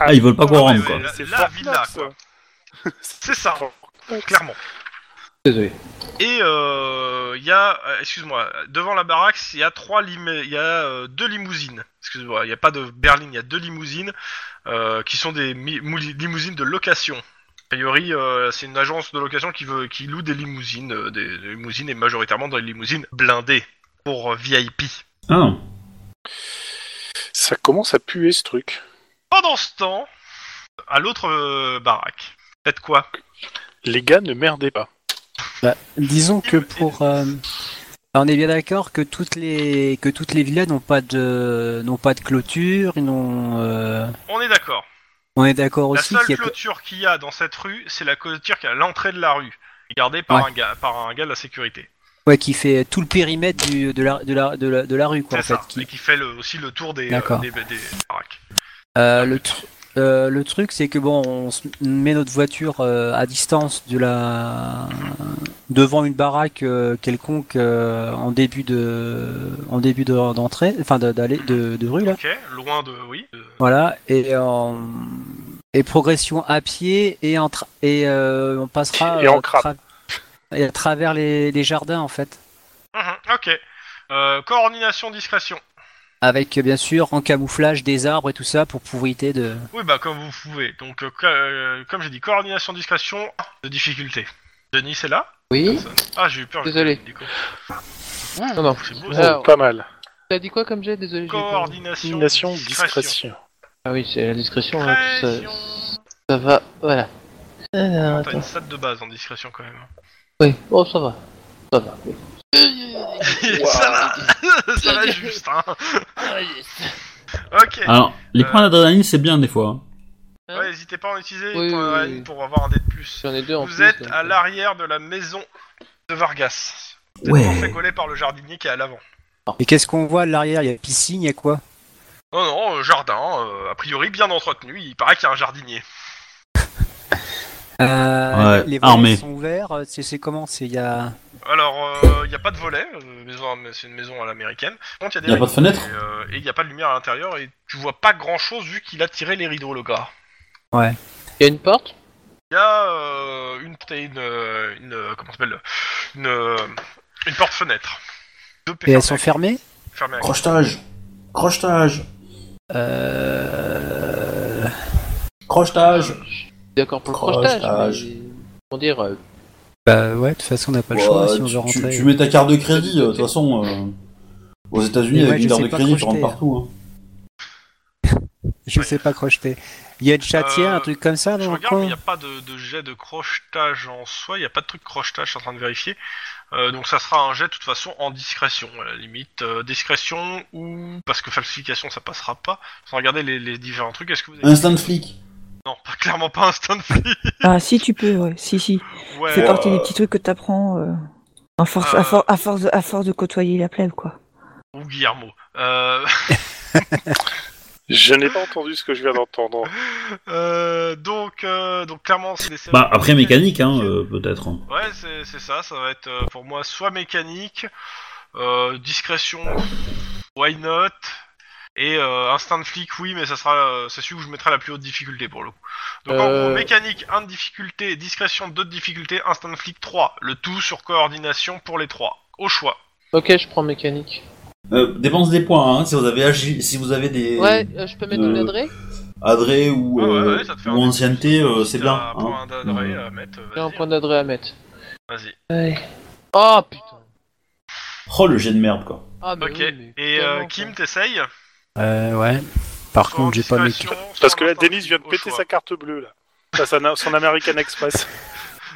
A: Ah, ils veulent pas qu'on
B: ouais,
A: rentre
B: ouais,
A: quoi.
B: ouais.
C: C'est
B: la
C: Fort
B: villa,
C: Knox,
B: quoi.
C: ça.
B: C'est ça,
C: Fort Knox.
B: clairement.
D: Désolé.
B: Et euh, il y a, euh, excuse-moi, devant la baraque, il y a trois lim- il y a euh, deux limousines. Excuse-moi, il n'y a pas de berline, il y a deux limousines euh, qui sont des mi- mouli- limousines de location. A priori, euh, c'est une agence de location qui veut, qui loue des limousines, euh, des, des limousines et majoritairement des limousines blindées pour euh, VIP.
A: Ah.
C: Ça commence à puer ce truc.
B: Pendant ce temps, à l'autre euh, baraque, peut-être quoi
C: Les gars, ne merdez pas.
F: Bah, Disons que pour. euh, on est bien d'accord que toutes les que toutes les villas n'ont pas de n'ont pas de clôture, ils n'ont. euh,
B: On est d'accord.
F: on est d'accord aussi
B: La seule
F: qu'il y a.
B: clôture qu'il y a dans cette rue, c'est la clôture qui est à l'entrée de la rue, gardée par,
F: Ouais.
B: un, gars, par un gars de la sécurité.
F: Ouais, qui fait tout le périmètre du, de, la, de, la, de, la, de la rue, quoi, en
B: c'est
F: fait.
B: ça.
F: qui-
B: Et qui fait le- aussi le tour des, euh,
F: D'accord.
B: des, des baraques.
F: Euh, le, tr- Euh, le truc, c'est que bon, on se met notre voiture euh, à distance de la devant une baraque euh, quelconque euh, en début de en début de- d'entrée, enfin de- d'aller de, de rue là.
B: Ok, loin de. Oui. de-
F: Voilà, et en... et progression à pied et en tra- et euh, on passera
C: Et en
F: euh,
C: crabe.
F: tra- et à travers les, les jardins en fait,
B: Mhm, ok. Euh, coordination, discrétion.
F: avec euh, bien sûr en camouflage des arbres et tout ça pour pour éviter de
B: Oui, bah, comme vous pouvez. Donc, euh, co- euh, comme j'ai dit, coordination, discrétion, de difficulté. Denis, c'est là
D: Oui.
B: Ah, j'ai eu peur.
D: Désolé. Ah,
B: Du coup.
D: Non, non.
B: C'est beau,
C: Oh,
B: ça.
D: Alors,
C: pas mal.
D: T'as dit quoi comme jet Désolé. j'ai pas-
B: Coordination,
C: Nation,
B: discrétion.
C: discrétion.
D: Ah oui, c'est la discrétion. hein, tout ça,
B: Discrétion.
D: ça va. Voilà. Alors,
B: T'as
D: attends.
B: une stat de base en discrétion quand même.
D: Oui. Bon, ça va. Ça va. oui.
B: ça va, ça va juste. Hein.
D: Ah, yes.
B: Ok.
A: Alors, les
B: Euh,
A: points d'adrénaline, c'est bien des fois.
B: Ouais, n'hésitez pas à en utiliser
D: Oui,
B: pour,
D: oui,
B: euh,
D: oui.
B: pour avoir un dé de plus.
D: J'en ai deux en
B: Vous
D: plus,
B: êtes
D: donc,
B: à
D: euh,
B: l'arrière de la maison de Vargas. Vous
A: Ouais.
B: êtes fait coller par le jardinier qui est à l'avant.
F: Et qu'est-ce qu'on voit à l'arrière Il y a piscine, il y a quoi
B: Non, non, euh, jardin, euh, a priori bien entretenu, il paraît qu'il y a un jardinier.
F: Euh,
A: Ouais,
F: Les
A: armé.
F: volets sont ouverts, euh, c'est c'est comment C'est il y a
B: Alors, il n'y a pas de volet, euh, maison- mais c'est une maison à l'américaine. Par contre, il y a des
A: Y a pas de
B: rideaux,
A: fenêtre
B: et, euh, Et il n'y a pas de lumière à l'intérieur, et tu vois pas grand chose vu qu'il a tiré les rideaux, le gars.
D: Il y a une porte
B: Il y a euh, une, t'as une, euh, une, euh, comment ça s'appelle une, euh, une porte-fenêtre. Deux
F: et
B: fermées
F: elles sont fermées
B: à- fermées
A: Oh,
B: à-
G: Crochetage Crochetage
F: Euh,
D: Ah,
G: Crochetage
D: Euh, D'accord pour le crochetage.
G: Crochetage.
D: mais- Comment dire euh,
F: Bah ouais, de toute façon on n'a pas le choix
G: Ouais,
F: si on
G: tu-
F: veut
G: tu,
F: rentrer.
G: tu mets ta carte de crédit, euh, de toute façon. euh, aux États-Unis,
F: Mais ouais,
G: avec
F: je
G: une carte
F: sais
G: de
F: pas
G: crédit, tu rentres
F: crocheter.
G: partout. hein.
F: Je sais pas crocheter. Il y a une chatière,
B: Euh,
F: un truc comme ça
B: Je
F: dans le
B: regarde, mais il
F: coin
B: n'y a pas de, de jet de crochetage en soi, il n'y a pas de truc crochetage, je suis en train de vérifier. Euh, donc ça sera un jet de toute façon en discrétion, à la limite. Euh, discrétion ou... Parce que falsification, ça passera pas. Sans regarder les, les différents trucs, est-ce que vous avez...
G: Instant flic.
B: Non, pas, clairement pas instant flick.
E: Ah, si tu peux, ouais. Si, si.
B: Ouais,
E: C'est
B: euh,
E: partie des petits trucs que t'apprends euh, en force, à, for- à force, de- à force de côtoyer la plèbe, quoi.
B: ou Guillermo. Euh,
C: Je n'ai pas entendu ce que je viens d'entendre.
B: euh, donc, euh, donc clairement, c'est des...
A: Bah, après mécanique, hein, euh, peut-être.
B: Ouais, c'est c'est ça, ça va être euh, pour moi soit mécanique, euh, discrétion, why not, et euh, instinct de flic, oui, mais ça sera, euh, c'est celui où je mettrai la plus haute difficulté pour le coup. Donc en
D: Euh.
B: gros, mécanique, 1 de difficulté, discrétion, 2 de difficulté, instinct de flic, 3. Le tout sur coordination pour les 3. Au choix.
D: Ok, je prends mécanique.
G: Euh, dépense des points, hein, si vous avez agi- si vous avez des
D: Ouais, euh, je peux mettre
G: Euh,
D: une adresse
G: adré ou,
B: Ouais, ouais,
G: euh,
B: ouais, ça te fait
G: ou
B: un-
G: ancienneté, euh,
B: Si
G: c'est
B: t'as
G: bien.
B: un
G: hein.
B: point d'adré
G: Euh,
B: à mettre,
D: J'ai un
B: vas-y.
D: point d'adresse à mettre.
B: vas-y.
D: Ouais. Oh putain.
G: Oh le jet de merde quoi.
D: Ah, mais
B: Ok,
D: oui, mais
B: et
D: tellement,
B: euh,
D: quoi.
B: Kim, t'essayes
F: Euh, ouais. Par contre, j'ai pas mes.
C: Parce que là, Denis vient de péter sa carte bleue, là. Enfin, son- son American Express.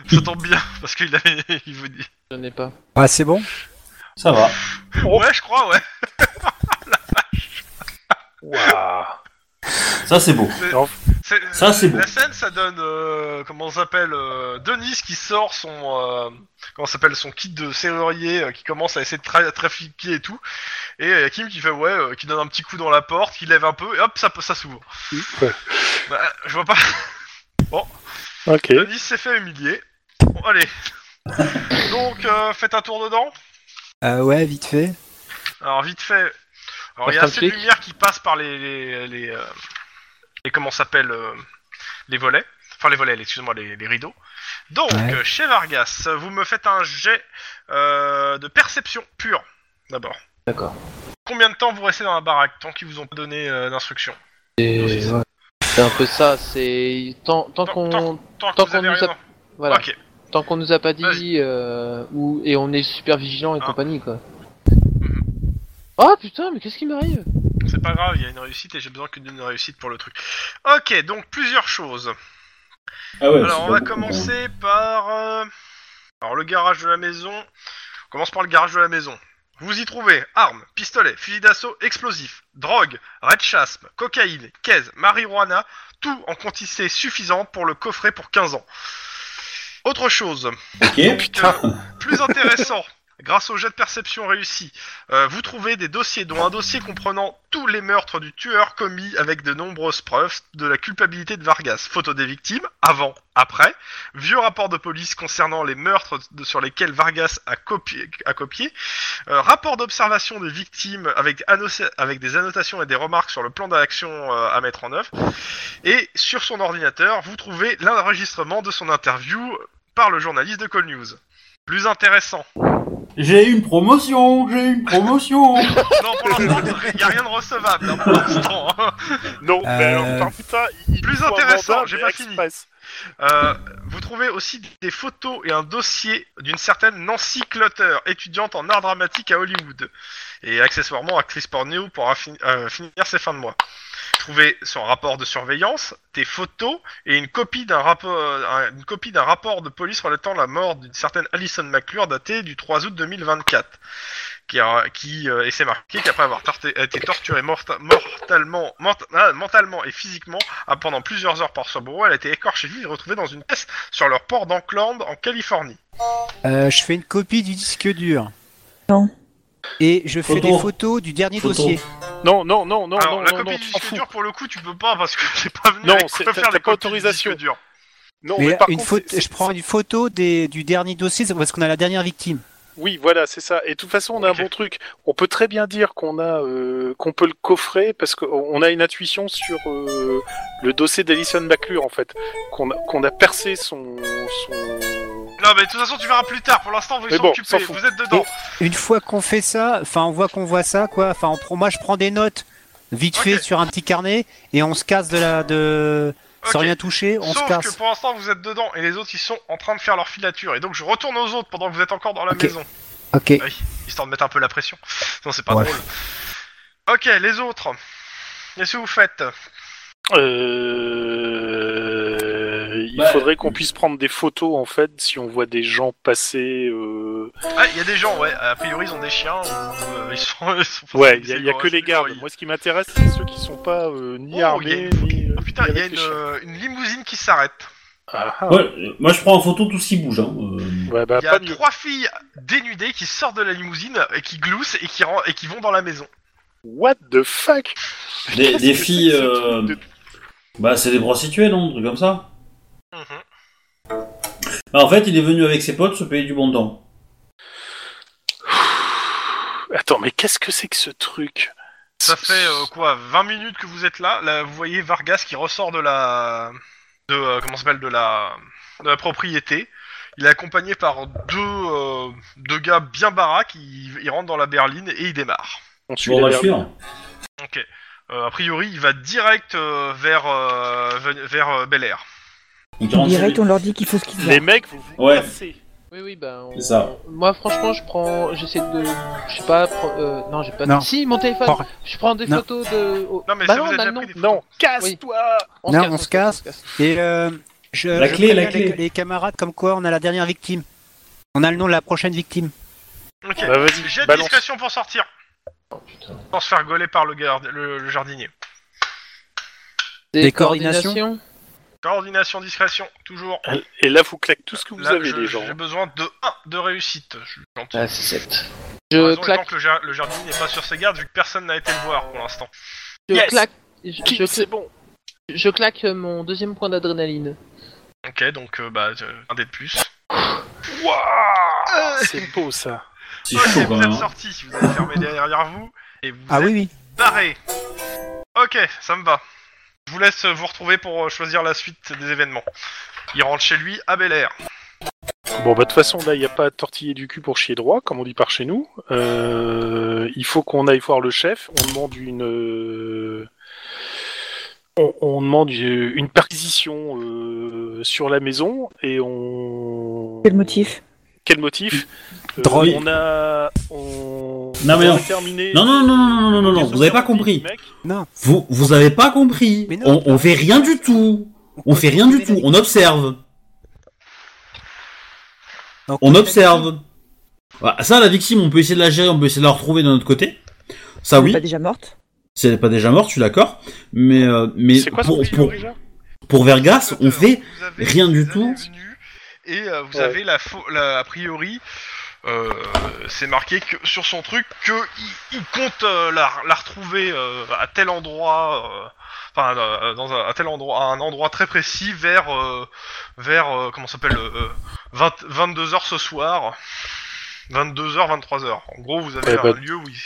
B: Ça tombe bien, parce qu'il avait... il vous dit...
D: J'en ai pas.
F: Ah, c'est bon
G: Ça va.
B: Ouais, je crois, ouais.
C: Waouh.
G: Ça c'est beau.
B: C'est-
A: Ça, c'est beau.
B: La scène, ça donne euh, comment ça s'appelle euh, Denis qui sort son euh, comment ça s'appelle son kit de serrurier euh, qui commence à essayer de tra- trafiquer et tout, et euh, Kim qui fait ouais, euh, qui donne un petit coup dans la porte, qui lève un peu, et hop, ça ça s'ouvre. Bah, je vois pas.
C: Ok.
B: Denis s'est fait humilier. Bon, allez. Donc euh, faites un tour dedans.
F: euh, Ouais, vite fait.
B: Alors vite fait. Alors il y a
D: Instant
B: assez de
D: flic.
B: lumière qui passe par les les les, euh, les- comment ça s'appelle euh, les volets. Enfin les volets, excuse-moi les, les rideaux. Donc
F: Ouais.
B: euh, chez Vargas, vous me faites un jet euh, de perception pure d'abord.
D: D'accord.
B: Combien de temps vous restez dans la baraque tant qu'ils vous ont pas donné euh, d'instructions
D: Et
B: Aussi, ça.
D: ouais. C'est un peu ça, c'est tant, tant
B: Tant-
D: qu'on
B: Tant,
D: Tant
B: que vous
D: qu'on
B: avez
D: nous
B: rien.
D: a- voilà,
B: Ok.
D: tant qu'on nous a pas
B: Vas-y.
D: dit euh, où et on est super vigilant et
B: Ah.
D: compagnie quoi.
B: Mhm.
D: Oh putain, mais qu'est-ce qui m'arrive
B: C'est pas grave, il y a une réussite et j'ai besoin que d'une réussite pour le truc. Ok, donc plusieurs choses.
G: Ah ouais.
B: Alors,
G: c'est
B: on
G: pas
B: va
G: beau, quoi.
B: commencer par. euh, Alors, le garage de la maison. On commence par le garage de la maison. Vous y trouvez armes, pistolets, fusils d'assaut, explosifs, drogue, red chasme, cocaïne, caisse, marijuana, tout en quantité suffisante pour le coffret pour 15 ans. Autre chose,
G: Ok.
B: donc, euh, plus intéressant, Grâce au jet de perception réussi, euh, vous trouvez des dossiers, dont un dossier comprenant tous les meurtres du tueur commis avec de nombreuses preuves de la culpabilité de Vargas. Photos des victimes, avant, après, vieux rapport de police concernant les meurtres de- sur lesquels Vargas a copié, a copié euh, rapport d'observation des victimes avec, annoce- avec des annotations et des remarques sur le plan d'action euh, à mettre en œuvre. Et sur son ordinateur, vous trouvez l'enregistrement de son interview par le journaliste de Call News. Plus intéressant.
G: J'ai une promotion, j'ai une promotion.
B: Non, pour l'instant, il n'y a rien de recevable hein, pour l'instant. hein.
C: Non,
F: Euh,
C: mais alors, par- putain, il- il
B: plus
C: faut un
B: intéressant,
C: mandat,
B: j'ai
C: mais
B: pas fini.
C: express.
B: Euh, vous trouvez aussi des photos et un dossier d'une certaine Nancy Clutter, étudiante en art dramatique à Hollywood, et accessoirement actrice porno pour affi- euh, finir ses fins de mois. Trouvez son rapport de surveillance, des photos et une copie d'un rapport, un- une copie d'un rapport de police relatant la mort d'une certaine Alison McClure datée du 3 août 2024, qui, a- qui euh, et c'est marqué qu'après avoir torté- été torturée morta- mortalement, mort- ah, mentalement et physiquement ah, pendant plusieurs heures par son bureau, elle a été écorchée vive et retrouvée dans une caisse sur leur port d'Ankland en Californie.
F: Euh, je fais une copie du disque dur.
E: Non.
F: Et je fais
G: Photo.
F: des photos du dernier
G: Photo.
F: dossier.
C: Non, non, non, non,
B: Alors
C: non,
B: la
C: non,
B: copie
C: non,
B: du
C: tu t'en
B: disque
C: fous.
B: dur pour le coup tu peux pas parce que t'es pas venu
C: Non,
B: avec-
C: c'est-
B: peux
C: t'as-
B: faire
C: t'as
B: des
C: pas
B: copies du disque
C: autorisation.
B: dur.
C: Non,
F: Mais
C: mais par
F: une
C: contre,
F: photo,
C: c'est-
F: je prends une photo des, du dernier dossier c'est parce qu'on a la dernière victime.
C: Oui, voilà, c'est ça. Et de toute façon, on a
B: Ok.
C: un bon truc. On peut très bien dire qu'on a, euh, qu'on peut le coffrer parce qu'on on a une intuition sur euh, le dossier d'Alison McClure en fait, qu'on a, qu'on a percé son, son-
B: Non mais de toute façon tu verras plus tard, pour l'instant vous
C: Mais
B: êtes
C: bon,
B: occupés,
C: s'en fout.
B: vous êtes dedans.
F: Une fois qu'on fait ça, enfin on voit qu'on voit ça quoi. Enfin on prend- moi je prends des notes vite
B: Ok.
F: fait sur un petit carnet et on se casse de la de sans
B: Ok.
F: rien toucher, on se
B: Sauf que
F: casse.
B: pour l'instant vous êtes dedans et les autres ils sont en train de faire leur filature. Et donc je retourne aux autres pendant que vous êtes encore dans la
F: Ok.
B: maison,
F: Ok.
B: Oui, histoire de mettre un peu la pression. Non c'est pas
F: Ouais.
B: drôle. Ok les autres, qu'est-ce que vous faites
C: Euh, Il
G: Bah,
C: faudrait qu'on puisse prendre des photos en fait si on voit des gens passer. euh,
B: Ah il y a des gens ouais, a priori ils ont des chiens, ou, euh, ils sont... ils sont
C: Ouais, il y a, il y a
B: ils
C: que
B: sont-
C: les gardes.
B: Oh, ils-
C: Moi, ce qui m'intéresse, c'est ceux qui sont pas euh,
B: Oh,
C: ni
B: il y a
C: armés ni. euh,
B: Ah putain,
C: ni
B: il y a
C: avec
B: une,
C: les chiens.
B: euh, une limousine qui s'arrête.
C: Ah, ah.
G: Ouais, euh, moi, je prends en photo tout ce qui bouge. Hein. euh.
C: Ouais, bah,
B: Il y a
C: pas mieux.
B: trois filles dénudées qui sortent de la limousine et qui gloussent et qui, ren- et qui vont dans la maison.
C: What the fuck
G: Des,
C: Qu'est-ce
G: des
C: que c'est
G: filles,
C: que ce
G: euh,
C: truc de-
G: bah, c'est des prostituées, non, un truc comme ça.
B: Mhm.
G: Bah, en fait, il est venu avec ses potes se payer du bon temps.
C: Attends, mais qu'est-ce que c'est que ce truc
B: Ça fait euh, quoi 20 minutes que vous êtes là. Là, vous voyez Vargas qui ressort de la. De, euh, comment ça s'appelle de la... de la propriété. Il est accompagné par deux, euh, deux gars bien baraques. Ils, ils rentrent dans la berline et ils démarrent.
C: On suit
G: Bon, bah, on
C: la
G: va le
C: berline.
G: suivre.
B: Ok. Euh, a priori, il va direct euh, vers, euh, ve- vers euh, Bel Air.
G: Donc, il rentre
E: Direct,
G: chez
E: on leur dit qu'il faut se quitter.
C: Les mecs, vous vous
G: Ouais.
C: cassez.
D: Oui, oui, ben. on-
G: C'est ça.
D: Moi, franchement, je prends. J'essaie de. Je sais pas. pro- euh, Non, j'ai pas.
F: Non.
D: Si, mon téléphone.
F: Par-
D: Je prends des
F: Non.
D: photos de. oh,
B: Non, mais
D: bah
B: ça,
D: non,
B: vous
D: on
B: avez déjà
D: a le nom.
B: pris des
C: Non,
B: photos.
C: casse-toi
F: Non, on se casse.
D: on se casse.
F: Et euh, je,
G: La
F: je
G: clé,
F: préviens
G: la clé.
F: Les, les camarades comme quoi on a la dernière victime. On a le nom de la prochaine victime.
B: Ok.
C: Bah vas-y,
B: J'ai de
C: balance.
B: discrétion pour sortir.
D: Oh,
B: Sans se faire gauler par le, garde, le, le jardinier.
F: Des coordinations.
B: Coordination, discrétion, toujours.
C: Et là, vous claquez tout ce que vous
B: Là,
C: avez,
B: je-
C: les gens.
B: J'ai besoin de 1 de réussite. Je suis gentil.
D: Ah, c'est 7.
B: Par
D: Je
B: raison étant
D: claque.
B: que le, jar- le jardinier n'est pas sur ses gardes vu que personne n'a été le voir pour l'instant.
D: Je
C: Yes.
D: claque. Je,
C: Qui-
D: je-
C: C'est bon.
D: je claque mon deuxième point d'adrénaline.
B: Ok, donc euh, bah euh, un dé de plus. Wouah
C: C'est beau, ça.
G: C'est
B: Ok,
G: chaud quand
B: vous
G: même.
B: êtes
G: hein.
B: sorti, vous avez fermé derrière vous et vous
F: Ah
B: êtes
F: oui oui.
B: barré. Ok, ça me va. Je vous laisse euh, vous retrouver pour euh, choisir la suite des événements. Il rentre chez lui à Bel Air.
C: Bon, bah, de toute façon, là, il n'y a pas à tortiller du cul pour chier droit, comme on dit par chez nous. Euh, il faut qu'on aille voir le chef. On demande une. euh, On, on demande une une perquisition euh, sur la maison et on.
E: Quel motif
C: Quel motif Euh,
F: Drogue.
C: On a. On...
G: Non, mais
C: on
G: non.
C: a terminé.
G: Non, non, non, non, non, non, non, non, vous avez pas compris.
C: Mec,
G: Vous, vous avez pas compris.
F: Mais non.
G: On, on fait rien du tout. On fait rien du tout. On observe.
F: Donc,
G: On
F: la
G: observe. Voilà, ça, la victime, on peut essayer de la gérer, on peut essayer de la retrouver de notre côté. Ça,
E: Elle est
G: oui.
E: pas déjà morte
G: Si elle n'est pas déjà morte, je suis d'accord. Mais, euh, mais
C: C'est quoi son
G: pour,
C: prix,
G: pour,
C: déjà
G: pour Vergas, on
B: Vous
G: fait
B: avez-
G: rien du
B: vous avez
G: tout.
B: venu, et euh, vous
C: Ouais.
B: avez la, fo- la- a priori euh, c'est marqué que, sur son truc que il, il compte euh, la, la retrouver euh, à tel endroit, euh, enfin euh, dans un, à tel endroit, à un endroit très précis vers euh, vers euh, comment ça s'appelle euh, 20 22 heures ce soir, 22 h 23 h En gros, vous avez
C: Eh
B: un
C: ben.
B: lieu où il...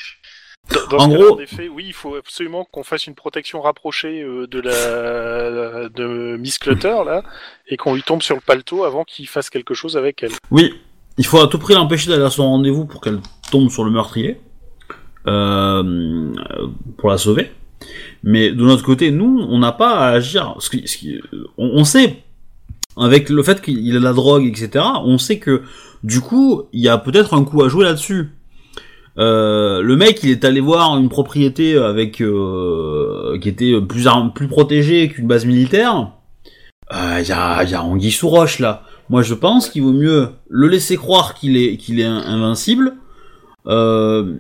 C: Dans- Dans
A: En
C: ce cas-là,
A: gros-
C: en effet, oui, il faut absolument qu'on fasse une protection rapprochée euh, de la de Miss Clutter là, et qu'on lui tombe sur le paletot avant qu'il fasse quelque chose avec elle.
A: Oui, il faut à tout prix l'empêcher d'aller à son rendez-vous pour qu'elle tombe sur le meurtrier, euh, euh, pour la sauver. Mais de notre côté, nous, on n'a pas à agir. Ce qui- ce qui- on, on sait, avec le fait qu'il a de la drogue, etc., on sait que du coup, il y a peut-être un coup à jouer là-dessus. Euh, le mec, il est allé voir une propriété avec euh, qui était plus arm- plus protégée qu'une base militaire. Euh, Il y a, il y a Anguille sous roche là. Moi, je pense qu'il vaut mieux le laisser croire qu'il est qu'il est in- invincible. Euh,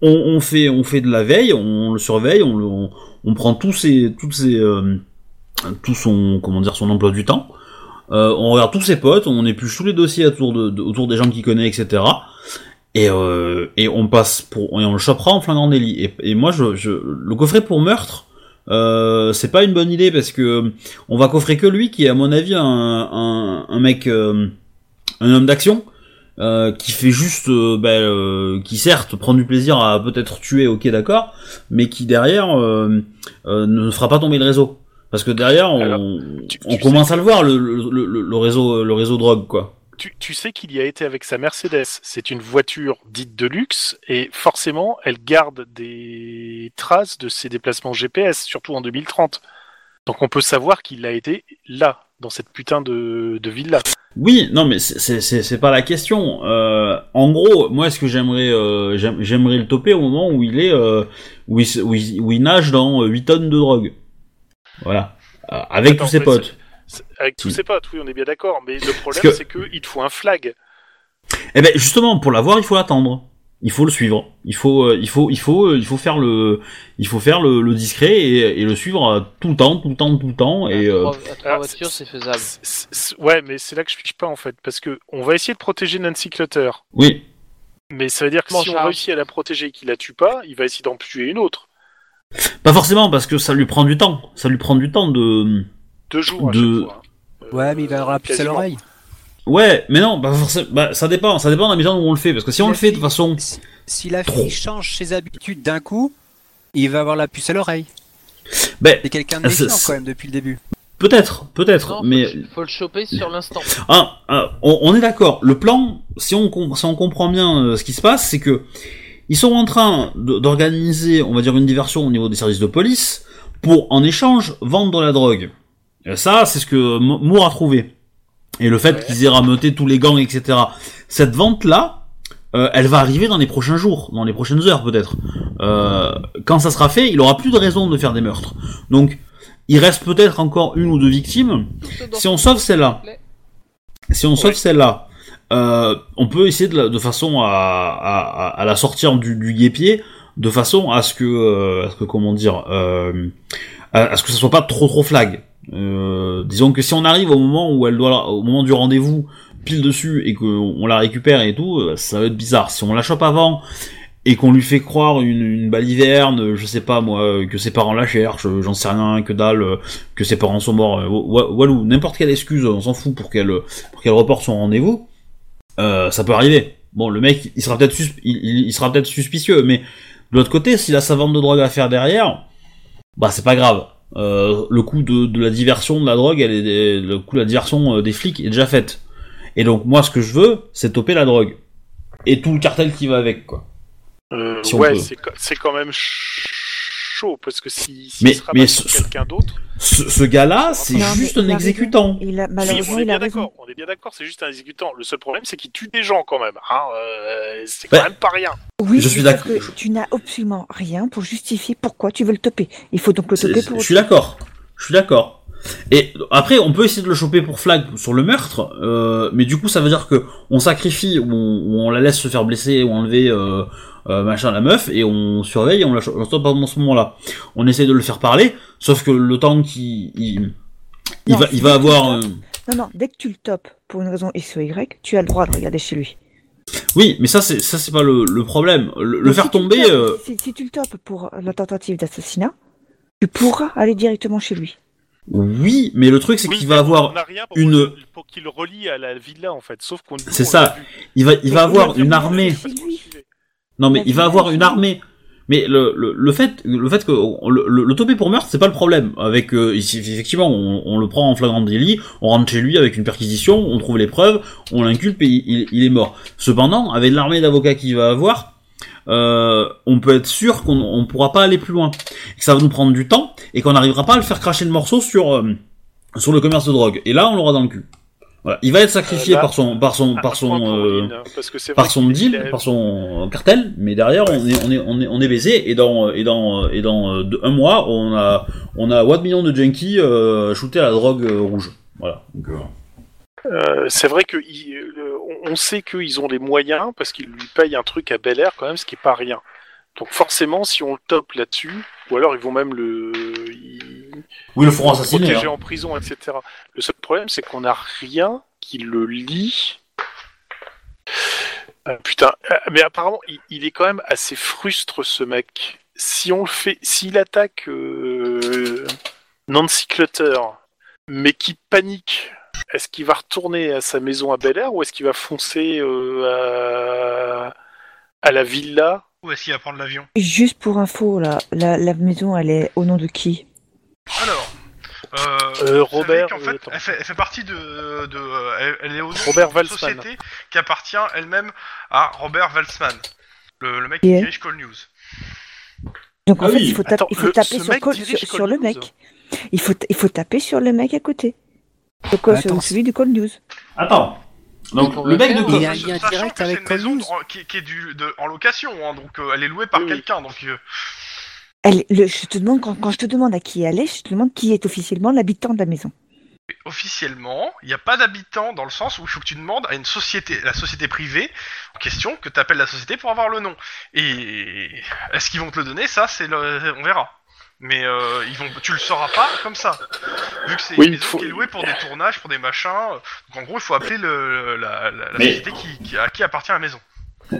A: on, on fait on fait de la veille, on le surveille, on, le- on, on prend tous ses toutes ses euh, tout son comment dire son emploi du temps. Euh, on regarde tous ses potes, on épluche tous les dossiers autour, de, de- autour des gens qu'il connaît, etc. Et, euh, et on passe pour et on le chopera en flinguant des lits. Et, et moi, je, je, le coffret pour meurtre, euh, c'est pas une bonne idée parce que on va coffrer que lui, qui est à mon avis un, un, un mec, euh, un homme d'action. euh, qui fait juste, euh, bah, euh, qui certes prend du plaisir à peut-être tuer, ok d'accord, mais qui derrière euh, euh, ne fera pas tomber le réseau, parce que derrière on,
C: Alors, tu-
A: on
C: tu
A: commence
C: sais
A: à le voir le, le, le- le réseau le réseau drogue quoi.
C: Tu, tu sais qu'il y a été avec sa Mercedes. C'est une voiture dite de luxe et forcément, elle garde des traces de ses déplacements GPS, surtout en 2030. Donc on peut savoir qu'il a été là, dans cette putain de, de ville-là.
A: Oui, non mais c'est- c'est c'est- c'est pas la question. Euh, en gros, moi ce que j'aimerais euh, j'aim- j'aimerais le toper au moment où il est euh, où, il, se- où, il, où il nage dans 8 tonnes de drogue. Voilà. Euh, avec
C: Attends,
A: tous ses
C: mais
A: potes.
C: C'est- Avec tous
A: Oui.
C: ses potes, oui, on est bien d'accord. Mais le problème,
A: que-
C: c'est qu'il te faut un flag.
A: Eh ben justement, pour l'avoir, il faut l'attendre. Il faut le suivre. Il faut, euh, il faut, il faut, euh, il faut faire le, il faut faire le, le discret et, et le suivre euh, tout le temps, tout le temps, tout le temps. Et
D: à
A: euh,
D: trois, à trois
C: ah,
D: voitures,
C: c'est-
D: c'est faisable.
C: C'est- c'est- c'est- Ouais, mais c'est là que je pique pas en fait, parce que on va essayer de protéger Nancy Clutter,
A: oui,
C: mais ça veut dire que
D: Comment
C: si
D: ça
C: on réussit à la protéger et qu'il la tue pas, il va essayer d'en tuer une autre.
A: pas forcément parce que ça lui prend du temps. Ça lui prend du temps de.
C: Deux jours à
A: De-
C: chaque fois. hein.
F: Ouais, mais il va
C: Euh,
F: leur la puce à
C: quasiment.
F: l'oreille.
A: Ouais, mais non, bah forcément, bah, ça dépend, ça dépend de la maison où on le fait, parce que si on le fait de façon,
F: Si, si la
A: Trop.
F: fille change ses habitudes d'un coup, il va avoir la puce à l'oreille.
A: ben
F: C'est quelqu'un de
A: Ah, ça-
F: méfiant
A: ça-
F: quand même depuis le début.
A: peut-être, peut-être,
D: Non,
A: mais
D: faut, le- faut le choper sur l'instant.
A: ah, ah, on, on est d'accord. Le plan, si on, com- si on comprend bien euh, ce qui se passe, c'est que ils sont en train de- d'organiser, on va dire, une diversion au niveau des services de police pour, en échange, vendre de la drogue. Et ça, c'est ce que M- Moore a trouvé. Et le fait qu'ils aient rameuté tous les gangs, etc. Cette vente-là, euh, elle va arriver dans les prochains jours, dans les prochaines heures peut-être. Euh, quand ça sera fait, il aura plus de raison de faire des meurtres. Donc, il reste peut-être encore une ou deux victimes.
D: Tout ce dont-
A: Si on sauve celle-là, si on sauve celle-là, euh, on peut essayer de, la- de façon à, à- à- à la sortir du, du guépier, de façon à ce que, euh, à ce que comment dire, euh, à, à ce que ça soit pas trop trop flag. Euh, disons que si on arrive au moment où elle doit, la- au moment du rendez-vous pile dessus et qu'on la récupère et tout, euh, ça va être bizarre. Si on la chope avant et qu'on lui fait croire une, une baliverne, je sais pas moi, euh, que ses parents la cherchent, euh, j'en sais rien, que dalle, euh, que ses parents sont morts, euh, wa- walou, n'importe quelle excuse, on s'en fout pour qu'elle pour qu'elle reporte son rendez-vous, euh, ça peut arriver. Bon, le mec, il sera peut-être sus- il, il- il sera peut-être suspicieux, mais de l'autre côté, s'il a sa vente de drogue à faire derrière, bah c'est pas grave. Euh, le coup de, de la diversion de la drogue, elle est, le coup de la diversion euh, des flics est déjà faite. Et donc moi, ce que je veux, c'est toper la drogue et tout le cartel qui va avec, quoi.
C: Euh,
A: Si on
C: ouais,
A: peut.
C: c'est quand- c'est quand même ch- chaud parce que si, si
A: Mais-
C: sera
A: mais
C: sur
A: ce-
C: quelqu'un d'autre,
A: Ce, ce gars-là, c'est
E: Non, mais
A: juste
E: il a
A: un
E: raison.
A: exécutant.
E: Il a,
C: si,
E: malheureusement,
C: on est
E: il a
C: bien
E: raison.
C: d'accord, on est bien d'accord, c'est juste un exécutant. Le seul problème, c'est qu'il tue des gens quand même. hein, euh, c'est
A: Bah,
C: quand même pas rien.
E: Oui,
A: Je suis
E: parce
A: d'accord.
E: que Tu n'as absolument rien pour justifier pourquoi tu veux le toper. Il faut donc le
A: C'est-
E: toper
A: c'est-
E: pour.
A: Je suis d'accord. Je suis d'accord. Et après, on peut essayer de le choper pour flag sur le meurtre, euh, mais du coup, ça veut dire que on sacrifie ou on, ou on la laisse se faire blesser ou enlever euh, euh, machin la meuf et on surveille et on la cho- on la stoppe pendant ce moment-là. On essaie de le faire parler, sauf que le temps qu'il il, il
E: Non,
A: va,
E: c'est
A: il va
E: pas
A: avoir.
E: le
A: euh,
E: Non, non, dès que tu le topes pour une raison X ou Y, tu as le droit de regarder chez lui.
A: Oui, mais ça c'est ça c'est pas le, le problème. Le, le
E: Mais
A: faire
E: si tu
A: tomber.
E: tapes-
A: euh,
E: Si, si tu le topes pour la tentative d'assassinat, tu pourras aller directement chez lui.
A: Oui, mais le truc c'est
C: Oui,
A: qu'il va avoir
C: On n'a rien pour,
A: une-
C: pour qu'il relie à la villa en fait, sauf qu'on.
A: C'est
C: on
A: ça.
C: l'a vu.
A: il va il va
E: Mais
A: avoir
E: il
A: une
E: va
A: armée.
E: faire-
A: Non mais
E: Mais
A: il va
E: c'est
A: avoir
E: pas
A: une
E: ça.
A: armée. Mais le, le, le fait le fait que on- le, le, le toper pour meurtre c'est pas le problème avec euh, ici, effectivement on, on le prend en flagrant délit on rentre chez lui avec une perquisition on trouve les preuves on l'inculpe et il, il- il est mort cependant avec l'armée d'avocats qu'il va avoir euh, on peut être sûr qu'on on pourra pas aller plus loin que ça va nous prendre du temps et qu'on n'arrivera pas à le faire cracher le morceau sur euh, sur le commerce de drogue et là on l'aura dans le cul voilà il va être sacrifié
C: Euh, là-
A: par son par son par
C: Un point pour
A: son euh,
C: Lynn, hein, parce que c'est
A: par
C: vrai
A: son
C: qu'il
A: deal,
C: est-
A: par son cartel, mais derrière on est on est on est, on est baisé et dans euh, et dans euh, et dans euh, deux- un mois on a on a 1 million de junkies euh, shootés à la drogue euh, rouge. Voilà. Donc, euh,
C: Euh, c'est vrai que il- euh, on on sait qu'ils ont les moyens parce qu'ils lui payent un truc à Bel Air quand même, ce qui est pas rien. Donc forcément, si on le top là-dessus, ou alors ils vont même le ils-
A: oui, le feront assassiner.
C: protéger
A: hein.
C: en prison, etc. Le seul problème, c'est qu'on n'a rien qui le lie. Ah, putain, Ah, mais apparemment, il, il est quand même assez frustre ce mec. Si on le fait, s'il attaque euh, Nancy Clutter, mais qui panique, est-ce qu'il va retourner à sa maison à Bel Air ou est-ce qu'il va foncer euh, à, à la villa
B: Où est-ce qu'il va prendre l'avion
E: Juste pour info, là, la, la maison, elle est au nom de qui
B: Alors, euh,
C: Euh,
B: vous savez
C: Robert,
B: qu'en
C: euh,
B: fait,
C: attends.
B: elle fait, elle fait partie de, de euh, elle, elle est au nom
C: Robert
B: d'une
C: Walsman.
B: société qui appartient elle-même à Robert Walsman, le, le mec
E: Et
B: qui
E: elle
B: dirige Call News.
E: Donc en
A: Ah
E: fait,
A: oui.
E: il faut, taper-
C: Attends,
E: il faut
C: le-
E: taper
C: ce
E: sur,
C: mec
E: Col-
C: dirige
E: sur-
C: Col
E: sur le
C: News.
E: mec. Il faut, il faut taper sur le mec à côté. Donc, euh,
F: Attends,
E: sur celui du Cold News.
A: Attends. Ah, Donc
D: Pour
A: le
D: le
A: mec de
D: faire,
A: Col-
F: il y a- il y a
B: Sachant
F: direct
B: que c'est
F: avec
B: une maison
F: Call News.
B: en- qui, qui est du, de- en location, hein, donc euh, elle est louée par
C: Oui, oui.
B: quelqu'un. Donc euh,
E: Elle, le- je te demande, quand, quand je te demande à qui elle est, je te demande qui est officiellement l'habitant de la maison.
B: officiellement, il n'y a pas d'habitant dans le sens où il faut que tu demandes à une société, la société privée en question, que tu appelles la société pour avoir le nom. Et est-ce qu'ils vont te le donner Ça, c'est le, on verra. Mais euh, ils vont, tu le sauras pas comme ça, vu que c'est
C: Oui,
B: une
C: il
B: maison
C: faut-
B: qui est louée pour des tournages, pour des machins. Donc en gros, il faut appeler le, la, la- la
A: Mais-
B: société qui, qui- à qui appartient la maison.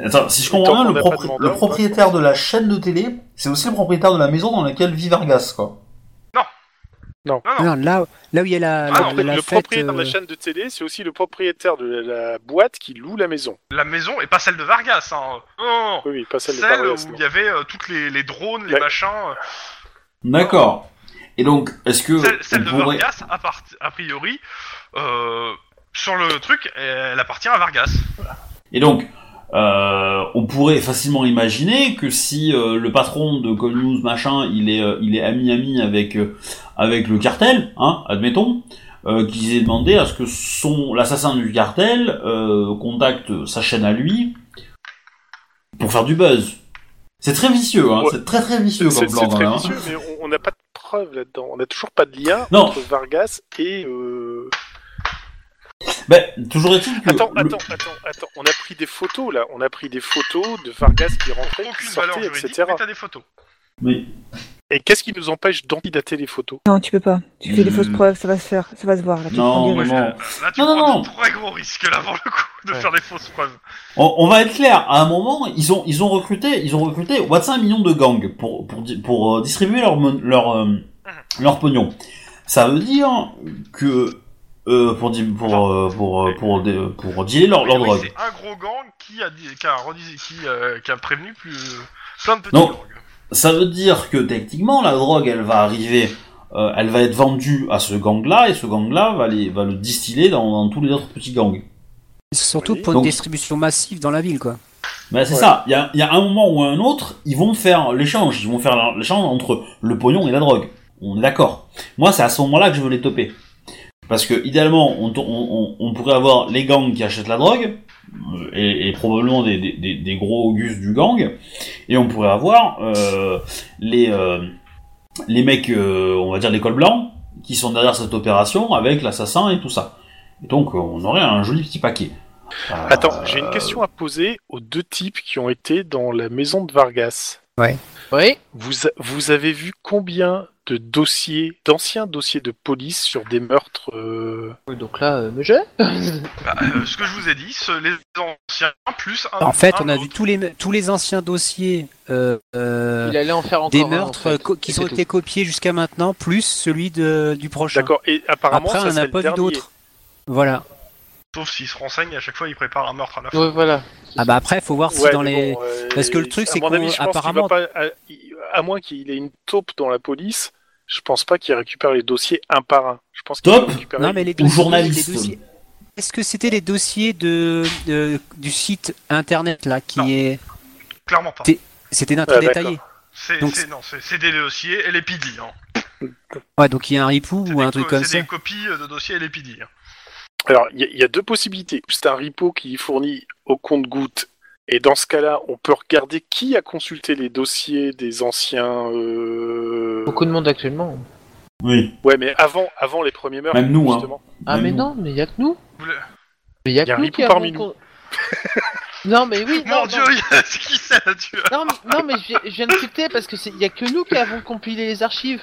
A: Attends, si je
C: Tant
A: comprends
C: qu'on
A: bien,
C: n'a
A: le,
C: pas
A: propri-
C: demandé,
A: le
C: on peut-
A: propriétaire de la chaîne de télé, c'est aussi le propriétaire de la maison dans laquelle vit Vargas, quoi.
B: Non, non,
F: Non, là, là où il y a la,
B: Ah
F: la-
B: non,
F: la
C: Le
F: fête,
C: propriétaire de
F: euh,
C: la chaîne de télé, c'est aussi le propriétaire de la, la boîte qui loue la maison.
B: la maison et pas celle de Vargas. Hein. Non, non, non.
C: Oui, oui, pas celle, de
B: celle
C: Barbados,
B: où
C: non.
B: il y avait euh, toutes les, les drones, les
C: Ouais.
B: machins. euh,
A: D'accord. Et donc, est-ce que
B: Celle, celle
A: on
B: de
A: pourrait-
B: Vargas, à part- a priori, euh, sur le truc, elle appartient à Vargas.
A: Et donc, euh, on pourrait facilement imaginer que si euh, le patron de Call News, machin, il est, euh, il est ami-ami avec, euh, avec le cartel, hein, admettons, euh, qu'ils aient demandé à ce que son l'assassin du cartel euh, contacte sa chaîne à lui pour faire du buzz. C'est très vicieux, hein,
C: Ouais.
A: c'est très très vicieux
C: C'est
A: comme plan
C: c'est
A: quand
C: très
A: même, hein.
C: vicieux, mais on- on n'a pas de preuve là-dedans. On n'a toujours pas de lien
A: Non.
C: entre Vargas et. euh,
A: Ben, toujours est-il que
C: Attends,
A: le-
C: attends, attends, attends. On a pris des photos là. On a pris des photos de Vargas qui rentrait, qui
B: Aucune valeur
C: sortait,
B: juridique,
C: etc.
B: mais t'as des photos.
C: Et qu'est-ce qui nous empêche d'antidater les photos
E: Non, tu peux pas. Tu fais des
A: Hmm.
E: fausses preuves, ça va se faire, ça va se voir. Là, tu
A: Non,
E: prends des
A: mais
E: risques.
A: bon.
B: Là, tu
A: Non,
B: prends
A: non,
B: de très gros risques, là, pour le coup, de
C: Ouais.
B: faire des fausses preuves.
A: On, on va être clair, à un moment, ils ont, ils ont recruté, ils ont recruté 25 millions de gangs pour, pour, di- pour euh, distribuer leur, mon- leur, euh, leur pognon. Ça veut dire que euh, pour, di- pour, euh, pour, euh, pour, dé- pour, dealer leur, leur
B: Oui, oui,
A: drogue.
B: C'est un gros gang qui a, dit- qui a, redis- qui, euh, qui a prévenu plus, plein de petits
A: Non.
B: gangs.
A: Ça veut dire que techniquement, la drogue, elle va arriver, euh, elle va être vendue à ce gang-là, et ce gang-là va, les- va le distiller dans, dans tous les autres petits gangs.
F: c'est surtout
C: Oui.
F: pour une
A: Donc-
F: distribution massive dans la ville, quoi.
A: Ben, c'est
C: Ouais.
A: ça, il y a, il y a un moment ou un autre, ils vont faire l'échange, ils vont faire l'échange entre le pognon et la drogue. On est d'accord. Moi, c'est à ce moment-là que je veux les toper. Parce que, idéalement, on, to- on- on- on pourrait avoir les gangs qui achètent la drogue, euh, et, et probablement des, des- des- des gros gus du gang, et on pourrait avoir euh, les, euh, les mecs, euh, on va dire les cols blancs, qui sont derrière cette opération avec l'assassin et tout ça. Et donc, euh, on aurait un joli petit paquet. Euh,
C: Attends, j'ai une question à poser aux deux types qui ont été dans la maison de Vargas.
D: Oui.
C: Vous, a- vous avez vu combien de dossiers, d'anciens dossiers de police sur des meurtres. euh,
D: Oui, Donc là, euh, mais j'ai.
B: Bah, euh, ce que je vous ai dit, ce- les anciens plus un.
F: En fait,
B: un
F: on a
B: autre.
F: vu tous les, tous les anciens dossiers euh, euh,
D: Il allait en faire encore.
F: des
D: un, en
F: meurtres euh,
D: fait.
F: co- qui
D: Et
F: sont
D: c'est
F: été copiés jusqu'à maintenant, plus celui de, du prochain.
C: D'accord. Et apparemment,
F: Après,
C: ça
F: on
C: c'est
F: n'a
C: le
F: pas vu
C: dernier.
F: d'autres. Voilà.
B: Sauf s'ils se renseignent, à chaque fois ils préparent un meurtre à la
D: tout.
B: fin.
D: Ouais, voilà.
F: Ah bah après, faut voir si
C: Ouais,
F: dans
C: mais
F: les.
C: bon, euh,
F: parce que le truc,
C: à
F: c'est
C: mon
F: qu'on-
C: avis, je pense qu'il
F: apparemment-
C: va pas- à, il- à moins qu'il ait une taupe dans la police, je pense pas qu'il récupère les dossiers un par un. Je pense qu'il va
G: Taupe
C: récupérer-
F: Non mais les
G: Ou
F: dossiers-
G: journaliste.
F: les dossiers- Est-ce que c'était les dossiers de, de- du site internet là qui
B: Non.
F: est
B: Clairement pas.
F: T'es- c'était d'un
C: Ah,
F: tout
C: d'accord.
F: détaillé.
B: C'est
F: donc-
B: c'est- non, c'est c'est des dossiers LPD. Hein.
F: Ouais, donc il y a un ripou
B: C'est
F: ou
B: des
F: un truc
B: co-
F: comme
B: c'est
F: ça.
B: des copies euh, de dossiers LPD. hein.
C: Alors, il y, a- il y a deux possibilités. C'est un repo qui fournit au compte-goutte. Et dans ce cas-là, on peut regarder qui a consulté les dossiers des anciens. euh,
D: Beaucoup de monde actuellement.
G: Oui.
C: Ouais, mais avant, avant les premiers meurtres.
G: Même nous, hein.
C: justement.
D: Ah, mais
G: Même
D: non, mais il y a que nous.
B: Vous le-
D: Mais il y a
C: Y a
D: que
C: un
D: nous
C: hibou
D: qui
C: parmi
D: avons- Non, mais oui. non,
B: Mon
D: non.
B: dieu, il y a ce qui c'est là-dessus.
D: Non, mais- non, mais je viens- je viens de citer parce que c'est il y a que nous qui avons compilé les archives.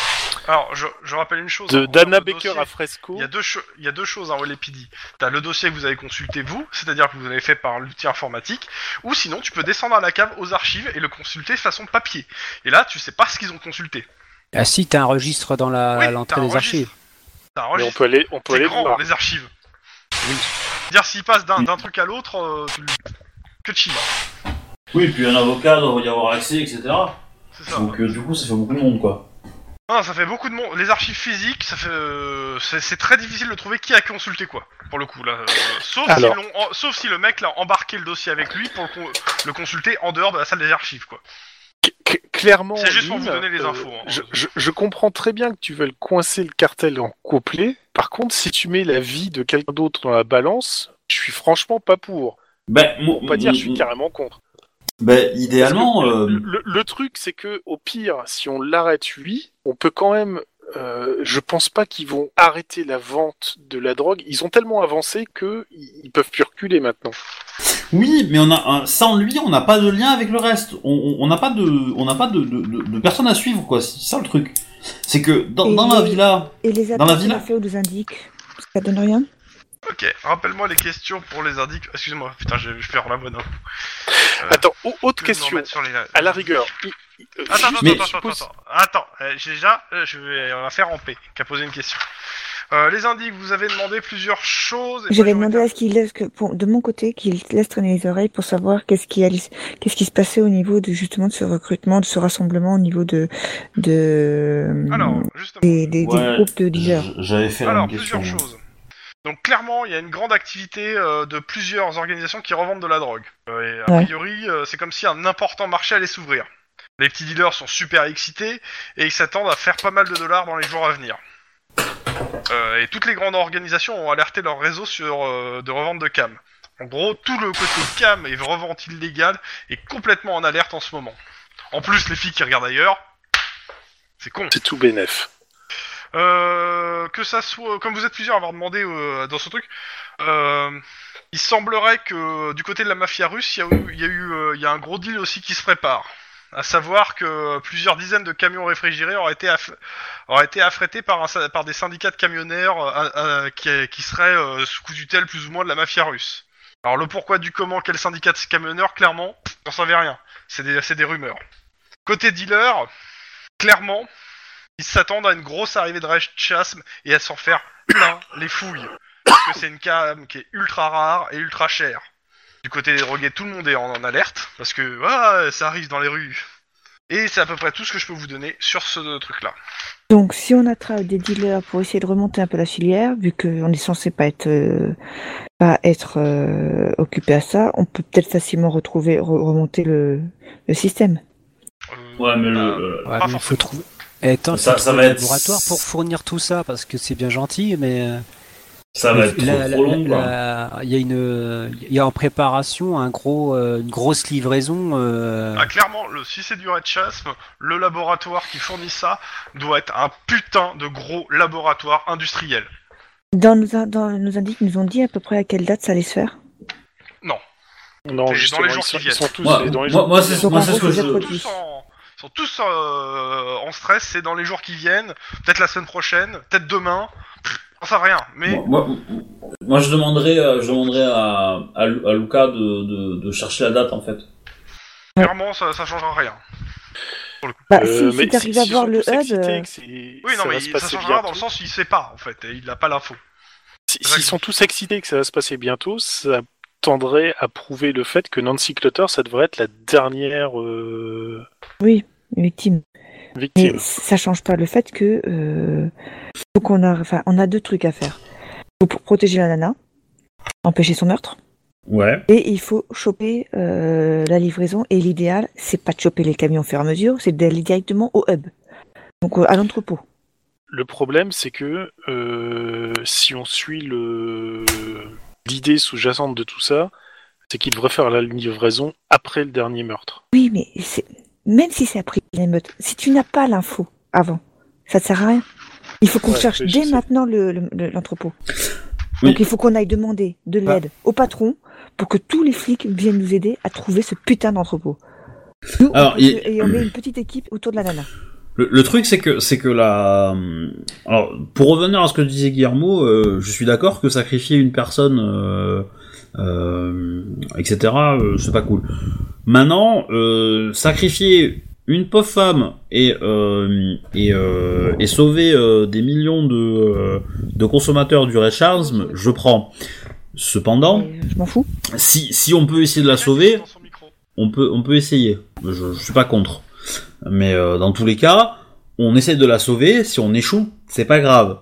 B: Alors, je, je rappelle une chose.
C: de
B: hein, en termes
C: d'Anna
B: de
C: Baker
B: dossier,
C: à Fresco.
B: Il y, a deux cho- il y a deux choses hein, au LPD. T'as le dossier que vous avez consulté vous, c'est-à-dire que vous avez fait par l'outil informatique, ou sinon tu peux descendre à la cave aux archives et le consulter façon papier. Et là, tu sais pas ce qu'ils ont consulté.
F: Ah si, t'as un registre dans la
B: Oui,
F: l'entrée
B: t'as un
F: des archives.
B: T'as un
C: Mais on
B: registre,
C: peut aller, on peut
B: c'est
C: aller
B: grand,
C: voir.
B: les archives. Dire s'ils passent d'un d'un truc à l'autre, euh, tu le- que de chine, hein.
G: Oui, puis un avocat doit y avoir accès, etc.
B: C'est ça.
G: Donc euh, du coup, ça fait beaucoup de monde, quoi.
B: Non, ça fait beaucoup de monde. Les archives physiques, ça fait, euh, c'est c'est très difficile de trouver qui a consulté quoi, pour le coup là. Euh, sauf, si
C: Alors.
B: l'on- en- sauf si le mec l'a embarqué le dossier avec lui pour le, con- le consulter en dehors de la salle des archives quoi.
C: Cl- cl- clairement,
B: C'est juste pour
C: Lynn,
B: vous donner les
C: euh,
B: infos, hein.
C: je, je- je comprends très bien que tu veuilles coincer le cartel en couplet. Par contre, si tu mets la vie de quelqu'un d'autre dans la balance, je suis franchement pas pour.
G: Ben, mo-
C: Pour pas dire, je
G: mo-
A: Mm,
C: suis carrément contre.
G: ben,
C: Parce que
G: idéalement, euh,
C: le, le- le truc, c'est que au pire, si on l'arrête lui, on peut quand même. euh, je pense pas qu'ils vont arrêter la vente de la drogue. Ils ont tellement avancé que ils ils peuvent plus reculer maintenant.
G: oui, mais on a un- sans lui, on n'a pas de lien avec le reste. On- On on n'a pas de, on n'a pas de, de, de- de personne à suivre, quoi. C'est ça le truc. C'est que dans,
E: Et
G: dans la
E: les-
G: villa,
E: Et les
G: Dans la
E: attaques qu'on
G: villa.
E: a fait ou des indiques Ça donne rien
B: Ok, rappelle-moi les questions pour les indices. Excuse-moi, putain, je, je perds la bonne. hein. Euh,
C: Attends, au- autre
B: je vais Ah, me
C: question.
B: remettre sur les- euh,
C: À la rigueur. i- i- euh,
B: Attends, attends,
C: juste,
G: Mais-
B: attends,
C: je
B: attends,
C: pose-
B: attends, attends. Euh, j'ai déjà, euh, je vais on va faire en paix, qui a posé une question. Euh, les indices, vous avez demandé plusieurs choses. et
E: J'avais
B: moi,
E: demandé à ce qu'il laisse, que, pour- de mon côté, qu'il laisse traîner les oreilles pour savoir qu'est-ce qui, allait- qu'est-ce qui se passait au niveau de, justement de ce recrutement, de ce rassemblement, au niveau de, de,
B: Alors, justement.
E: des, des- des
G: Ouais.
E: groupes de dealers.
G: j- j'avais fait la
B: Alors,
G: même question.
B: plusieurs choses. Donc clairement, il y a une grande activité euh, de plusieurs organisations qui revendent de la drogue. Euh, et a
E: Ouais.
B: priori, euh, c'est comme si un important marché allait s'ouvrir. Les petits dealers sont super excités et ils s'attendent à faire pas mal de dollars dans les jours à venir. Euh, et toutes les grandes organisations ont alerté leur réseau sur euh, de revente de cam. En gros, tout le côté cam et revente illégale est complètement en alerte en ce moment. En plus, les filles qui regardent ailleurs, c'est con.
C: C'est tout bénef.
B: Euh, que ça soit, comme vous êtes plusieurs à avoir demandé euh, dans ce truc, euh, il semblerait que du côté de la mafia russe, il y a, eu- il y a eu, euh, il y a un gros deal aussi qui se prépare. À savoir que plusieurs dizaines de camions réfrigérés auraient été, aff- auraient été affrétés par, un sy- par des syndicats de camionnaires euh, euh, qui, qui seraient euh, sous coup tutelle plus ou moins de la mafia russe. Alors le pourquoi du comment, quel syndicat de camionneurs, clairement, j'en savais rien. C'est des, c'est des rumeurs. Côté dealer, clairement, ils s'attendent à une grosse arrivée de chasme et à s'en faire plein les fouilles. Parce que c'est une cam qui est ultra rare et ultra chère. Du côté des drogués, tout le monde est en, en alerte, parce que ah, ça arrive dans les rues. Et c'est à peu près tout ce que je peux vous donner sur ce truc-là.
E: Donc, si on attrape des dealers pour essayer de remonter un peu la filière, vu qu'on est censé pas être, euh, pas être euh, occupé à ça, on peut peut-être facilement retrouver, re- remonter le, le système.
B: Euh,
G: Ouais, mais le,
B: bah,
G: euh,
F: Ouais,
B: Pas
F: mais faut
B: forcément.
F: trouver. Eh, attends,
G: Ça-
F: faut
G: ça
F: trouver
G: va
F: le
G: être-
F: laboratoire pour fournir tout ça parce que c'est bien gentil, mais euh,
A: Ça va être trop,
F: La- la-
A: trop long,
F: la-
A: quoi.
F: la- Il y a une, il y a en préparation un gros, euh, une grosse livraison. euh,
B: Ah, clairement, le, si c'est du rat de chasme, le laboratoire qui fournit ça doit être un putain de gros laboratoire industriel.
E: Dans nos, dans nos indices, ils nous ont dit à peu près à quelle date ça allait se faire.
C: Non,
B: dans les
C: justement,
B: jours
C: ils sont,
B: qui
C: ils sont tous
G: Moi,
C: dans les
G: moi-
C: jours
G: moi,
C: qui
G: c'est
C: viennent.
G: moi,
E: en
G: c'est ce
E: gros,
G: que
E: c'est
G: je...
B: Ils sont
E: la
B: tous en, ils sont tous euh, en stress, c'est dans les jours qui viennent, peut-être la semaine prochaine, peut-être demain, pff, j'en sais rien, mais
G: Moi, moi- moi, je demanderais, euh, je demanderais à, à, Lu- à Luca de, de, de chercher la date en fait.
B: clairement ça, ça changera rien.
E: Bah,
C: Euh,
E: si
C: mais
E: si t'arrives à
C: s'ils
E: voir
C: sont
E: le
C: tous
E: HUD,
C: excités,
E: euh,
C: que c'est-
B: Oui, non,
C: ça
B: mais
C: va se
B: il- ça
C: passer
B: changera dans
C: bientôt.
B: le sens où il sait pas en fait, et il n'a pas l'info.
C: Si-
B: Ouais.
C: S'ils sont tous excités que ça va se passer bientôt, ça tendrait à prouver le fait que Nancy Clutter, ça devrait être la dernière euh,
E: victime. Mais
C: victime.
E: ça change pas le fait que euh, faut qu'on a, enfin, on a deux trucs à faire. Il faut pr- protéger la nana, empêcher son meurtre,
A: Ouais.
E: et il faut choper euh, la livraison. Et l'idéal, c'est pas de choper les camions au fur et à mesure, c'est d'aller directement au hub, donc euh, à l'entrepôt.
C: Le problème, c'est que euh, si on suit le l'idée sous-jacente de tout ça, c'est qu'il devrait faire la livraison après le dernier meurtre.
E: Oui, mais c'est- même si c'est après l'émeute, si tu n'as pas l'info avant, ça ne sert à rien. Il faut qu'on
C: Ouais,
E: cherche
C: mais je
E: dès
C: sais.
E: maintenant le- le- le- l'entrepôt.
G: Oui.
E: Donc il faut qu'on aille demander de
G: Ah.
E: l'aide au patron pour que tous les flics viennent nous aider à trouver ce putain d'entrepôt. Nous, on
A: Alors,
E: peut
A: il-
E: se- et on met une petite équipe autour de la nana.
A: Le, le truc, c'est que, c'est que la. euh, Alors, pour revenir à ce que disait Guillermo, euh, je suis d'accord que sacrifier une personne, euh, euh, etc., euh, c'est pas cool. Maintenant, euh, sacrifier une pauvre femme et euh, et, euh, et sauver euh, des millions de euh, de consommateurs du récharme, je prends. Cependant,
E: Et, euh, Je m'en fous.
A: si si on peut essayer de la sauver, on peut, on peut essayer. Je, je suis pas contre. Mais euh, dans tous les cas, on essaie de la sauver. Si on échoue, c'est pas grave.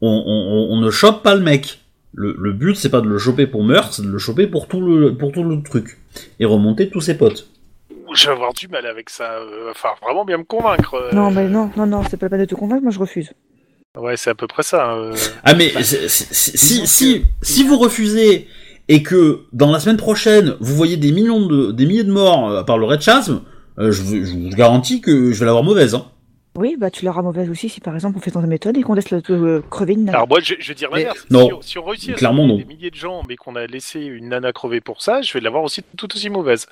A: On, on- on- on ne chope pas le mec. Le, le but, c'est pas de le choper pour meurtre, c'est de le choper pour tout le, pour tout le truc. Et remonter tous ses potes.
C: Ouh, Je vais avoir du mal avec ça. euh, Enfin, vraiment bien me convaincre. euh.
E: Non, mais non, non, non, c'est pas la peine de te convaincre, moi je refuse.
C: Ouais, c'est à peu près ça. euh.
A: Ah mais
F: Bah,
A: c'est- c'est- c'est- si, si, si vous refusez et que dans la semaine prochaine, vous voyez des millions de, des milliers de morts euh, par le Red Chasm, euh, je, vous- je vous garantis que je vais l'avoir mauvaise. Hein.
E: Oui, bah tu l'auras mauvaise aussi si par exemple on fait ton méthode et qu'on laisse le, euh, crever une nana.
C: Alors moi, je, je vais dire
F: Mais-
C: l'inverse.
A: non,
C: si, on- si on réussit à
A: clairement
C: sauver
A: non.
C: des milliers de gens, mais qu'on a laissé une nana crever pour ça, je vais l'avoir aussi tout aussi mauvaise.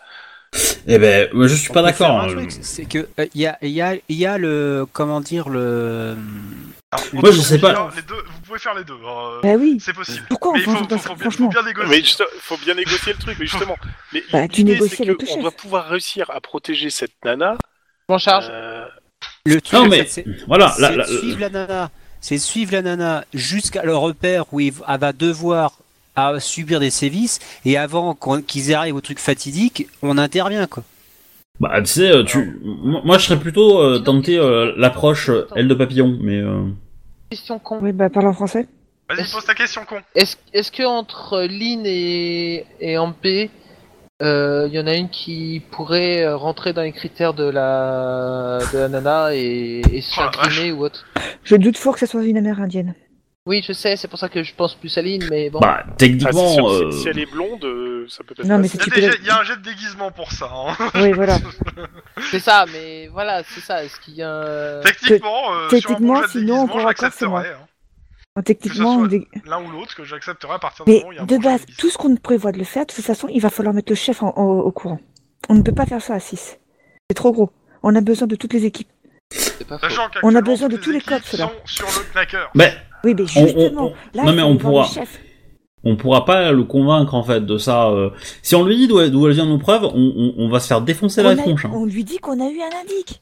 A: Eh ben, moi, je suis pas
F: on peut faire
A: d'accord.
F: un
A: hein.
F: truc, C'est que euh, il y a, il y a, il y a le, comment dire le.
A: Moi, je sais pas.
B: Les deux, vous pouvez faire les deux. euh,
E: Bah oui.
B: c'est possible.
E: Pourquoi on
B: Mais il faut,
E: fonce
B: faut-
E: dans
B: faut
E: ça
B: bien,
E: Franchement.
B: faut bien
C: Mais
B: négocier.
C: il faut bien négocier le truc. Mais justement, mais
E: Bah, tu
C: l'idée,
E: négocies
C: c'est
E: avec
C: que
E: le
C: on
E: chef.
C: doit pouvoir réussir à protéger cette nana.
D: Je m'en charge.
C: euh,
F: Le truc,
A: Non,
F: en
A: mais-
F: fait, c'est-
A: Voilà,
F: c'est
A: la-
F: de
A: la-
F: suivre la nana, c'est de suivre la nana jusqu'à leur repère où il- elle va devoir à subir des sévices et avant qu'on- qu'ils arrivent au truc fatidique, on intervient quoi.
A: bah, tu sais, euh, tu... moi moi, je serais plutôt euh, tenté euh, l'approche euh, aile de papillon, mais euh,
D: Question con.
E: Oui, bah parle en français.
B: Vas-y, pose ta question, con.
D: Est-ce est-ce que entre Lynn et, et Ampé, euh, il y en a une qui pourrait euh, rentrer dans les critères de la, de la nana et, et se
B: Oh la
D: faire grimer ou autre
E: Je doute fort que ce soit une amérindienne.
D: Oui, je sais, c'est pour ça que je pense plus à Lynn, mais bon.
A: bah,
C: ah, c'est sûr,
A: techniquement,
C: si-
A: euh,
C: si, elle est blonde, euh, ça peut être.
E: Non, mais
B: Il y, a
E: Tu
B: des
E: peux-
B: jets- il y a un jet de déguisement pour ça. hein.
E: Oui, voilà.
D: C'est ça, mais voilà, c'est ça. Est-ce qu'il y a. un-
B: Techniquement, euh, sur un
E: techniquement,
B: bon jet de
E: sinon,
B: déguisement,
E: encore
B: je
E: encore, c'est moi.
B: l'accepterais. hein.
E: Techniquement,
B: soit-
E: on dé-
B: L'un ou l'autre que j'accepterais à partir du
E: Mais
B: moment où il y a un
E: de
B: bon jet
E: base,
B: déguisement.
E: tout ce qu'on prévoit de le faire, de toute façon, il va falloir mettre le chef en- en- au courant. On ne peut pas faire ça à 6. C'est trop gros. On a besoin de toutes les équipes.
D: C'est pas faux.
B: Sachant
E: On
B: qu'actuellement,
E: a besoin de
B: toutes
E: tous les
B: équipes
E: cops, là.
B: sont sur le knacker.
A: ben,
E: Oui, mais
A: on-
E: justement,
A: on-
E: là,
A: non,
E: il
A: mais
E: faut
A: on pourra-
E: voir le chef.
A: on pourra pas le convaincre en fait de ça. euh. Si on lui dit d'où elle- d'où elle vient nos preuves, on, on- on va se faire défoncer
E: On,
A: la
E: a-
A: tronche. hein.
E: on lui dit qu'on a eu un indique.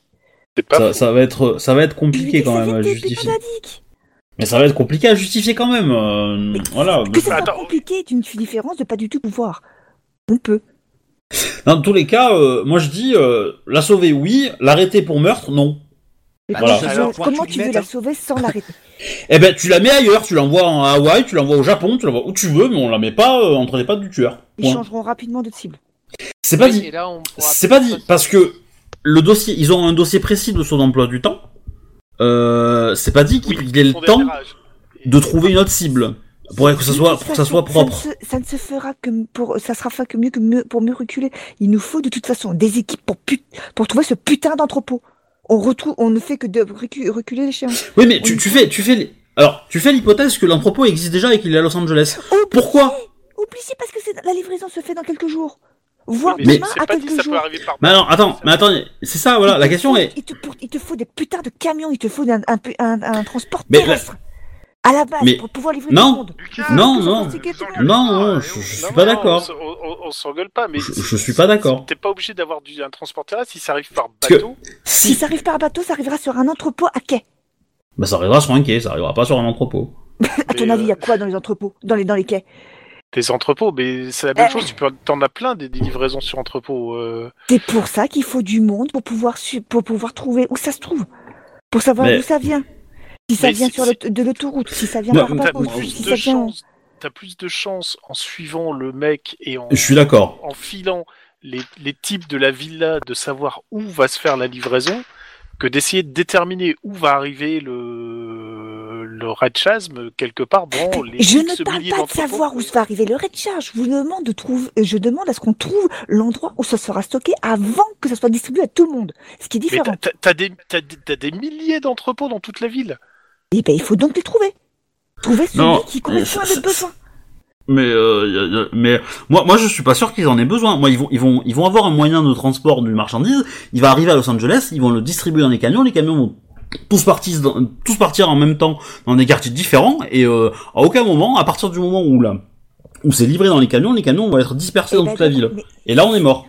C: C'est pas
A: Ça, ça va être, ça va être
E: Je lui
A: compliqué
E: dis que
A: quand
E: ça
A: même à
E: avait été
A: justifier.
E: putain d'indique.
A: Mais ça va être compliqué à justifier quand même. euh, Voilà.
E: Que ça soit
C: Attends.
E: compliqué d'une différence de pas du tout pouvoir. On peut.
A: Dans tous les cas, euh, moi je dis euh, la sauver oui, l'arrêter pour meurtre non.
E: Mais
A: Voilà.
E: comment tu veux-
F: Alors, faudra que
E: comment
F: tu
E: tu
F: lui
E: veux
F: mettes,
E: la
F: hein.
E: sauver sans l'arrêter
A: Eh ben tu la mets ailleurs, tu l'envoies en Hawaï, tu l'envoies au Japon, tu l'envoies où tu veux, mais on la met pas euh, entre les pattes du tueur.
E: Ils
A: Point.
E: changeront rapidement de cible.
A: C'est pas
D: Oui,
A: dit.
D: et là, on pourra-
A: C'est pas dit parce que le dossier, ils ont un dossier précis de son emploi du temps. Euh, c'est pas dit qu'il
C: Oui,
A: qu'il ait
C: son
A: le temps
C: démarrage. Et-
A: de trouver une autre cible. Pour que ça
E: De
A: soit,
E: toute
A: pour que ça
E: façon,
A: soit propre.
E: Ça ne, se, ça ne se fera que pour, ça sera fait que mieux que mieux- pour mieux reculer. Il nous faut de toute façon des équipes pour put- pour trouver ce putain d'entrepôt. On retrouve, on ne fait que de recu- reculer l'échéance.
A: Oui, mais tu, tu fais, tu fais, les- alors, tu fais l'hypothèse que l'entrepôt existe déjà et qu'il est à Los Angeles.
E: Oubliez-
A: Pourquoi
E: Oubliez parce que c'est- la livraison se fait dans quelques jours, voire
C: Mais
E: demain
C: c'est
E: à
C: pas dit,
E: quelques
C: ça peut
E: jours.
C: arriver par.
A: Mais alors, attends, mais attends, c'est ça, voilà, la question est.
E: Il te, pour- il te faut des putains de camions, il te faut un, un pu- un- un transport
A: Mais la-
E: terrestre à la base
A: Mais-
E: pour pouvoir livrer
A: Non.
E: tout le monde.
B: Lucas,
A: Non,
B: vous
A: non.
B: vous engueulez
A: Non,
B: pas,
A: non,
B: allez,
A: je-
B: on-
A: je
B: non,
A: suis pas
B: mais-
A: d'accord.
C: On, on- on s'engueule pas, mais
A: Je- je suis pas d'accord.
C: T'es pas obligé d'avoir du, un transport terrestre si ça arrive par
A: Parce que-
C: bateau.
E: Si
A: Si.
E: ça arrive par bateau, ça arrivera sur un entrepôt à quai.
A: Bah, ça arrivera sur un quai, ça arrivera pas sur un entrepôt.
E: À ton
C: Mais,
E: avis, il y a
C: euh,
E: quoi dans les entrepôts, dans les dans les quais
C: Des entrepôts, mais c'est la même
E: Eh.
C: chose. Tu peux, t'en as plein des, des livraisons sur entrepôt. euh.
E: C'est pour ça qu'il faut du monde pour pouvoir, su- pour pouvoir trouver où ça se trouve, pour savoir
A: Mais-
E: d'où ça vient. Si ça
C: Mais
E: vient
C: si-
E: sur
C: si-
E: l'aut- de l'autoroute, si ça vient
A: Moi,
E: par
A: moi,
C: T'as
E: bateau,
A: moi,
C: plus
E: si ça
C: de
E: vient.
C: chance. T'as plus de chance en suivant le mec et en,
A: Je suis d'accord.
C: en filant les, les types de la villa de savoir où va se faire la livraison que d'essayer de déterminer où va arriver le le red chasm quelque part dans les
E: Je
C: X
E: ne parle
C: milliers
E: pas de
C: d'entrepôts.
E: savoir où va arriver le red charge. Je vous demande de trouver, euh, je demande à ce qu'on trouve l'endroit où ça sera stocké avant que ça soit distribué à tout le monde. Ce qui est
C: Mais
E: différent.
C: t'as- t'as- t'as des, t'as des- t'as des milliers d'entrepôts dans toute la ville.
E: Et ben, il faut donc les trouver. Trouver celui
A: Non, euh,
E: qui correspond à
A: c'est-
E: notre besoin. Eh
A: Mais, euh, y a- y a- mais moi, moi, je suis pas sûr qu'ils en aient besoin. Moi, ils vont, ils vont, ils vont avoir un moyen de transport d'une marchandise. Il va arriver à Los Angeles, ils vont le distribuer dans les camions. Les camions vont tous partir, dans- tous partir en même temps dans des quartiers différents. Et euh, à aucun moment, à partir du moment où là, où c'est livré dans les camions, les camions vont être dispersés
E: Eh
A: dans
E: ben,
A: toute la
E: donc,
A: ville.
E: mais-
A: Et là, on est mort.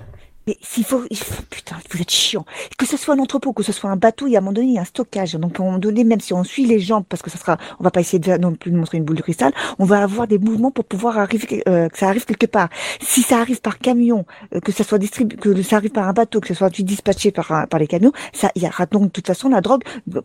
E: Mais s'il faut, il faut- Putain, vous êtes chiant. Que ce soit un entrepôt, que ce soit un bateau, il y a un moment donné, il y a un stockage. Donc, à un moment donné, même si on suit les jambes, parce que ça sera. On va pas essayer de faire non plus de montrer une boule de cristal, on va avoir des mouvements pour pouvoir arriver, euh, que ça arrive quelque part. Si ça arrive par camion, euh, que ça soit distribué, que ça arrive par un bateau, que ça soit ensuite dispatché par, un- par les camions, ça, il y aura donc, de toute façon, la drogue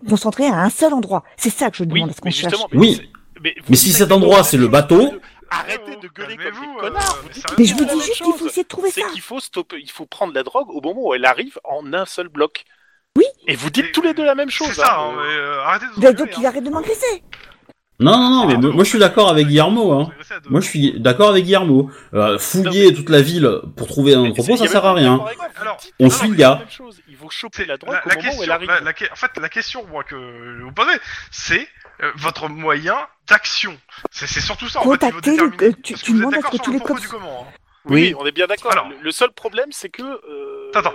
E: concentrée à un seul endroit. C'est ça que je
C: Oui,
E: demande à ce qu'on
C: mais
E: cherche.
C: justement.
A: Oui.
C: c'est- mais, vous
A: Mais si
C: dites
A: cet
C: exactement
A: endroit,
C: la
A: c'est
C: même
A: le
C: chose.
A: bateau-
C: Arrêtez de gueuler comme
B: Calmez-vous,
C: des
B: euh,
C: connards. vous
B: mais
C: dites
B: ça-
E: Mais je vous
C: exactement
E: dis
C: la
E: juste
C: même
E: qu'il faut
C: chose.
E: essayer de trouver
C: C'est
E: ça.
C: qu'il faut stopper, il faut prendre la drogue au moment où elle arrive en un seul bloc.
E: Oui.
C: Et vous dites tous les deux la même chose.
B: C'est ça,
C: hein.
B: hein, mais, euh, arrêtez de vous
E: Donc,
B: engueuler,
E: il
B: hein.
E: arrête de m'agresser.
A: Non, non, non. Mais
C: Ah.
A: moi, je suis d'accord avec Guillermo. Hein. Moi, je suis d'accord avec Guillermo. Euh, fouiller toute la ville pour trouver un
C: Mais c'est-
A: entrepôt,
C: il y
A: ça
C: a
A: sert
C: même
A: à
C: pas
A: rien.
C: d'accord avec moi, vous
B: Alors,
C: dites
A: on
C: tous
A: suit le
C: les deux la
A: gars.
C: même chose. Il faut choper
B: C'est
C: la drogue
B: la,
C: au
B: la
C: moment où elle
B: question,
C: arrive.
B: la- la que- en fait, la question moi, que je vais vous posez, c'est euh, votre moyen d'action. C'est c'est surtout ça, en fait, qu'il faut
E: Contacter le-
B: déterminer.
E: euh, tu-
B: Parce
E: tu
B: vous êtes
E: demandes à
B: d'accord
E: ce que
B: sur
E: tous
B: le
E: les
B: pourquoi
E: cops-
B: du comment, hein.
C: Oui, on est bien d'accord.
B: Alors-
C: Le, le seul problème, c'est que euh,
B: T'attends.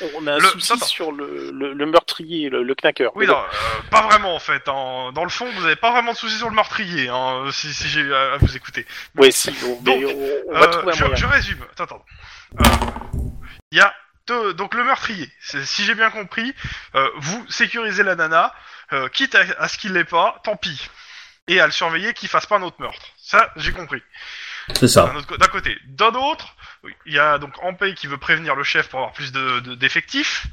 C: on, on a un
B: Le-
C: souci
B: t'attends.
C: sur le, le- le meurtrier, le, le knacker.
B: Oui,
C: Mais
B: non, euh, pas vraiment, en fait. hein. Dans le fond, vous n'avez pas vraiment de soucis sur le meurtrier, hein, si, si j'ai à à vous écouter.
C: bon, ouais, si, on, mais
B: Donc,
C: on- on va
B: Euh,
C: trouver un
B: je,
C: moyen.
B: je résume. Attends, attends. Euh, Il y a deux- donc le meurtrier. C'est- Si j'ai bien compris, euh, vous sécurisez la nana, euh, quitte à, à ce qu'il l'ait pas, tant pis. Et à le surveiller qu'il fasse pas un autre meurtre. Ça, j'ai compris.
A: C'est ça.
B: D'un autre co- d'un côté. D'un autre, oui, il y a donc Ampey qui veut prévenir le chef pour avoir plus de- de- d'effectifs.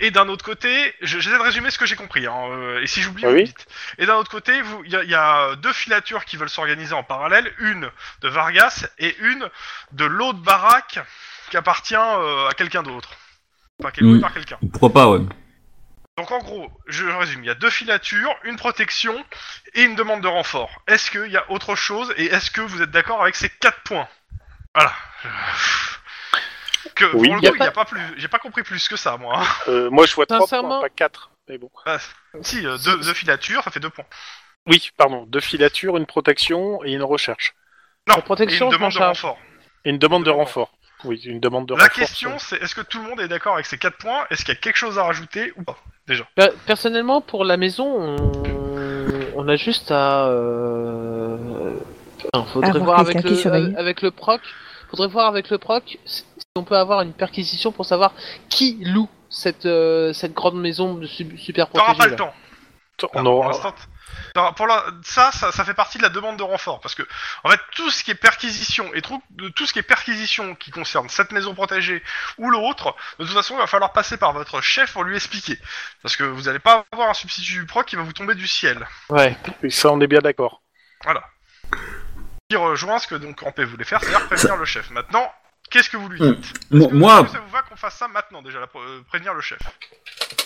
B: et d'un autre côté, je- j'essaie de résumer ce que j'ai compris. hein, euh, et si j'oublie,
C: Ah
B: vous
C: oui.
B: me dites. Et d'un autre côté, vous- il y, a- il y a deux filatures qui veulent s'organiser en parallèle. Une de Vargas et une de l'autre baraque qui appartient euh, à quelqu'un d'autre. Enfin, qui est louée
A: Mm.
B: par quelqu'un.
A: Pourquoi pas, ouais.
B: Donc en gros, je résume, il y a deux filatures, une protection et une demande de renfort. Est-ce qu'il y a autre chose et est-ce que vous êtes d'accord avec ces quatre points Voilà. Que,
C: Oui.
B: pour le
D: Y a
B: coup, il y a pas
D: pas-
B: plus, j'ai pas compris plus que ça, moi. hein.
C: Euh, moi, je vois trois points,
D: Sincèrement-
C: pas quatre. Mais bon.
B: si, euh, deux, deux filatures, ça fait deux points.
C: Oui, pardon. Deux filatures, une protection et une recherche.
B: Non,
D: La protection,
B: et une demande
D: je
B: de
D: m'en
B: renfort.
C: Et une demande de
B: D'accord.
C: renfort. Oui, une demande de
B: La
C: renfort.
B: question, c'est est-ce que tout le monde est d'accord avec ces quatre points Est-ce qu'il y a quelque chose à rajouter ou pas
D: Per- personnellement, pour la maison, on, on a juste à. Euh... enfin, faudrait
E: À avoir
D: voir avec
E: quelqu'un qui
D: le, euh,
E: surveille.
D: avec le proc. Faudrait voir avec le proc si si on peut avoir une perquisition pour savoir qui loue cette euh, cette grande maison de su- super
B: T'auras
D: protégée.
B: pas le
D: là.
B: temps.
C: on
B: Non, pour
C: aura-
B: l'instant, t- non, pour la- ça, ça, ça fait partie de la demande de renfort parce que en fait tout ce qui est perquisition et tout, de- tout ce qui est perquisition qui concerne cette maison protégée ou l'autre, de toute façon, il va falloir passer par votre chef pour lui expliquer parce que vous n'allez pas avoir un substitut du proc qui va vous tomber du ciel.
D: Ouais.
C: Oui, ça, on est bien d'accord.
B: euh, Voilà. Qui rejoint ce que donc Ampé voulait faire, c'est-à-dire prévenir le chef. Maintenant, Qu'est-ce que vous lui
A: Hmm.
B: dites Est-ce
A: Mo-
B: que-
A: Moi,
B: est-ce que ça vous va qu'on fasse ça maintenant déjà, là, pour, euh, prévenir le chef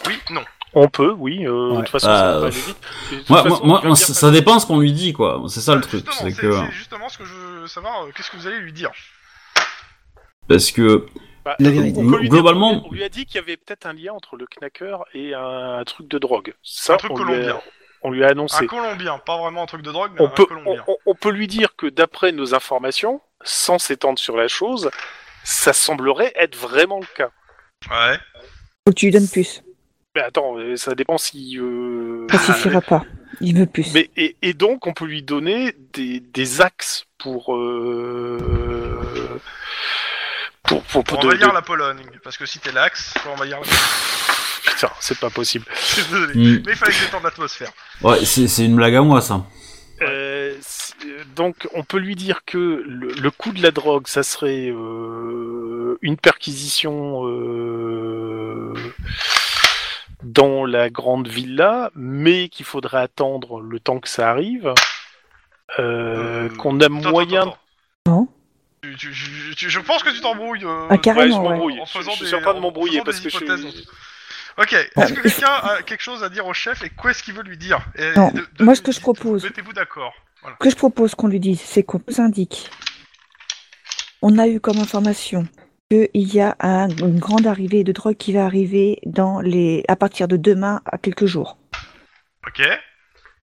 B: Oui, non.
C: On peut, oui. euh, De toute façon, ça va
A: Euh,
C: pas aller vite. Et de toute
A: moi,
C: façon,
A: moi,
C: tu
A: moi,
C: vas dire
A: ça,
C: pas-
A: ça dépend ce qu'on lui dit, quoi. C'est ça le
B: Voilà,
A: truc,
B: Bah, justement,
A: c'est
B: c'est-
A: que
B: c'est justement ce que je veux savoir. euh, Qu'est-ce que vous allez lui dire
A: parce que
C: Bah,
F: La
C: on-
F: vérité.
C: on peut lui dire-
A: Globalement-
C: on lui a dit qu'il y avait peut-être un lien entre le knacker et un, truc de drogue. Ça,
B: Un truc
C: on, lui a,
B: colombien.
C: on lui a
B: Un
C: annoncé.
B: Colombien, pas vraiment un truc de drogue, mais
C: On
B: un
C: peut, on,
B: Colombien.
C: on- on peut lui dire que d'après nos informations, sans s'étendre sur la chose, ça semblerait être vraiment le cas.
B: Ouais.
E: Faut que tu lui donnes plus.
C: Mais attends, euh, ça dépend si. euh,
E: Ça suffira pas. Il veut plus.
C: Mais, et, et donc, on peut lui donner des, des axes pour, euh, pour, pour, pour
B: On
C: de-
B: va lire
C: de-
B: la Pologne, parce que si t'es l'axe, on va lire la...
C: Putain, c'est pas possible.
B: Je suis désolé.
A: hmm,
B: Mais il fallait que j'étende l'atmosphère.
A: ouais, c'est c'est une blague à moi, ça.
C: Euh, c'est- euh, donc, on peut lui dire que le, le coût de la drogue, ça serait euh, une perquisition euh, dans la grande villa, mais qu'il faudrait attendre le temps que ça arrive.
B: Euh,
C: euh, qu'on a
B: Attends,
C: moyen
B: attends, attends.
E: Non.
B: Tu- tu- tu- tu- je pense que tu t'embrouilles. euh,
E: Ah, carrément,
C: Ouais, je
E: ouais.
C: m'embrouille.
B: En
C: Je,
B: faisant
C: je suis
B: des-
C: en train de
B: en
C: m'embrouiller
B: faisant
C: parce
B: des
C: que je
B: hypothèses
C: suis-
B: dans tout. Ok,
E: Ah,
B: est-ce que
E: mais-
B: quelqu'un a quelque chose à dire au chef et qu'est-ce qu'il veut lui dire Et
E: Non,
B: de- de-
E: moi, ce que je
B: dites-
E: propose-
B: Mettez-vous d'accord. Voilà.
E: Ce que je propose qu'on lui dise, c'est qu'on nous indique. On a eu comme information qu'il y a un- une grande arrivée de drogue qui va arriver dans les, à partir de demain à quelques jours.
B: Ok,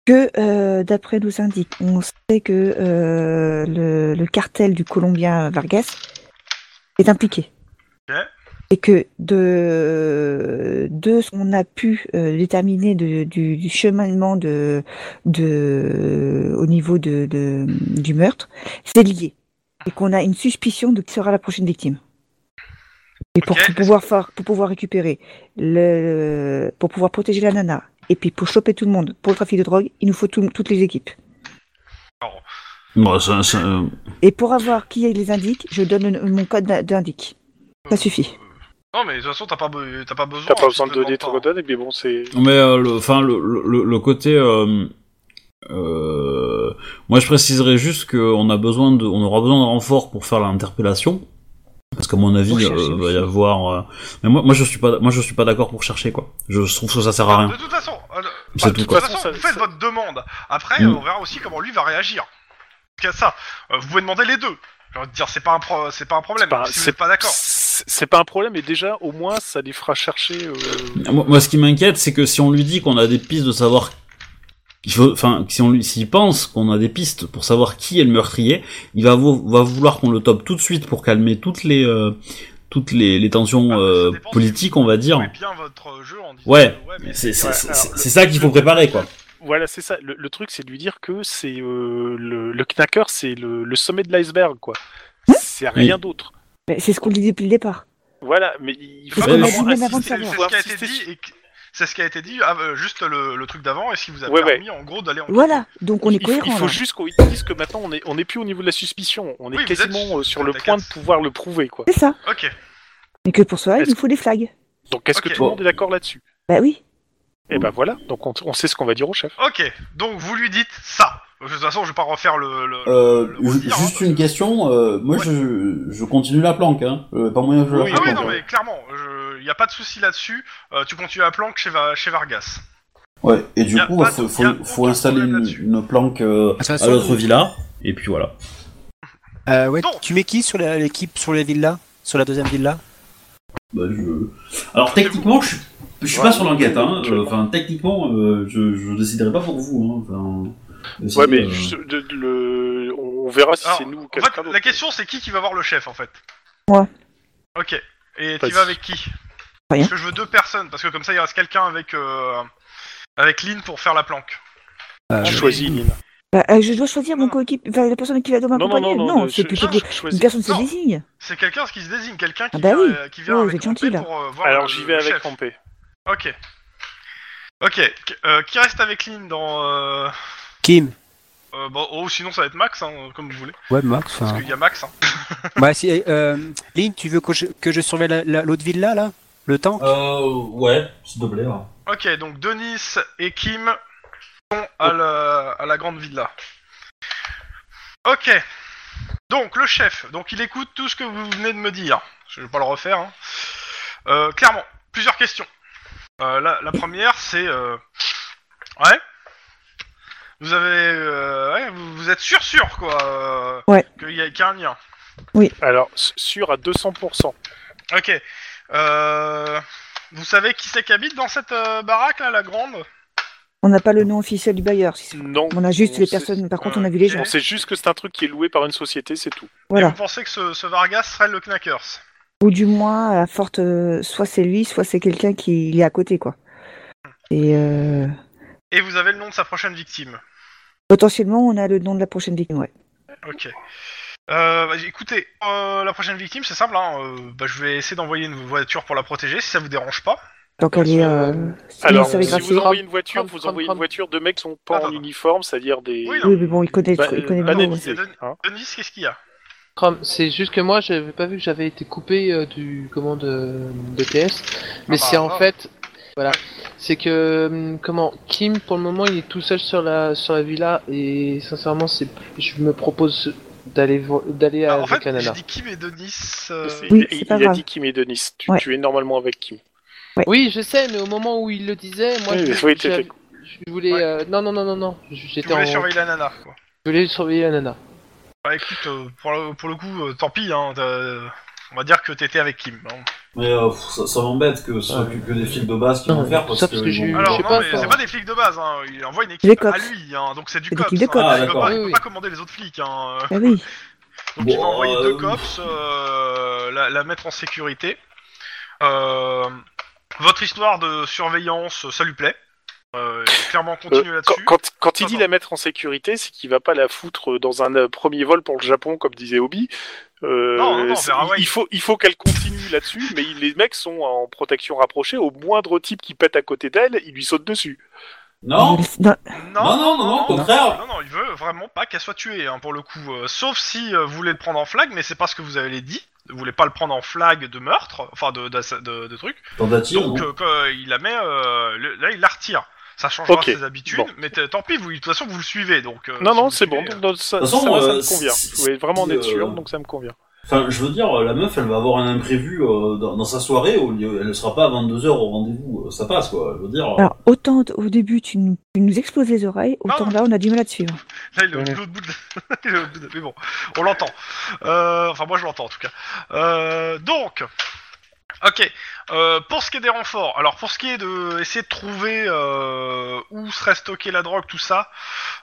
E: Que, euh, d'après nous indique, on sait que euh, le, le cartel du Colombien Vargas est impliqué.
B: Ok.
E: Et que de, de ce qu'on a pu euh, déterminer de- du, du cheminement de, de, au niveau de, de- du meurtre, c'est lié. Et qu'on a une suspicion de qui sera la prochaine victime. Et pour,
B: Ok.
E: pour pouvoir faire, pour pouvoir récupérer, le, pour pouvoir protéger la nana, et puis pour choper tout le monde, pour le trafic de drogue, il nous faut tout- toutes les équipes.
A: Bon, ça, ça, euh,
E: Et pour avoir qui les indique, je donne le- mon code d'in- d'indique. Ça suffit.
B: Non, mais de toute façon, t'as pas, be- t'as pas besoin.
C: T'as pas
B: hein,
C: besoin
B: tu
C: de
B: te
C: donner ton
B: demandes
C: codon, mais bon, c'est.
A: mais euh, le, enfin, le, le- le, le côté. euh, euh, moi, je préciserais juste qu'on a besoin de, on aura besoin de renfort pour faire l'interpellation. Parce qu'à mon avis,
E: Pour
A: euh,
E: chercher
A: il va
E: aussi.
A: y avoir. euh, Mais moi, moi, je suis pas, moi, je suis pas d'accord pour chercher quoi. Je trouve que ça sert à
B: pas.
A: rien.
B: De toute façon, euh, bah,
A: C'est
B: de
A: tout,
B: toute
A: quoi.
B: façon,
C: Ça-
B: vous faites
C: ça-
B: votre demande. Après,
A: Mm.
B: euh, on verra aussi comment lui va réagir. Qu'à ça, euh, vous pouvez demander les deux. J'ai envie de dire, c'est pas un, pro- c'est pas un problème.
C: C'est pas-
B: si vous
C: c'est-
B: n'êtes pas d'accord.
C: C'est c'est pas un problème, et déjà, au moins, ça les fera chercher. euh,
A: Moi, moi, ce qui m'inquiète, c'est que si on lui dit qu'on a des pistes de savoir, il faut- enfin, si on lui, s'il pense qu'on a des pistes pour savoir qui est le meurtrier, il va, vou- va vouloir qu'on le top tout de suite pour calmer toutes les, euh, toutes les, les tensions
B: Bah, ça
A: euh,
B: dépend si
A: politiques,
B: vous
A: on va
B: jouez
A: dire.
B: bien votre jeu en disant,
A: Ouais.
B: euh, ouais, mais
A: C'est c'est-
C: Ouais,
A: c'est-
C: alors,
A: c'est-
C: le-
A: c'est ça qu'il faut préparer, quoi.
C: Voilà, c'est ça. Le, le truc, c'est de lui dire que c'est euh, le, le knacker, c'est le, le sommet de l'iceberg, quoi. C'est rien d'autre.
E: Mais C'est ce qu'on dit depuis le départ.
C: Voilà, mais il faut
A: qu'on a dit
C: vraiment
E: même avant de
C: insister, il
E: savoir.
B: C'est
C: faut
B: ce qui a été
C: insister
B: dit,
C: sur-
B: et que- c'est ce qui a été dit, ah, euh, juste le, le truc d'avant, et ce qui vous a
C: Ouais,
B: permis en gros d'aller en.
E: Voilà, donc on est
C: Il faut- Il
E: cohérent.
C: faut
E: là.
C: juste qu'on lui dise que maintenant, on est, on est plus au niveau de la suspicion. On est
B: Oui, vous êtes-
C: quasiment euh, sur le
B: vous êtes
C: point de
B: d'accord.
C: pouvoir le prouver, quoi.
E: C'est ça.
B: Ok.
E: Mais que pour cela, il
C: Est-ce
E: nous faut des flags.
C: Donc, est-ce
B: Ok.
C: que tout le monde est d'accord là-dessus
E: Bah oui.
C: Et ben voilà. Donc, on, on sait ce qu'on va dire au chef.
B: Ok, donc vous lui dites ça. De toute façon, je vais pas refaire le. le-
G: Euh,
B: le- le
G: ju-
B: dire, hein,
G: juste
B: parce
G: une
B: que-
G: question, euh, moi
B: Ouais.
G: je, je continue la planque, hein. Euh, pas moyen que je la
C: Oui,
B: ah oui,
G: planque,
B: non,
G: hein.
B: mais clairement, il n'y a pas de souci là-dessus. Euh, tu continues à planque chez, Va- chez Vargas.
G: Ouais, et du
B: Y a
G: coup,
B: pas
G: faut,
B: de-
G: faut,
B: y a
G: faut
B: aucun
G: installer
B: problème
G: une,
B: là-dessus.
G: une planque euh,
F: toute
G: à
F: façon-
G: l'autre villa, et puis voilà.
F: Euh, ouais,
B: Donc-
F: tu mets qui sur la- l'équipe, sur la villa Sur la deuxième villa
G: Bah, je- Alors techniquement, je, suis- je suis pas sur l'enquête, hein. Euh, Enfin, techniquement, euh, je, je déciderai pas pour vous, hein. Enfin,
C: Ouais,
G: décider,
C: mais
G: euh,
C: je- de- de- le- on on verra si
B: Alors,
C: c'est nous ou
B: En
C: quelqu'un
B: fait,
C: d'autre.
B: la question, c'est qui qui va voir le chef en fait
E: Moi.
B: Ok, et tu
C: Vas-y.
B: vas avec qui
E: Rien.
B: Parce que je veux deux personnes, parce que comme ça, il reste quelqu'un avec. euh, Avec Lynn pour faire la planque.
E: Ah,
F: Euh,
C: Tu
B: je-
C: choisis, Nina.
E: Bah, euh, je dois choisir mon
B: Non.
E: coéquipier, enfin, la personne qui va demain
C: Non, non, non,
E: m'accompagner.
C: non, euh,
E: Non,
C: je-
E: c'est plutôt
C: je-
E: des-
C: je
E: une
C: choisis.
E: personne se
B: Non.
E: désigne.
B: C'est quelqu'un qui se désigne, quelqu'un qui
E: Ah bah
B: vient,
E: oui.
B: euh, qui vient
E: Oh, vous
B: avec
E: êtes gentil,
B: Pompée
E: là.
B: pour euh, voir
C: Alors
B: le-
C: j'y
B: le
C: vais avec
B: chef.
C: Pompé.
B: Ok. Ok. qu- euh, qui reste avec Lynn dans. Euh...
F: Kim
B: euh, bon, oh, sinon ça va être Max, hein, comme vous voulez.
F: Ouais, Max.
B: Parce qu'il y a Max. Hein.
F: Bah, si, euh, Lynn, tu veux que je, que je surveille la- la- l'autre villa, là Le temps
G: Euh, ouais, s'il te plaît. ouais.
B: Ok, donc Denis et Kim sont à la, à la grande villa. Ok. Donc, le chef, donc il écoute tout ce que vous venez de me dire. Je vais pas le refaire. hein. Euh, clairement, plusieurs questions. Euh, la, la première, c'est... euh, Ouais Vous avez... euh, ouais, vous, vous êtes sûr, sûr, quoi. euh,
E: Ouais.
B: Qu'il y a qu'un lien.
C: Alors, s- sûr à 200%.
B: Ok. Euh, Vous savez qui c'est qui habite dans cette euh, baraque, là, la grande
E: On n'a pas le nom officiel du bailleur. si c'est-
C: Non.
E: On a juste
C: on
E: les
C: sait- Ah.
E: personnes. Par contre,
B: euh,
E: on a vu les gens.
C: On sait juste que c'est un truc qui est loué par une société, c'est tout.
B: Et
E: Voilà.
B: vous pensez que ce, ce Vargas serait le Knackers
E: Ou du moins, à la forte, euh, soit c'est lui, soit c'est quelqu'un qui il est à côté, quoi. Et euh,
B: Et vous avez le nom de sa prochaine victime.
E: potentiellement, on a le nom de la prochaine victime. Ouais.
B: Ok. Euh, bah, écoutez, euh, la prochaine victime, c'est simple. Hein, euh, bah, je vais essayer d'envoyer une voiture pour la protéger, si ça vous dérange pas.
E: Donc elle est. euh,
C: Alors,
E: sur les
C: si vous
E: graphiques.
C: envoyez une voiture,
D: Chrome,
C: vous
D: Chrome,
C: envoyez une
D: Chrome.
C: voiture de mecs qui sont pas
B: Ah,
C: en
B: bah.
C: uniforme, c'est-à-dire des.
B: Oui,
E: Oui, mais bon, il connaît, le
C: Bah,
E: truc, il
C: euh,
E: connaît le nom. ouais.
C: banalisé, hein.
B: Denis, qu'est-ce qu'il y a
D: Chrome, C'est juste que moi, j'avais pas vu que j'avais été coupé euh, du comment de, de TS, mais
B: Ah bah,
D: c'est en
B: bravo.
D: fait, voilà, c'est que hum, comment Kim pour le moment il est tout seul sur la sur la villa et sincèrement c'est je me propose d'aller vo- d'aller
B: Ah,
D: à
B: En fait, j'ai
D: Canada.
B: dit Kim et Denis. euh,
C: C'est-
E: Oui,
C: il
E: c'est pas
C: il a
E: grave.
C: dit Kim et Denis. Tu,
E: Ouais.
C: tu es normalement avec Kim.
D: Oui, je sais, mais au moment où il le disait, moi
C: Oui,
D: je,
C: oui, t'étais-
D: j'avais- je voulais
B: Ouais.
D: euh, non non non non non,
B: Tu
D: j'étais en
B: voulais surveiller la nana, quoi.
D: je voulais surveiller la nana.
B: Bah écoute, euh, pour le, pour le coup, euh, tant pis, hein, t'as- on va dire que t'étais avec Kim. hein.
G: Mais euh, pff, ça, ça m'embête que ce soit plus que des flics de base qui vont
D: Ouais.
G: le faire parce
D: Sauf
G: que.
D: que j'ai eu-
G: bon.
B: Alors,
D: Je sais
B: non,
D: pas,
B: mais
D: ça.
B: c'est pas des flics de base, hein. il envoie une
E: Des
B: équipe
E: cops.
B: à lui, hein. donc c'est du
E: Des
B: cops.
E: équipes de
B: hein.
E: cops.
G: Ah,
B: il peut
G: d'accord.
B: pas, il peut
D: Oui, oui.
B: pas commander les autres flics. Hein. euh,
E: Ah oui.
B: Donc il va
G: Bon,
B: envoyer
G: euh,
B: deux cops, euh, la, la mettre en sécurité. Euh, votre histoire de surveillance, ça lui plaît Euh, Clairement, continue
C: Euh, quand,
B: là-dessus.
C: quand- quand il dit
B: Attends.
C: la mettre en sécurité, c'est qu'il va pas la foutre dans un euh, premier vol pour le Japon, comme disait Obi. Euh,
B: Non, non, non,
C: c'est-
B: Vera Wang.
C: il faut, il faut qu'elle continue là-dessus, mais il- les mecs sont en protection rapprochée. Au moindre type qui pète à côté d'elle, il lui saute dessus.
G: Non
E: Non,
G: Non, non, non, non, au contraire.
B: Non, non, il veut vraiment pas qu'elle soit tuée, hein, pour le coup. Euh, sauf si euh, vous voulez le prendre en flag, mais c'est pas ce que vous avez dit. Vous voulez pas le prendre en flag de meurtre, enfin de, d'assa- de, de truc.
G: Tentative,
B: Donc
G: non
B: euh, quand il la met, euh, le- là il la retire. Ça changera
C: Ok,
B: ses habitudes,
C: bon.
B: mais t- tant pis, vous, de toute façon vous le suivez. Donc, euh,
C: Non,
B: si vous
C: non,
B: le
C: c'est bon.
B: suivez,
C: donc, non, ça,
G: De toute façon,
C: ça, moi, ça
G: euh,
C: me convient.
G: si-
C: Je voulais vraiment en être
G: si,
C: sûr,
G: euh,
C: donc ça me convient.
G: Enfin, je veux dire, euh, la meuf, elle va avoir un imprévu euh, dans, dans sa soirée, au lieu- elle ne sera pas à 22h au rendez-vous, euh, ça passe quoi. Je veux dire. euh,
D: Ah.
E: Alors, autant t- au début, tu nous, tu nous explosais les oreilles, autant
B: Non.
E: là, on a du mal à te suivre.
B: Là, il est au- l'autre bout de... il est au bout de- Mais bon, on l'entend. Euh, enfin, moi, je l'entends, en tout cas. Euh, donc... Ok, Euh, pour ce qui est des renforts, alors pour ce qui est de essayer de trouver euh, où serait stockée la drogue, tout ça,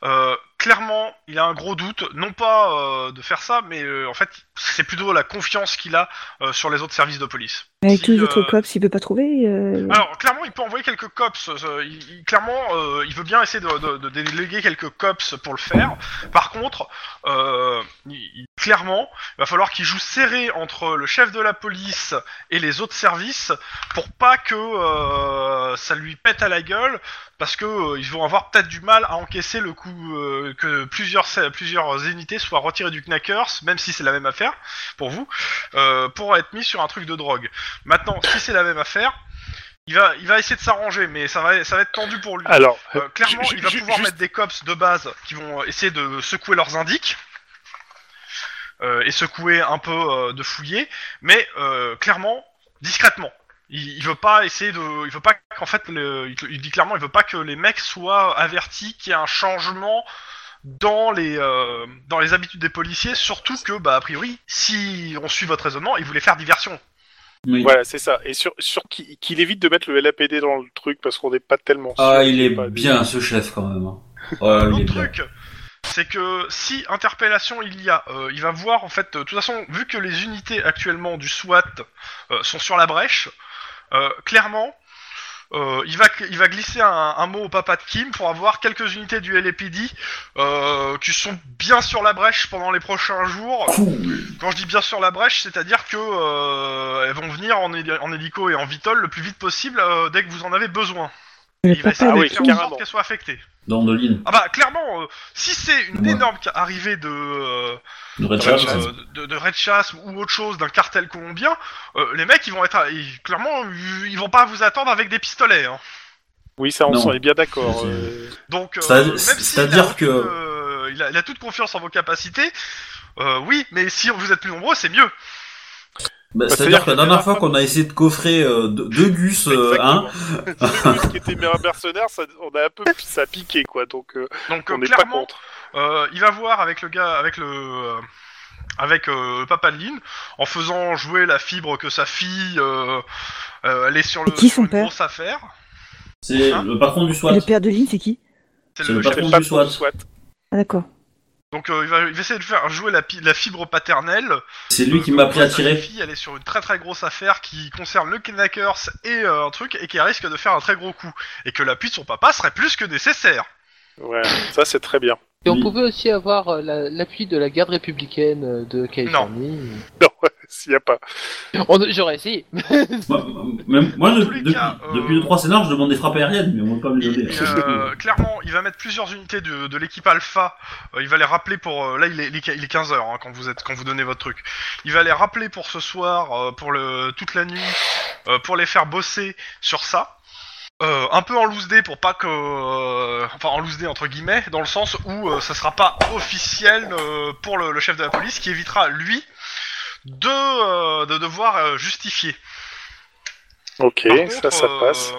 B: euh, clairement il a un gros doute, non pas euh, de faire ça, mais euh, en fait c'est plutôt la confiance qu'il a euh, sur les autres services de police.
E: Mais avec
B: Si,
E: tous les
B: euh,
E: autres cops, il peut pas trouver. euh,
C: Ah,
B: alors, clairement, il peut envoyer quelques cops. euh, il- il- clairement, euh, il veut bien essayer de, de- de déléguer quelques cops pour le faire. Par contre, euh, il- il- clairement, il va falloir qu'il joue serré entre le chef de la police et les autres services pour pas que euh, ça lui pète à la gueule, parce que euh, ils vont avoir peut-être du mal à encaisser le coup euh, que plusieurs sé- plusieurs unités soient retirées du Knackers, même si c'est la même affaire pour vous, euh, pour être mis sur un truc de drogue. Maintenant, si c'est la même affaire. Il va, il va essayer de s'arranger, mais ça va, ça va être tendu pour lui.
C: Alors,
B: Euh, clairement,
C: ju-
B: il va
C: ju-
B: pouvoir
C: juste-
B: mettre des cops de base qui vont essayer de secouer leurs indices euh, et secouer un peu euh, de fouiller, mais euh, clairement, discrètement. Il, il veut pas essayer de, il veut pas qu'en fait, le- il, il dit clairement, il veut pas que les mecs soient avertis qu'il y a un changement dans les euh, dans les habitudes des policiers, surtout que bah a priori, si on suit votre raisonnement, ils voulaient faire diversion.
G: oui.
C: Euh, voilà, c'est ça. Et sur, sur qui- qu'il évite de mettre le LAPD dans le truc parce qu'on n'est pas tellement sûr.
G: Ah,
C: qu'il
G: il
C: y ait
G: est
C: pas des-
G: bien ce chef quand même. hein. Ouais, il est
B: L'autre
G: bien.
B: truc, c'est que si interpellation il y a, euh, il va voir en fait, euh, de toute façon, vu que les unités actuellement du SWAT euh, sont sur la brèche, euh, clairement, euh, il, va, il va glisser un, un mot au papa de Kim pour avoir quelques unités du LAPD euh, qui sont bien sur la brèche pendant les prochains jours. Quand je dis bien sur la brèche, c'est-à-dire que euh, elles vont venir en, héli- en hélico et en vitol le plus vite possible euh, dès que vous en avez besoin.
E: il
B: Et
E: a
B: il va
E: pas
B: essayer
E: peur
C: ah
E: de
B: de
C: oui,
B: faire
E: tout.
B: en sorte
C: carrément.
B: qu'elles soient affectées.
G: Dans de l'île,
B: Ah bah clairement, euh, si c'est une
G: Ouais.
B: énorme ca- arrivée de, euh,
G: de Red
B: de,
G: Shack,
B: euh,
G: ça-
B: de- de Red Chasse ou autre chose d'un cartel colombien, euh, les mecs ils vont être à- ils- clairement ils vont pas vous attendre avec des pistolets. hein.
C: Oui, ça, on
G: Non.
C: s'en est bien d'accord.
G: C'est-
C: euh,
B: Donc euh,
G: Ça-
B: même
G: c'est-
B: s'il
G: c'est-à-dire
B: a
G: que-
B: aucune, euh, il, a, il a toute confiance en vos capacités, Euh, oui, mais si vous êtes plus nombreux, c'est mieux.
G: Bah,
C: Bah,
G: C'est-à-dire que la dernière fois
C: fois
G: qu'on a essayé de coffrer euh, deux, deux gus, euh,
A: hein.
G: un,
C: Exactement. Tout ce qui était mer- mercenaire, ça, on a un peu, ça a piqué quoi, donc euh,
B: Donc
C: on
B: euh,
C: n'est pas
B: clairement,
C: contre.
B: euh, il va voir avec le gars, avec le, euh, avec euh, le papa de Lynn, en faisant jouer la fibre que sa fille, euh, euh, elle est sur le
E: Et qui
B: sur
E: son
B: une
E: père
B: grosse affaire.
G: c'est
B: Hein
G: le patron du SWAT.
E: Le père de Lynn, c'est qui
B: C'est
G: C'est
B: le
G: le
B: chef.
C: C'est
G: patron
C: pas
G: du
C: pour le
G: SWAT.
C: SWAT.
E: Ah, d'accord.
B: Donc euh, il, va, il va essayer de faire jouer la, pi- la fibre paternelle.
G: C'est lui qui
B: Euh,
G: m'a
B: comme
G: appris à
B: ça, sa
G: tirer.
B: fille, elle est sur une très très grosse affaire qui concerne le Knackers et euh, un truc et qui risque de faire un très gros coup et que l'appui de son papa serait plus que nécessaire.
C: Ouais, ça c'est très bien.
D: Et on
G: Oui.
D: pouvait aussi avoir euh, la- l'appui de la garde républicaine euh, de Californie.
C: Non, s'il n'y a pas.
D: On- J'aurais essayé.
G: Moi, même- moi,
B: Dans
G: de-
B: tous les
G: depuis,
B: cas, euh,
G: depuis le 3 scénars, je demande des frappes aériennes, mais on ne pas me les
B: Il-
G: donner.
B: euh, clairement, il va mettre plusieurs unités de, de l'équipe Alpha. Euh, il va les rappeler pour euh, là il est, il est- il est 15 heures hein, quand vous êtes quand vous donnez votre truc. Il va les rappeler pour ce soir, euh, pour le toute la nuit, euh, pour les faire bosser sur ça. Euh, un peu en loose day pour pas que euh, enfin en loose day entre guillemets dans le sens où euh, ça sera pas officiel euh, pour le, le chef de la police qui évitera lui de euh, de devoir euh, justifier.
C: Ok,
B: Par
C: ça
B: contre,
C: ça
B: euh,
C: passe.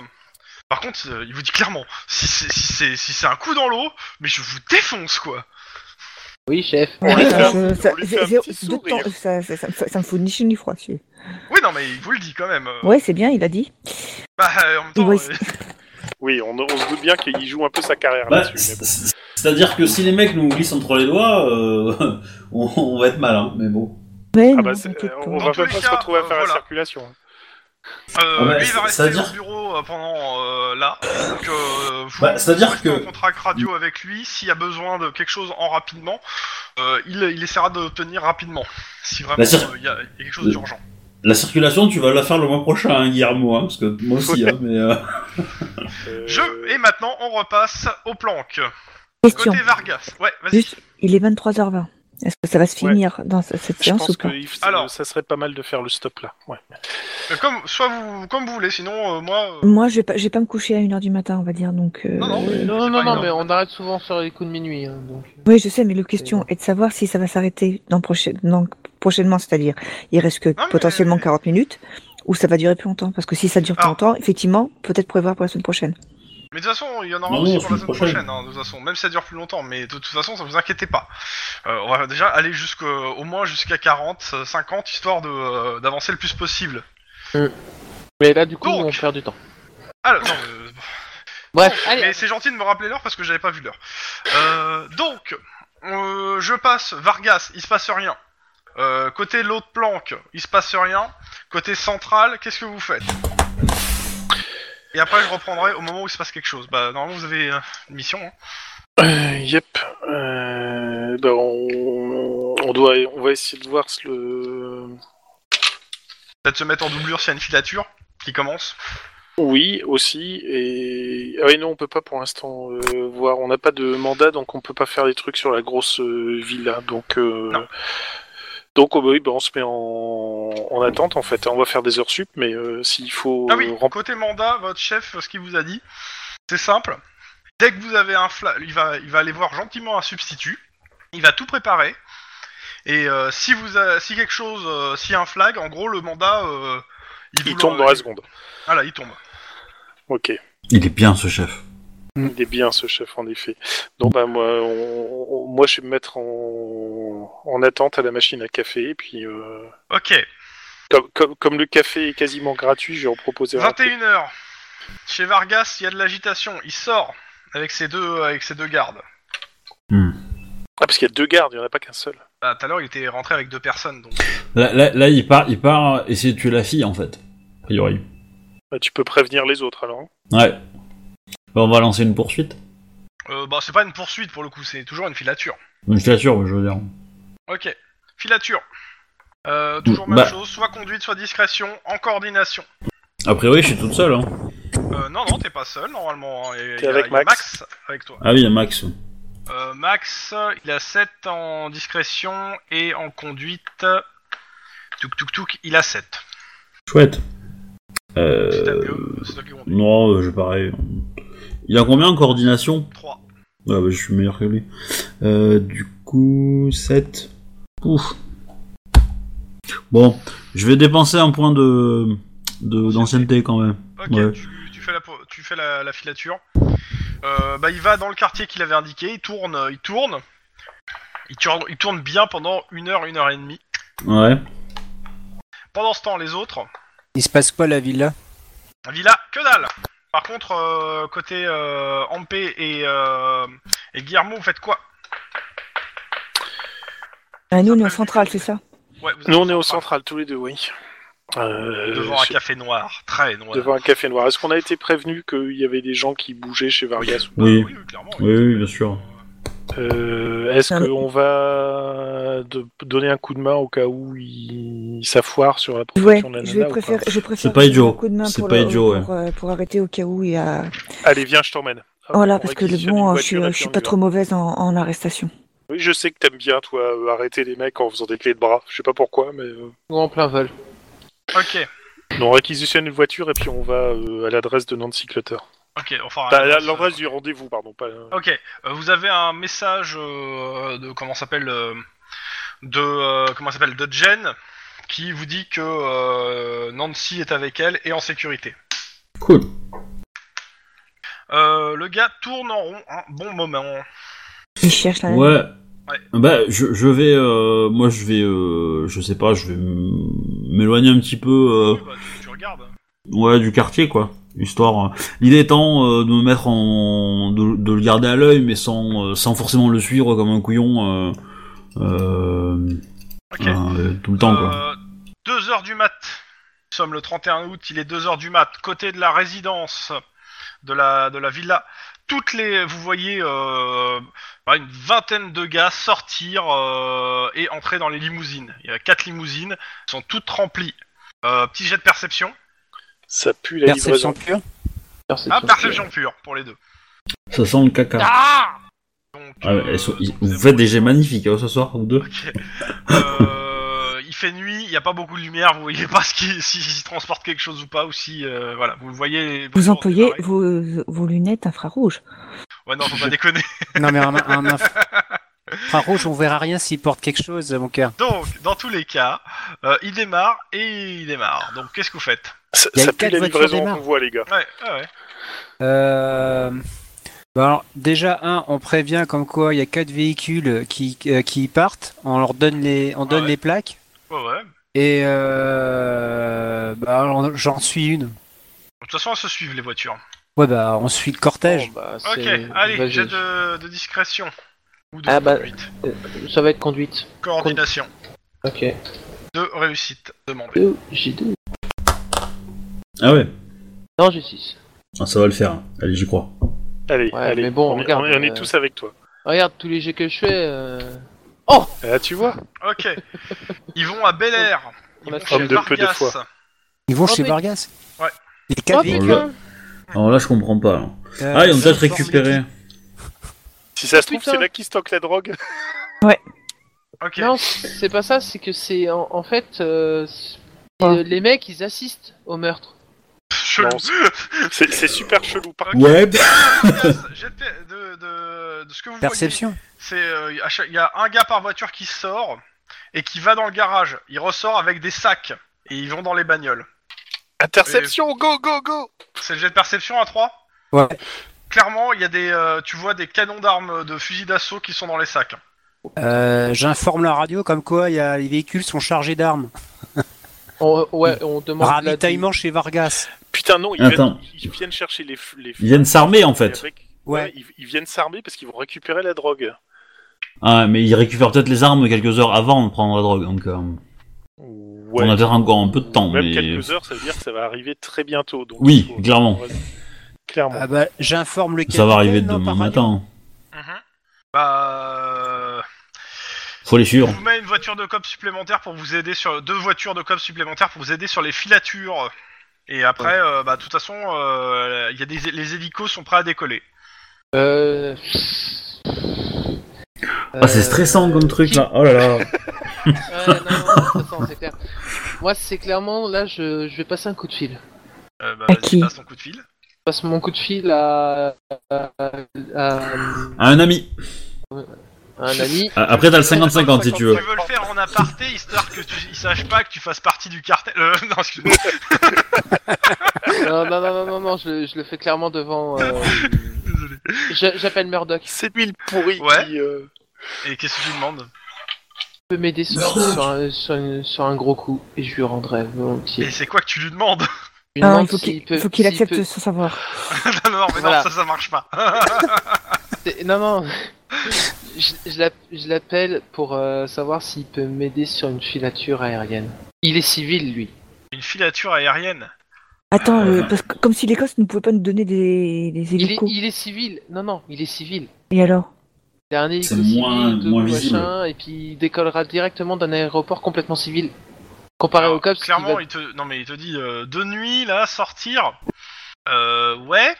B: Par contre, euh, il vous dit clairement, si c'est si c'est si c'est un coup dans l'eau, mais je vous défonce quoi.
D: Oui, chef.
C: On lui fait
E: Ça-
C: un-
E: ça-
C: on lui
E: j'ai-
C: fait un
E: j'ai-
C: petit
E: de
C: sourire.
E: temps- ça- ça- ça me fait- ça me fout ni chaud ni froid. celui-là.
B: Oui, non, mais il vous le dit quand même. euh,
E: Ouais, c'est bien, il a dit.
B: Bah, euh, en même temps,
E: Oui.
B: euh,
C: Oui, on, on se doute bien qu'il joue un peu sa carrière
G: Bah,
C: là-dessus. mais
G: c'est- c'est- C'est-à-dire que si les mecs nous glissent entre les doigts, euh, on, on va être mal, hein, mais bon.
E: Ouais,
C: Ah
E: non,
C: bah, c'est-
E: t'inquiète
C: euh,
E: pas.
C: on
B: Dans
C: va
B: tous
C: même
B: les
C: pas se
B: cas,
C: retrouver à
B: euh,
C: faire la
B: voilà.
C: circulation. hein.
B: euh,
G: Ah bah,
B: lui, il va
G: ça-
B: rester
G: ça veut
B: au
G: dire-
B: bureau euh, pendant euh, là. Donc, euh, vous,
G: Bah, ça veut dire
B: vous restez
G: que-
B: en contact radio avec lui. S'il y a besoin de quelque chose en rapidement, euh, il, il essaiera de l'obtenir rapidement. Si vraiment
G: Bah,
B: euh, il
G: c'est-
B: y, a il y a quelque chose
G: Euh,
B: d'urgent.
G: La circulation, tu vas la faire le mois prochain, hein, Guillermo, hein, parce que moi aussi, hein, mais... euh,
C: Euh,
B: Je et maintenant on repasse au planque.
E: Question.
B: Côté Vargas. Ouais, vas-y.
E: Juste, il est 23h20. Est-ce que ça va se
C: Ouais.
E: finir dans ce- cette
C: je
E: séance ou
C: pense
E: pas
C: que il-
B: Alors.
C: ça serait pas mal de faire le stop là. Ouais.
B: Euh, Comme soit vous comme vous voulez. Sinon, euh, moi. euh,
E: Moi, je vais pas, je vais pas me coucher à 1h du matin, on va dire. Donc, euh,
B: Non, non, mais-
D: Non,
B: c'est
D: non,
B: pas
D: non,
B: grave.
D: mais on arrête souvent sur les coups de minuit. hein, donc.
E: Oui, je sais, mais la question est de savoir si ça va s'arrêter dans proche- dans- prochainement, c'est-à-dire il reste que
B: Ah, mais-
E: potentiellement 40 minutes, ou ça va durer plus longtemps. Parce que si ça dure plus
B: Alors-
E: longtemps, effectivement, peut-être prévoir pour la semaine prochaine.
B: Mais de toute façon, il y en aura
G: Non,
B: aussi
G: non,
B: pour la
G: semaine
B: semaine prochaine, hein, de toute façon, même si ça dure plus longtemps, mais de toute façon, ça vous inquiétez pas. Euh, on va déjà aller jusqu'au au moins jusqu'à 40, euh, 50, histoire de, euh, d'avancer le plus possible.
D: Mais là, du coup,
B: Donc.
D: on perd du temps.
B: Alors, non, euh,
D: Bref,
B: bon, mais
D: allez.
B: c'est gentil de me rappeler l'heure parce que j'avais pas vu l'heure. Euh, donc, euh, je passe Vargas, il se passe rien. Euh, côté l'autre planque, il se passe rien. Côté central, qu'est-ce que vous faites Et après, je reprendrai au moment où il se passe quelque chose. Bah, normalement, vous avez euh, une mission. hein.
C: Euh, yep. Euh, ben, on, on doit, on va essayer de voir ce- le.
B: Peut-être se mettre en doublure s'il y a une filature qui commence.
C: Oui, aussi. Et ah oui, non, on peut pas pour l'instant euh, voir. On n'a pas de mandat, donc on peut pas faire des trucs sur la grosse euh, villa. Donc, euh,
B: Non.
C: donc oh, bah oui, bah, on se met en... en attente en fait. On va faire des heures sup, mais euh, s'il faut
B: Ah oui,
C: rem-
B: côté mandat, votre chef, euh, ce qu'il vous a dit, c'est simple. Dès que vous avez un fla... il va, il va aller voir gentiment un substitut. Il va tout préparer. Et euh, si vous, a- si quelque chose, euh, si un flag, en gros, le mandat, euh, vous
C: il
B: le-
C: tombe dans la seconde.
B: Voilà, il tombe.
C: Ok.
G: Il est bien, ce chef.
C: Il est bien ce chef en effet. Donc bah moi, on- on- moi je vais me mettre en, en attente à la machine à café et puis euh,
B: Ok,
C: comme, comme, comme le café est quasiment gratuit, je vais en proposer un.
B: 21 h Chez Vargas, il y a de l'agitation. Il sort avec ses deux, euh, avec ses deux gardes.
C: Ah parce qu'il y a deux gardes, il n'y en a pas qu'un seul.
B: Bah, Tout à l'heure, il était rentré avec deux personnes, donc.
A: Là, là, là, il part, il part essayer de tuer la fille en fait. A priori.
C: Bah, tu peux prévenir les autres alors.
A: Ouais. Bah, on va lancer une poursuite.
B: Euh, bah, c'est pas une poursuite pour le coup, c'est toujours une filature.
A: Une filature, je veux dire.
B: Ok. Filature. Euh, toujours même
A: Bah.
B: chose, soit conduite, soit discrétion, en coordination.
A: A priori, je suis toute seule. Hein.
B: Euh, non, non, t'es pas seul normalement. hein, et
C: T'es
B: y a-
C: avec
B: y a
C: Max.
B: avec toi.
A: Ah oui, il y a Max.
B: Euh, Max, il a 7 en discrétion et en conduite. Touk touk touk, il a 7.
A: Chouette.
B: C'est ta
A: Euh...
B: PO, c'est toi qui conduis.
A: Non, euh, je pareil. Il a combien en coordination
B: 3.
A: Ah bah, je suis meilleur que lui. Euh, du coup, 7. Ouf. Bon, je vais dépenser un point de de- d'ancienneté quand même.
B: Ok,
A: Ouais.
B: tu, tu fais la, po- tu fais la, la filature. Euh, bah, il va dans le quartier qu'il avait indiqué, il tourne, euh, il tourne. Il tourne, il tourne bien pendant une heure, une heure et demie.
A: Ouais.
B: Pendant ce temps, les autres,
F: Il se passe quoi à la villa
B: Villa, que dalle Par contre, euh, côté euh, Ampé et, euh, et Guillermo, vous faites quoi
E: Ah, nous, on est en centrale, c'est ça
B: Ouais, vous êtes
C: Nous, on est au
B: central,
C: central, tous les deux, oui. Euh,
B: Devant un
C: je-
B: café noir, très noir.
C: devant un café noir. Est-ce qu'on a été prévenu qu'il y avait des gens qui bougeaient chez Vargas ou pas
A: Oui.
B: Ah bah oui, clairement.
A: Oui, oui, bien sûr.
C: Euh, Est-ce
E: Non, mais-
C: qu'on va de- donner un coup de main au cas où il s'affoire sur la
E: Ouais,
C: profession de la
E: je,
C: nana
E: vais
C: ou pas
E: préférer, je préfère.
A: C'est pas idiot.
E: un coup de main
A: C'est
E: pour
A: pas
E: le-
A: idiot, ouais.
E: Pour, euh, pour arrêter au cas où il y a.
C: Allez, viens, je t'emmène. Hop,
E: voilà,
C: on
E: Oh parce que le
C: réquisitionne
E: bon, hein,
C: une
E: je suis,
C: voiture et
E: je suis
C: puis on
E: pas
C: y va.
E: trop mauvaise en, en arrestation.
C: Oui, je sais que t'aimes bien, toi, euh, arrêter les mecs en faisant des clés de bras. Je sais pas pourquoi, mais... euh,
D: Ou en plein vol.
B: Ok,
C: Non, on réquisitionne une voiture et puis on va euh, à l'adresse de Nancy Clutter.
B: ok, enfin. euh,
C: Bah, à l'adresse du rendez-vous, pardon. Pas...
B: Ok, euh, vous avez un message euh, de comment s'appelle euh, de euh, comment s'appelle de Jen qui vous dit que euh, Nancy est avec elle et en sécurité.
A: Cool.
B: Euh, le gars tourne en rond un bon moment.
E: Il cherche la
A: Ouais.
B: Ouais.
A: Bah, je, je vais, euh, moi, je vais, euh, je sais pas, je vais m- m'éloigner un petit peu, euh,
B: Oui, bah, tu, tu regardes.
A: ouais, du quartier, quoi. Histoire. euh, L'idée étant euh, de me mettre en, de, de le garder à l'œil, mais sans, euh, sans forcément le suivre comme un couillon, euh, euh,
B: Ok.
A: euh, tout le temps, quoi.
B: 2h du mat. Nous sommes le 31 août, il est 2h du mat. Côté de la résidence de la, de la villa, toutes les. Vous voyez euh, bah, une vingtaine de gars sortir euh, et entrer dans les limousines. Il y a quatre limousines, elles sont toutes remplies. Euh, petit jet de perception.
C: Ça pue la
F: Perception
C: livraison.
F: pure
B: Ah, perception pure pour les deux.
A: Ça sent le caca.
B: Ah Donc,
A: Ah, ouais,
B: euh,
A: elles sont- ils-
B: donc
A: vous
B: c'est
A: faites
B: bon.
A: des jets magnifiques hein, ce soir, ou deux.
B: Ok. Euh, il fait nuit, il n'y a pas beaucoup de lumière, vous voyez pas ce qui, si, si transporte quelque chose ou pas, ou si, euh, voilà, vous le voyez.
E: Vous employez
B: démarrer.
E: vos, vos lunettes infrarouges.
B: Ouais, non, faut pas déconner.
F: Non, mais un, un inf- infrarouge, on verra rien s'il porte quelque chose, mon cœur.
B: Donc, dans tous les cas, euh, il démarre et il démarre. Donc, qu'est-ce que vous faites
C: Ça,
F: Il y a
C: ça
F: quatre
C: pue la
F: voitures
C: livraison
F: démarre.
C: qu'on voit, les gars.
B: Ouais, ouais, ouais.
F: Euh... bah alors, déjà, un, on prévient comme quoi il y a quatre véhicules qui, euh, qui partent, on leur donne les, on donne
B: Ah Ouais.
F: les plaques,
B: ouais, ouais. De
F: et euh... bah, alors, j'en suis une.
B: toute façon, elles se suivent les voitures.
F: Ouais, bah, on suit le cortège.
D: Bon, bah,
B: Ok,
D: c'est-
B: allez,
D: vas-y.
B: jet de, de discrétion. Ou de
D: Ah, bah.
B: conduite.
D: Ça va être conduite.
B: Coordination.
D: Ok.
B: De réussite demandée.
D: Deux, j'ai deux.
A: Ah ouais.
D: Non, j'ai six.
A: Ah, ça va le faire. Allez, j'y crois.
C: Allez,
D: Ouais,
C: allez.
D: mais bon,
C: on, est-
D: regarde,
C: on est, on est
D: euh,
C: tous avec toi.
D: Regarde tous les jets que je fais. euh,
C: Ah, tu vois
B: Ok. Ils vont à Bel Air. Ils
D: On a
B: vont
D: fait
B: chez
C: de peu de
B: Vargas.
C: fois.
F: Ils vont
D: Oh,
F: chez
D: mais-
F: Vargas euh,
B: Ouais.
F: Les quatre
D: Oh,
F: véhicules.
D: putain.
A: Alors là, je comprends pas. là.
F: euh,
A: Ah, ils ont
F: sont
A: peut-être
F: formés
A: récupéré.
C: Si ça se trouve,
D: Putain.
C: c'est là qui stocke la drogue.
B: Ok.
D: Non, c'est pas ça, c'est que c'est en, en fait euh, c'est-
E: Quoi
D: euh, les mecs ils assistent au meurtre.
B: Chelou.
C: Non, C'est c'est super chelou. Par contre,
A: Ouais.
B: Yes, jet de, de, de- de ce que vous
F: Perception.
B: voyez, c'est euh, à chaque- il y a un gars par voiture qui sort et qui va dans le garage. Il ressort avec des sacs et ils vont dans les bagnoles.
C: interception, go, go, go
B: C'est le jet de perception à 3
F: Ouais.
B: Clairement, il y a des, euh, tu vois des canons d'armes, de fusils d'assaut qui sont dans les sacs.
F: Euh, J'informe la radio comme quoi il y a, les véhicules sont chargés d'armes.
D: On, ouais, on demande. la-
F: Ravitaillement chez Vargas.
C: Putain, non, ils,
A: Attends.
C: viennent, ils viennent chercher les... f- les
A: Ils viennent s'armer, en
C: Et
A: fait.
C: avec-
F: Ouais.
C: Ouais, ils, ils viennent s'armer parce qu'ils vont récupérer la drogue.
A: Ah, mais ils récupèrent peut-être les armes quelques heures avant de prendre la drogue, donc euh,
C: Ouais.
A: on a peut-être encore un peu de temps,
C: Même
A: mais...
C: quelques heures, ça veut dire que ça va arriver très bientôt. donc
A: Oui,
C: il faut-
A: clairement.
C: Clairement.
F: Ah bah, J'informe le
A: Ça va
F: capitaine,
A: arriver
F: non,
A: demain
F: par radio
A: matin.
B: Bah, euh,
A: Faut les suivre.
B: je vous mets une voiture de cop supplémentaire pour vous aider sur deux voitures de cop supplémentaires pour vous aider sur les filatures. Et après, euh, bah, de toute façon, euh, il y a des, les hélicos sont prêts à décoller.
D: Euh...
A: Ah, c'est stressant comme truc, là. Oh là là.
D: Ouais, non, non, non, c'est stressant, c'est clair. Moi, c'est clairement là, je, je vais passer un coup de fil. Je
B: Euh, bah,
E: À
B: vas-y,
E: qui
B: passe ton coup de fil.
D: passe mon coup de fil à. à, à- à-
A: À un ami.
D: un ami.
A: Ah, Après, t'as le 50-50 si tu veux.
B: Ils veulent faire en aparté histoire que tu ils sachent pas que tu fasses partie du cartel. Euh, non, excuse-moi.
D: non, non, non, non, non, non, je, le- je le fais clairement devant. euh,
B: Désolé.
D: je- J'appelle Murdoch.
C: C'est lui le pourri
B: Ouais.
C: qui. euh,
B: Et qu'est-ce que tu demandes
D: Tu peux m'aider sur, sur, un, sur, une- sur un gros coup et je lui rendrai volontiers.
B: Et c'est quoi que tu lui demandes
D: Je lui
E: Ah,
D: demande
E: il faut
D: s'il
E: qu'il
D: peut-
E: faut qu'il
D: s'il
E: accepte
D: peut-
E: sans savoir.
B: Non, non, mais
D: Voilà.
B: non, ça, ça marche pas.
D: C'est- Non, non. je je l'app- je l'appelle pour euh, savoir s'il peut m'aider sur une filature aérienne. Il est civil, lui.
B: Une filature aérienne.
E: Attends, euh, parce que comme si l'Écosse ne pouvait pas nous donner des, des
D: Il est,
E: hélicos.
D: il est civil. Non, non, il est civil.
E: Et alors
D: Il a un hélico
G: C'est moins-
D: civil, deux
G: moins
D: machins,
G: visible.
D: et puis il décollera directement d'un aéroport complètement civil. Comparé
B: Alors,
D: au COPS, qui
B: clairement,
D: va-
B: il te, non mais il te dit euh, de nuit là sortir. Euh, ouais.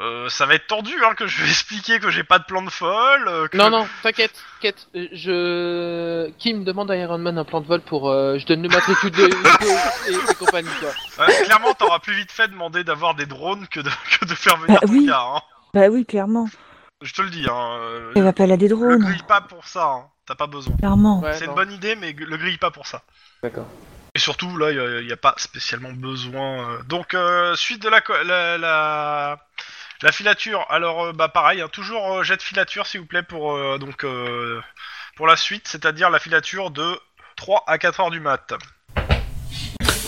B: Euh, ça va être tendu, hein, que je vais expliquer que j'ai pas de plan de folle. euh, que-
D: Non, non, t'inquiète, t'inquiète. euh, Je... Kim demande à Iron Man un plan de vol pour... euh, je donne le matricule de... et, et compagnie, quoi.
B: Euh, clairement, t'auras plus vite fait demander d'avoir des drones que de, que de faire venir
E: Bah
B: ton
E: oui.
B: gars. hein.
E: Bah oui, clairement.
B: Je te le dis. Hein, euh,
E: Elle va pas la des
B: le
E: drones,
B: grille pas pour ça. hein, T'as pas besoin.
E: clairement.
D: Ouais,
B: C'est une
D: non,
B: bonne idée, mais le grille pas pour ça.
D: D'accord.
B: Et surtout, là, il n'y a, pas spécialement besoin. euh. Donc, euh, suite de la, co- la, la, la filature. Alors, euh, bah, pareil, hein, toujours euh, jet de filature, s'il vous plaît, pour, euh, donc, euh, pour la suite, c'est-à-dire la filature de 3 à 4 heures du mat.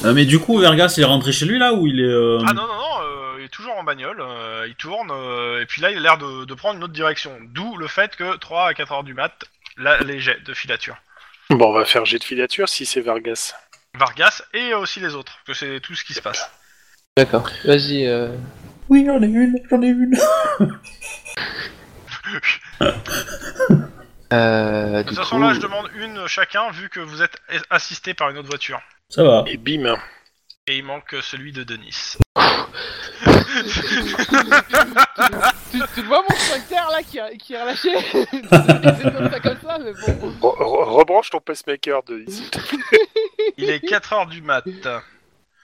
A: Euh, mais du coup, Vergas, il est rentré chez lui là ou il est. euh,
B: Ah non, non, non, euh, il est toujours en bagnole, euh, il tourne, euh, et puis là, il a l'air de, de prendre une autre direction. D'où le fait que 3 à 4 heures du mat, là, les jets de filature.
C: Bon, on va faire jet de filature si c'est Vargas.
B: Vargas et aussi les autres, que c'est tout ce qui se passe.
D: D'accord. Vas-y, euh...
G: Oui, j'en ai une, j'en ai une.
D: euh,
G: Euh,
B: De
D: du
B: toute façon,
D: coup-
B: là, je demande une chacun, vu que vous êtes assisté par une autre voiture.
A: Ça va.
C: Et bim.
B: Et il manque celui de Denis.
D: tu, tu vois mon sphincter, là, qui, a- qui est relâché C'est comme ça, comme ça, mais bon...
C: Re- re- Rebranche ton pacemaker de ici.
B: Il est 4h du mat.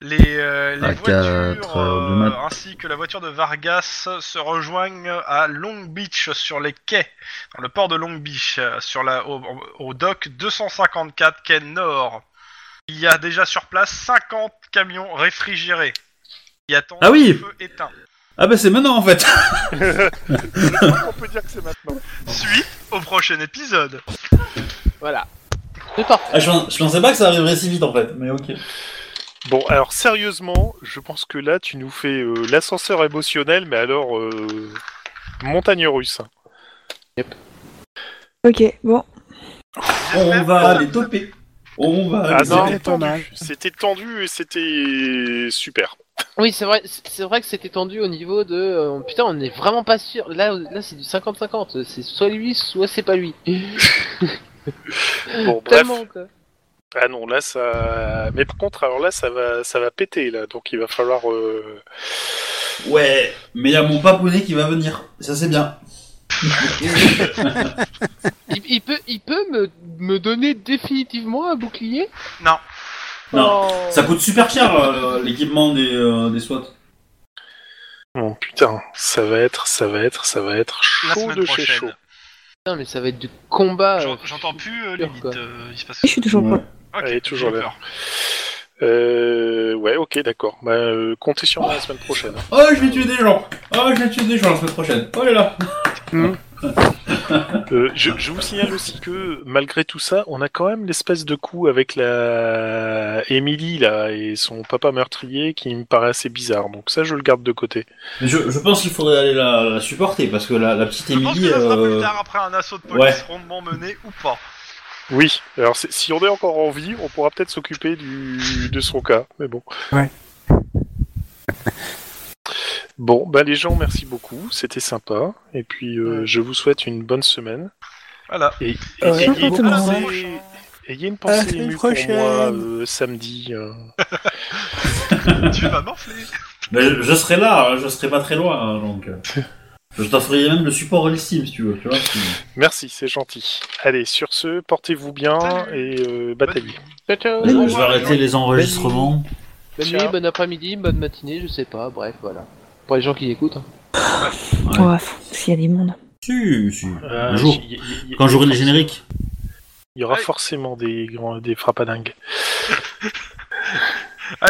B: Les, euh, les
A: À
B: voitures
A: 4 heures du mat.
B: euh, ainsi que la voiture de Vargas se rejoignent à Long Beach sur les quais, dans le port de Long Beach, euh, sur la, au, au dock 254 quai Nord. Il y a déjà sur place 50 camions réfrigérés. qui attendent
A: Ah oui
B: le feu éteint.
A: Ah bah c'est maintenant en fait.
C: on peut dire que c'est maintenant.
B: Suite au prochain épisode.
D: Voilà. C'est parfait.
G: Ah, je, pens- je pensais pas que ça arriverait si vite en fait, mais ok.
C: Bon, alors sérieusement, je pense que là, tu nous fais euh, l'ascenseur émotionnel, mais alors euh, montagne russe.
E: Ok, bon.
G: On va les toper. On va
C: Ah
G: les
C: non,
G: toper.
C: c'était
F: pas mal.
C: tendu. C'était tendu et c'était super.
D: Oui, c'est vrai, c'est c'est vrai que c'était tendu au niveau de... euh, putain, on n'est vraiment pas sûr. Là, là c'est du 50-50. C'est soit lui, soit c'est pas lui.
C: Bon, bref.
D: Tellement, quoi.
C: Ah non, là ça. Mais par contre, alors là, ça va, ça va péter là. Donc il va falloir. euh,
G: Ouais, mais il y a mon papounet qui va venir. Ça c'est bien.
D: Il, il peut, il peut me, me donner définitivement un bouclier
B: Non.
G: Non.
D: Oh.
G: Ça coûte super cher euh, l'équipement des, euh, des SWAT.
C: Bon putain, ça va être, ça va être, ça va être
B: La
C: chaud
B: semaine
C: de chez
B: prochaine.
C: chaud. Ah
D: Putain, mais ça va être du combat.
B: J'en- J'entends plus, euh,
D: sûr,
B: Lilith,
D: quoi.
B: euh, il se passe...
E: Je suis toujours
G: Ouais.
E: pas.
B: Ok,
C: Elle est toujours
B: j'ai eu
C: là.
B: peur.
C: Euh, ouais, ok, d'accord. Bah, euh, comptez sur moi la semaine prochaine.
G: Oh, je vais tuer des gens. Oh, je vais tuer des gens la semaine prochaine. Oh là là.
C: Euh, je, je vous signale aussi que malgré tout ça, on a quand même l'espèce de coup avec la Émilie là et son papa meurtrier qui me paraît assez bizarre. Donc ça, je le garde de côté.
G: Mais je, je pense qu'il faudrait aller la, la supporter parce que la, la petite
B: Je pense que
G: Émilie.
B: ça sera plus
G: euh,
B: tard après un assaut de police
G: ouais.
B: rondement mené ou pas.
C: Oui. Alors c'est- si on est encore en vie, on pourra peut-être s'occuper du de son cas. Mais bon.
F: Ouais.
C: Bon, bah les gens, merci beaucoup, c'était sympa, et puis euh, je vous souhaite une bonne semaine.
B: Voilà.
C: Et, et-
E: Euh,
C: et-
E: sympa,
C: et-
E: tout le monde.
C: et- ayez une
F: À la
C: pensée
F: semaine
C: émue pour
F: prochaine.
C: moi euh, samedi. euh,
B: tu vas morfler.
G: mais je, je serai là, hein, je serai pas très loin hein, donc. euh, Je t'offrirai même le support All Steam si tu veux, tu vois.
C: Merci, c'est gentil. Allez, sur ce, portez-vous bien
B: Salut.
C: et euh, bataillez.
D: Ciao, ciao.
B: Bonne nuit.
G: Je vais arrêter les enregistrements.
D: Bonne nuit,
C: Ciao.
D: bon après-midi, bonne matinée, je sais pas, bref, voilà. Pour les gens qui écoutent. hein.
E: Ouais, Oh, s'il y a des mondes.
A: Si, si.
C: Euh,
A: Un jour.
C: il y- il y- il y-
A: Quand j'aurai les génériques.
C: Il y aura
B: Ouais.
C: forcément des, grands- des frappadingues.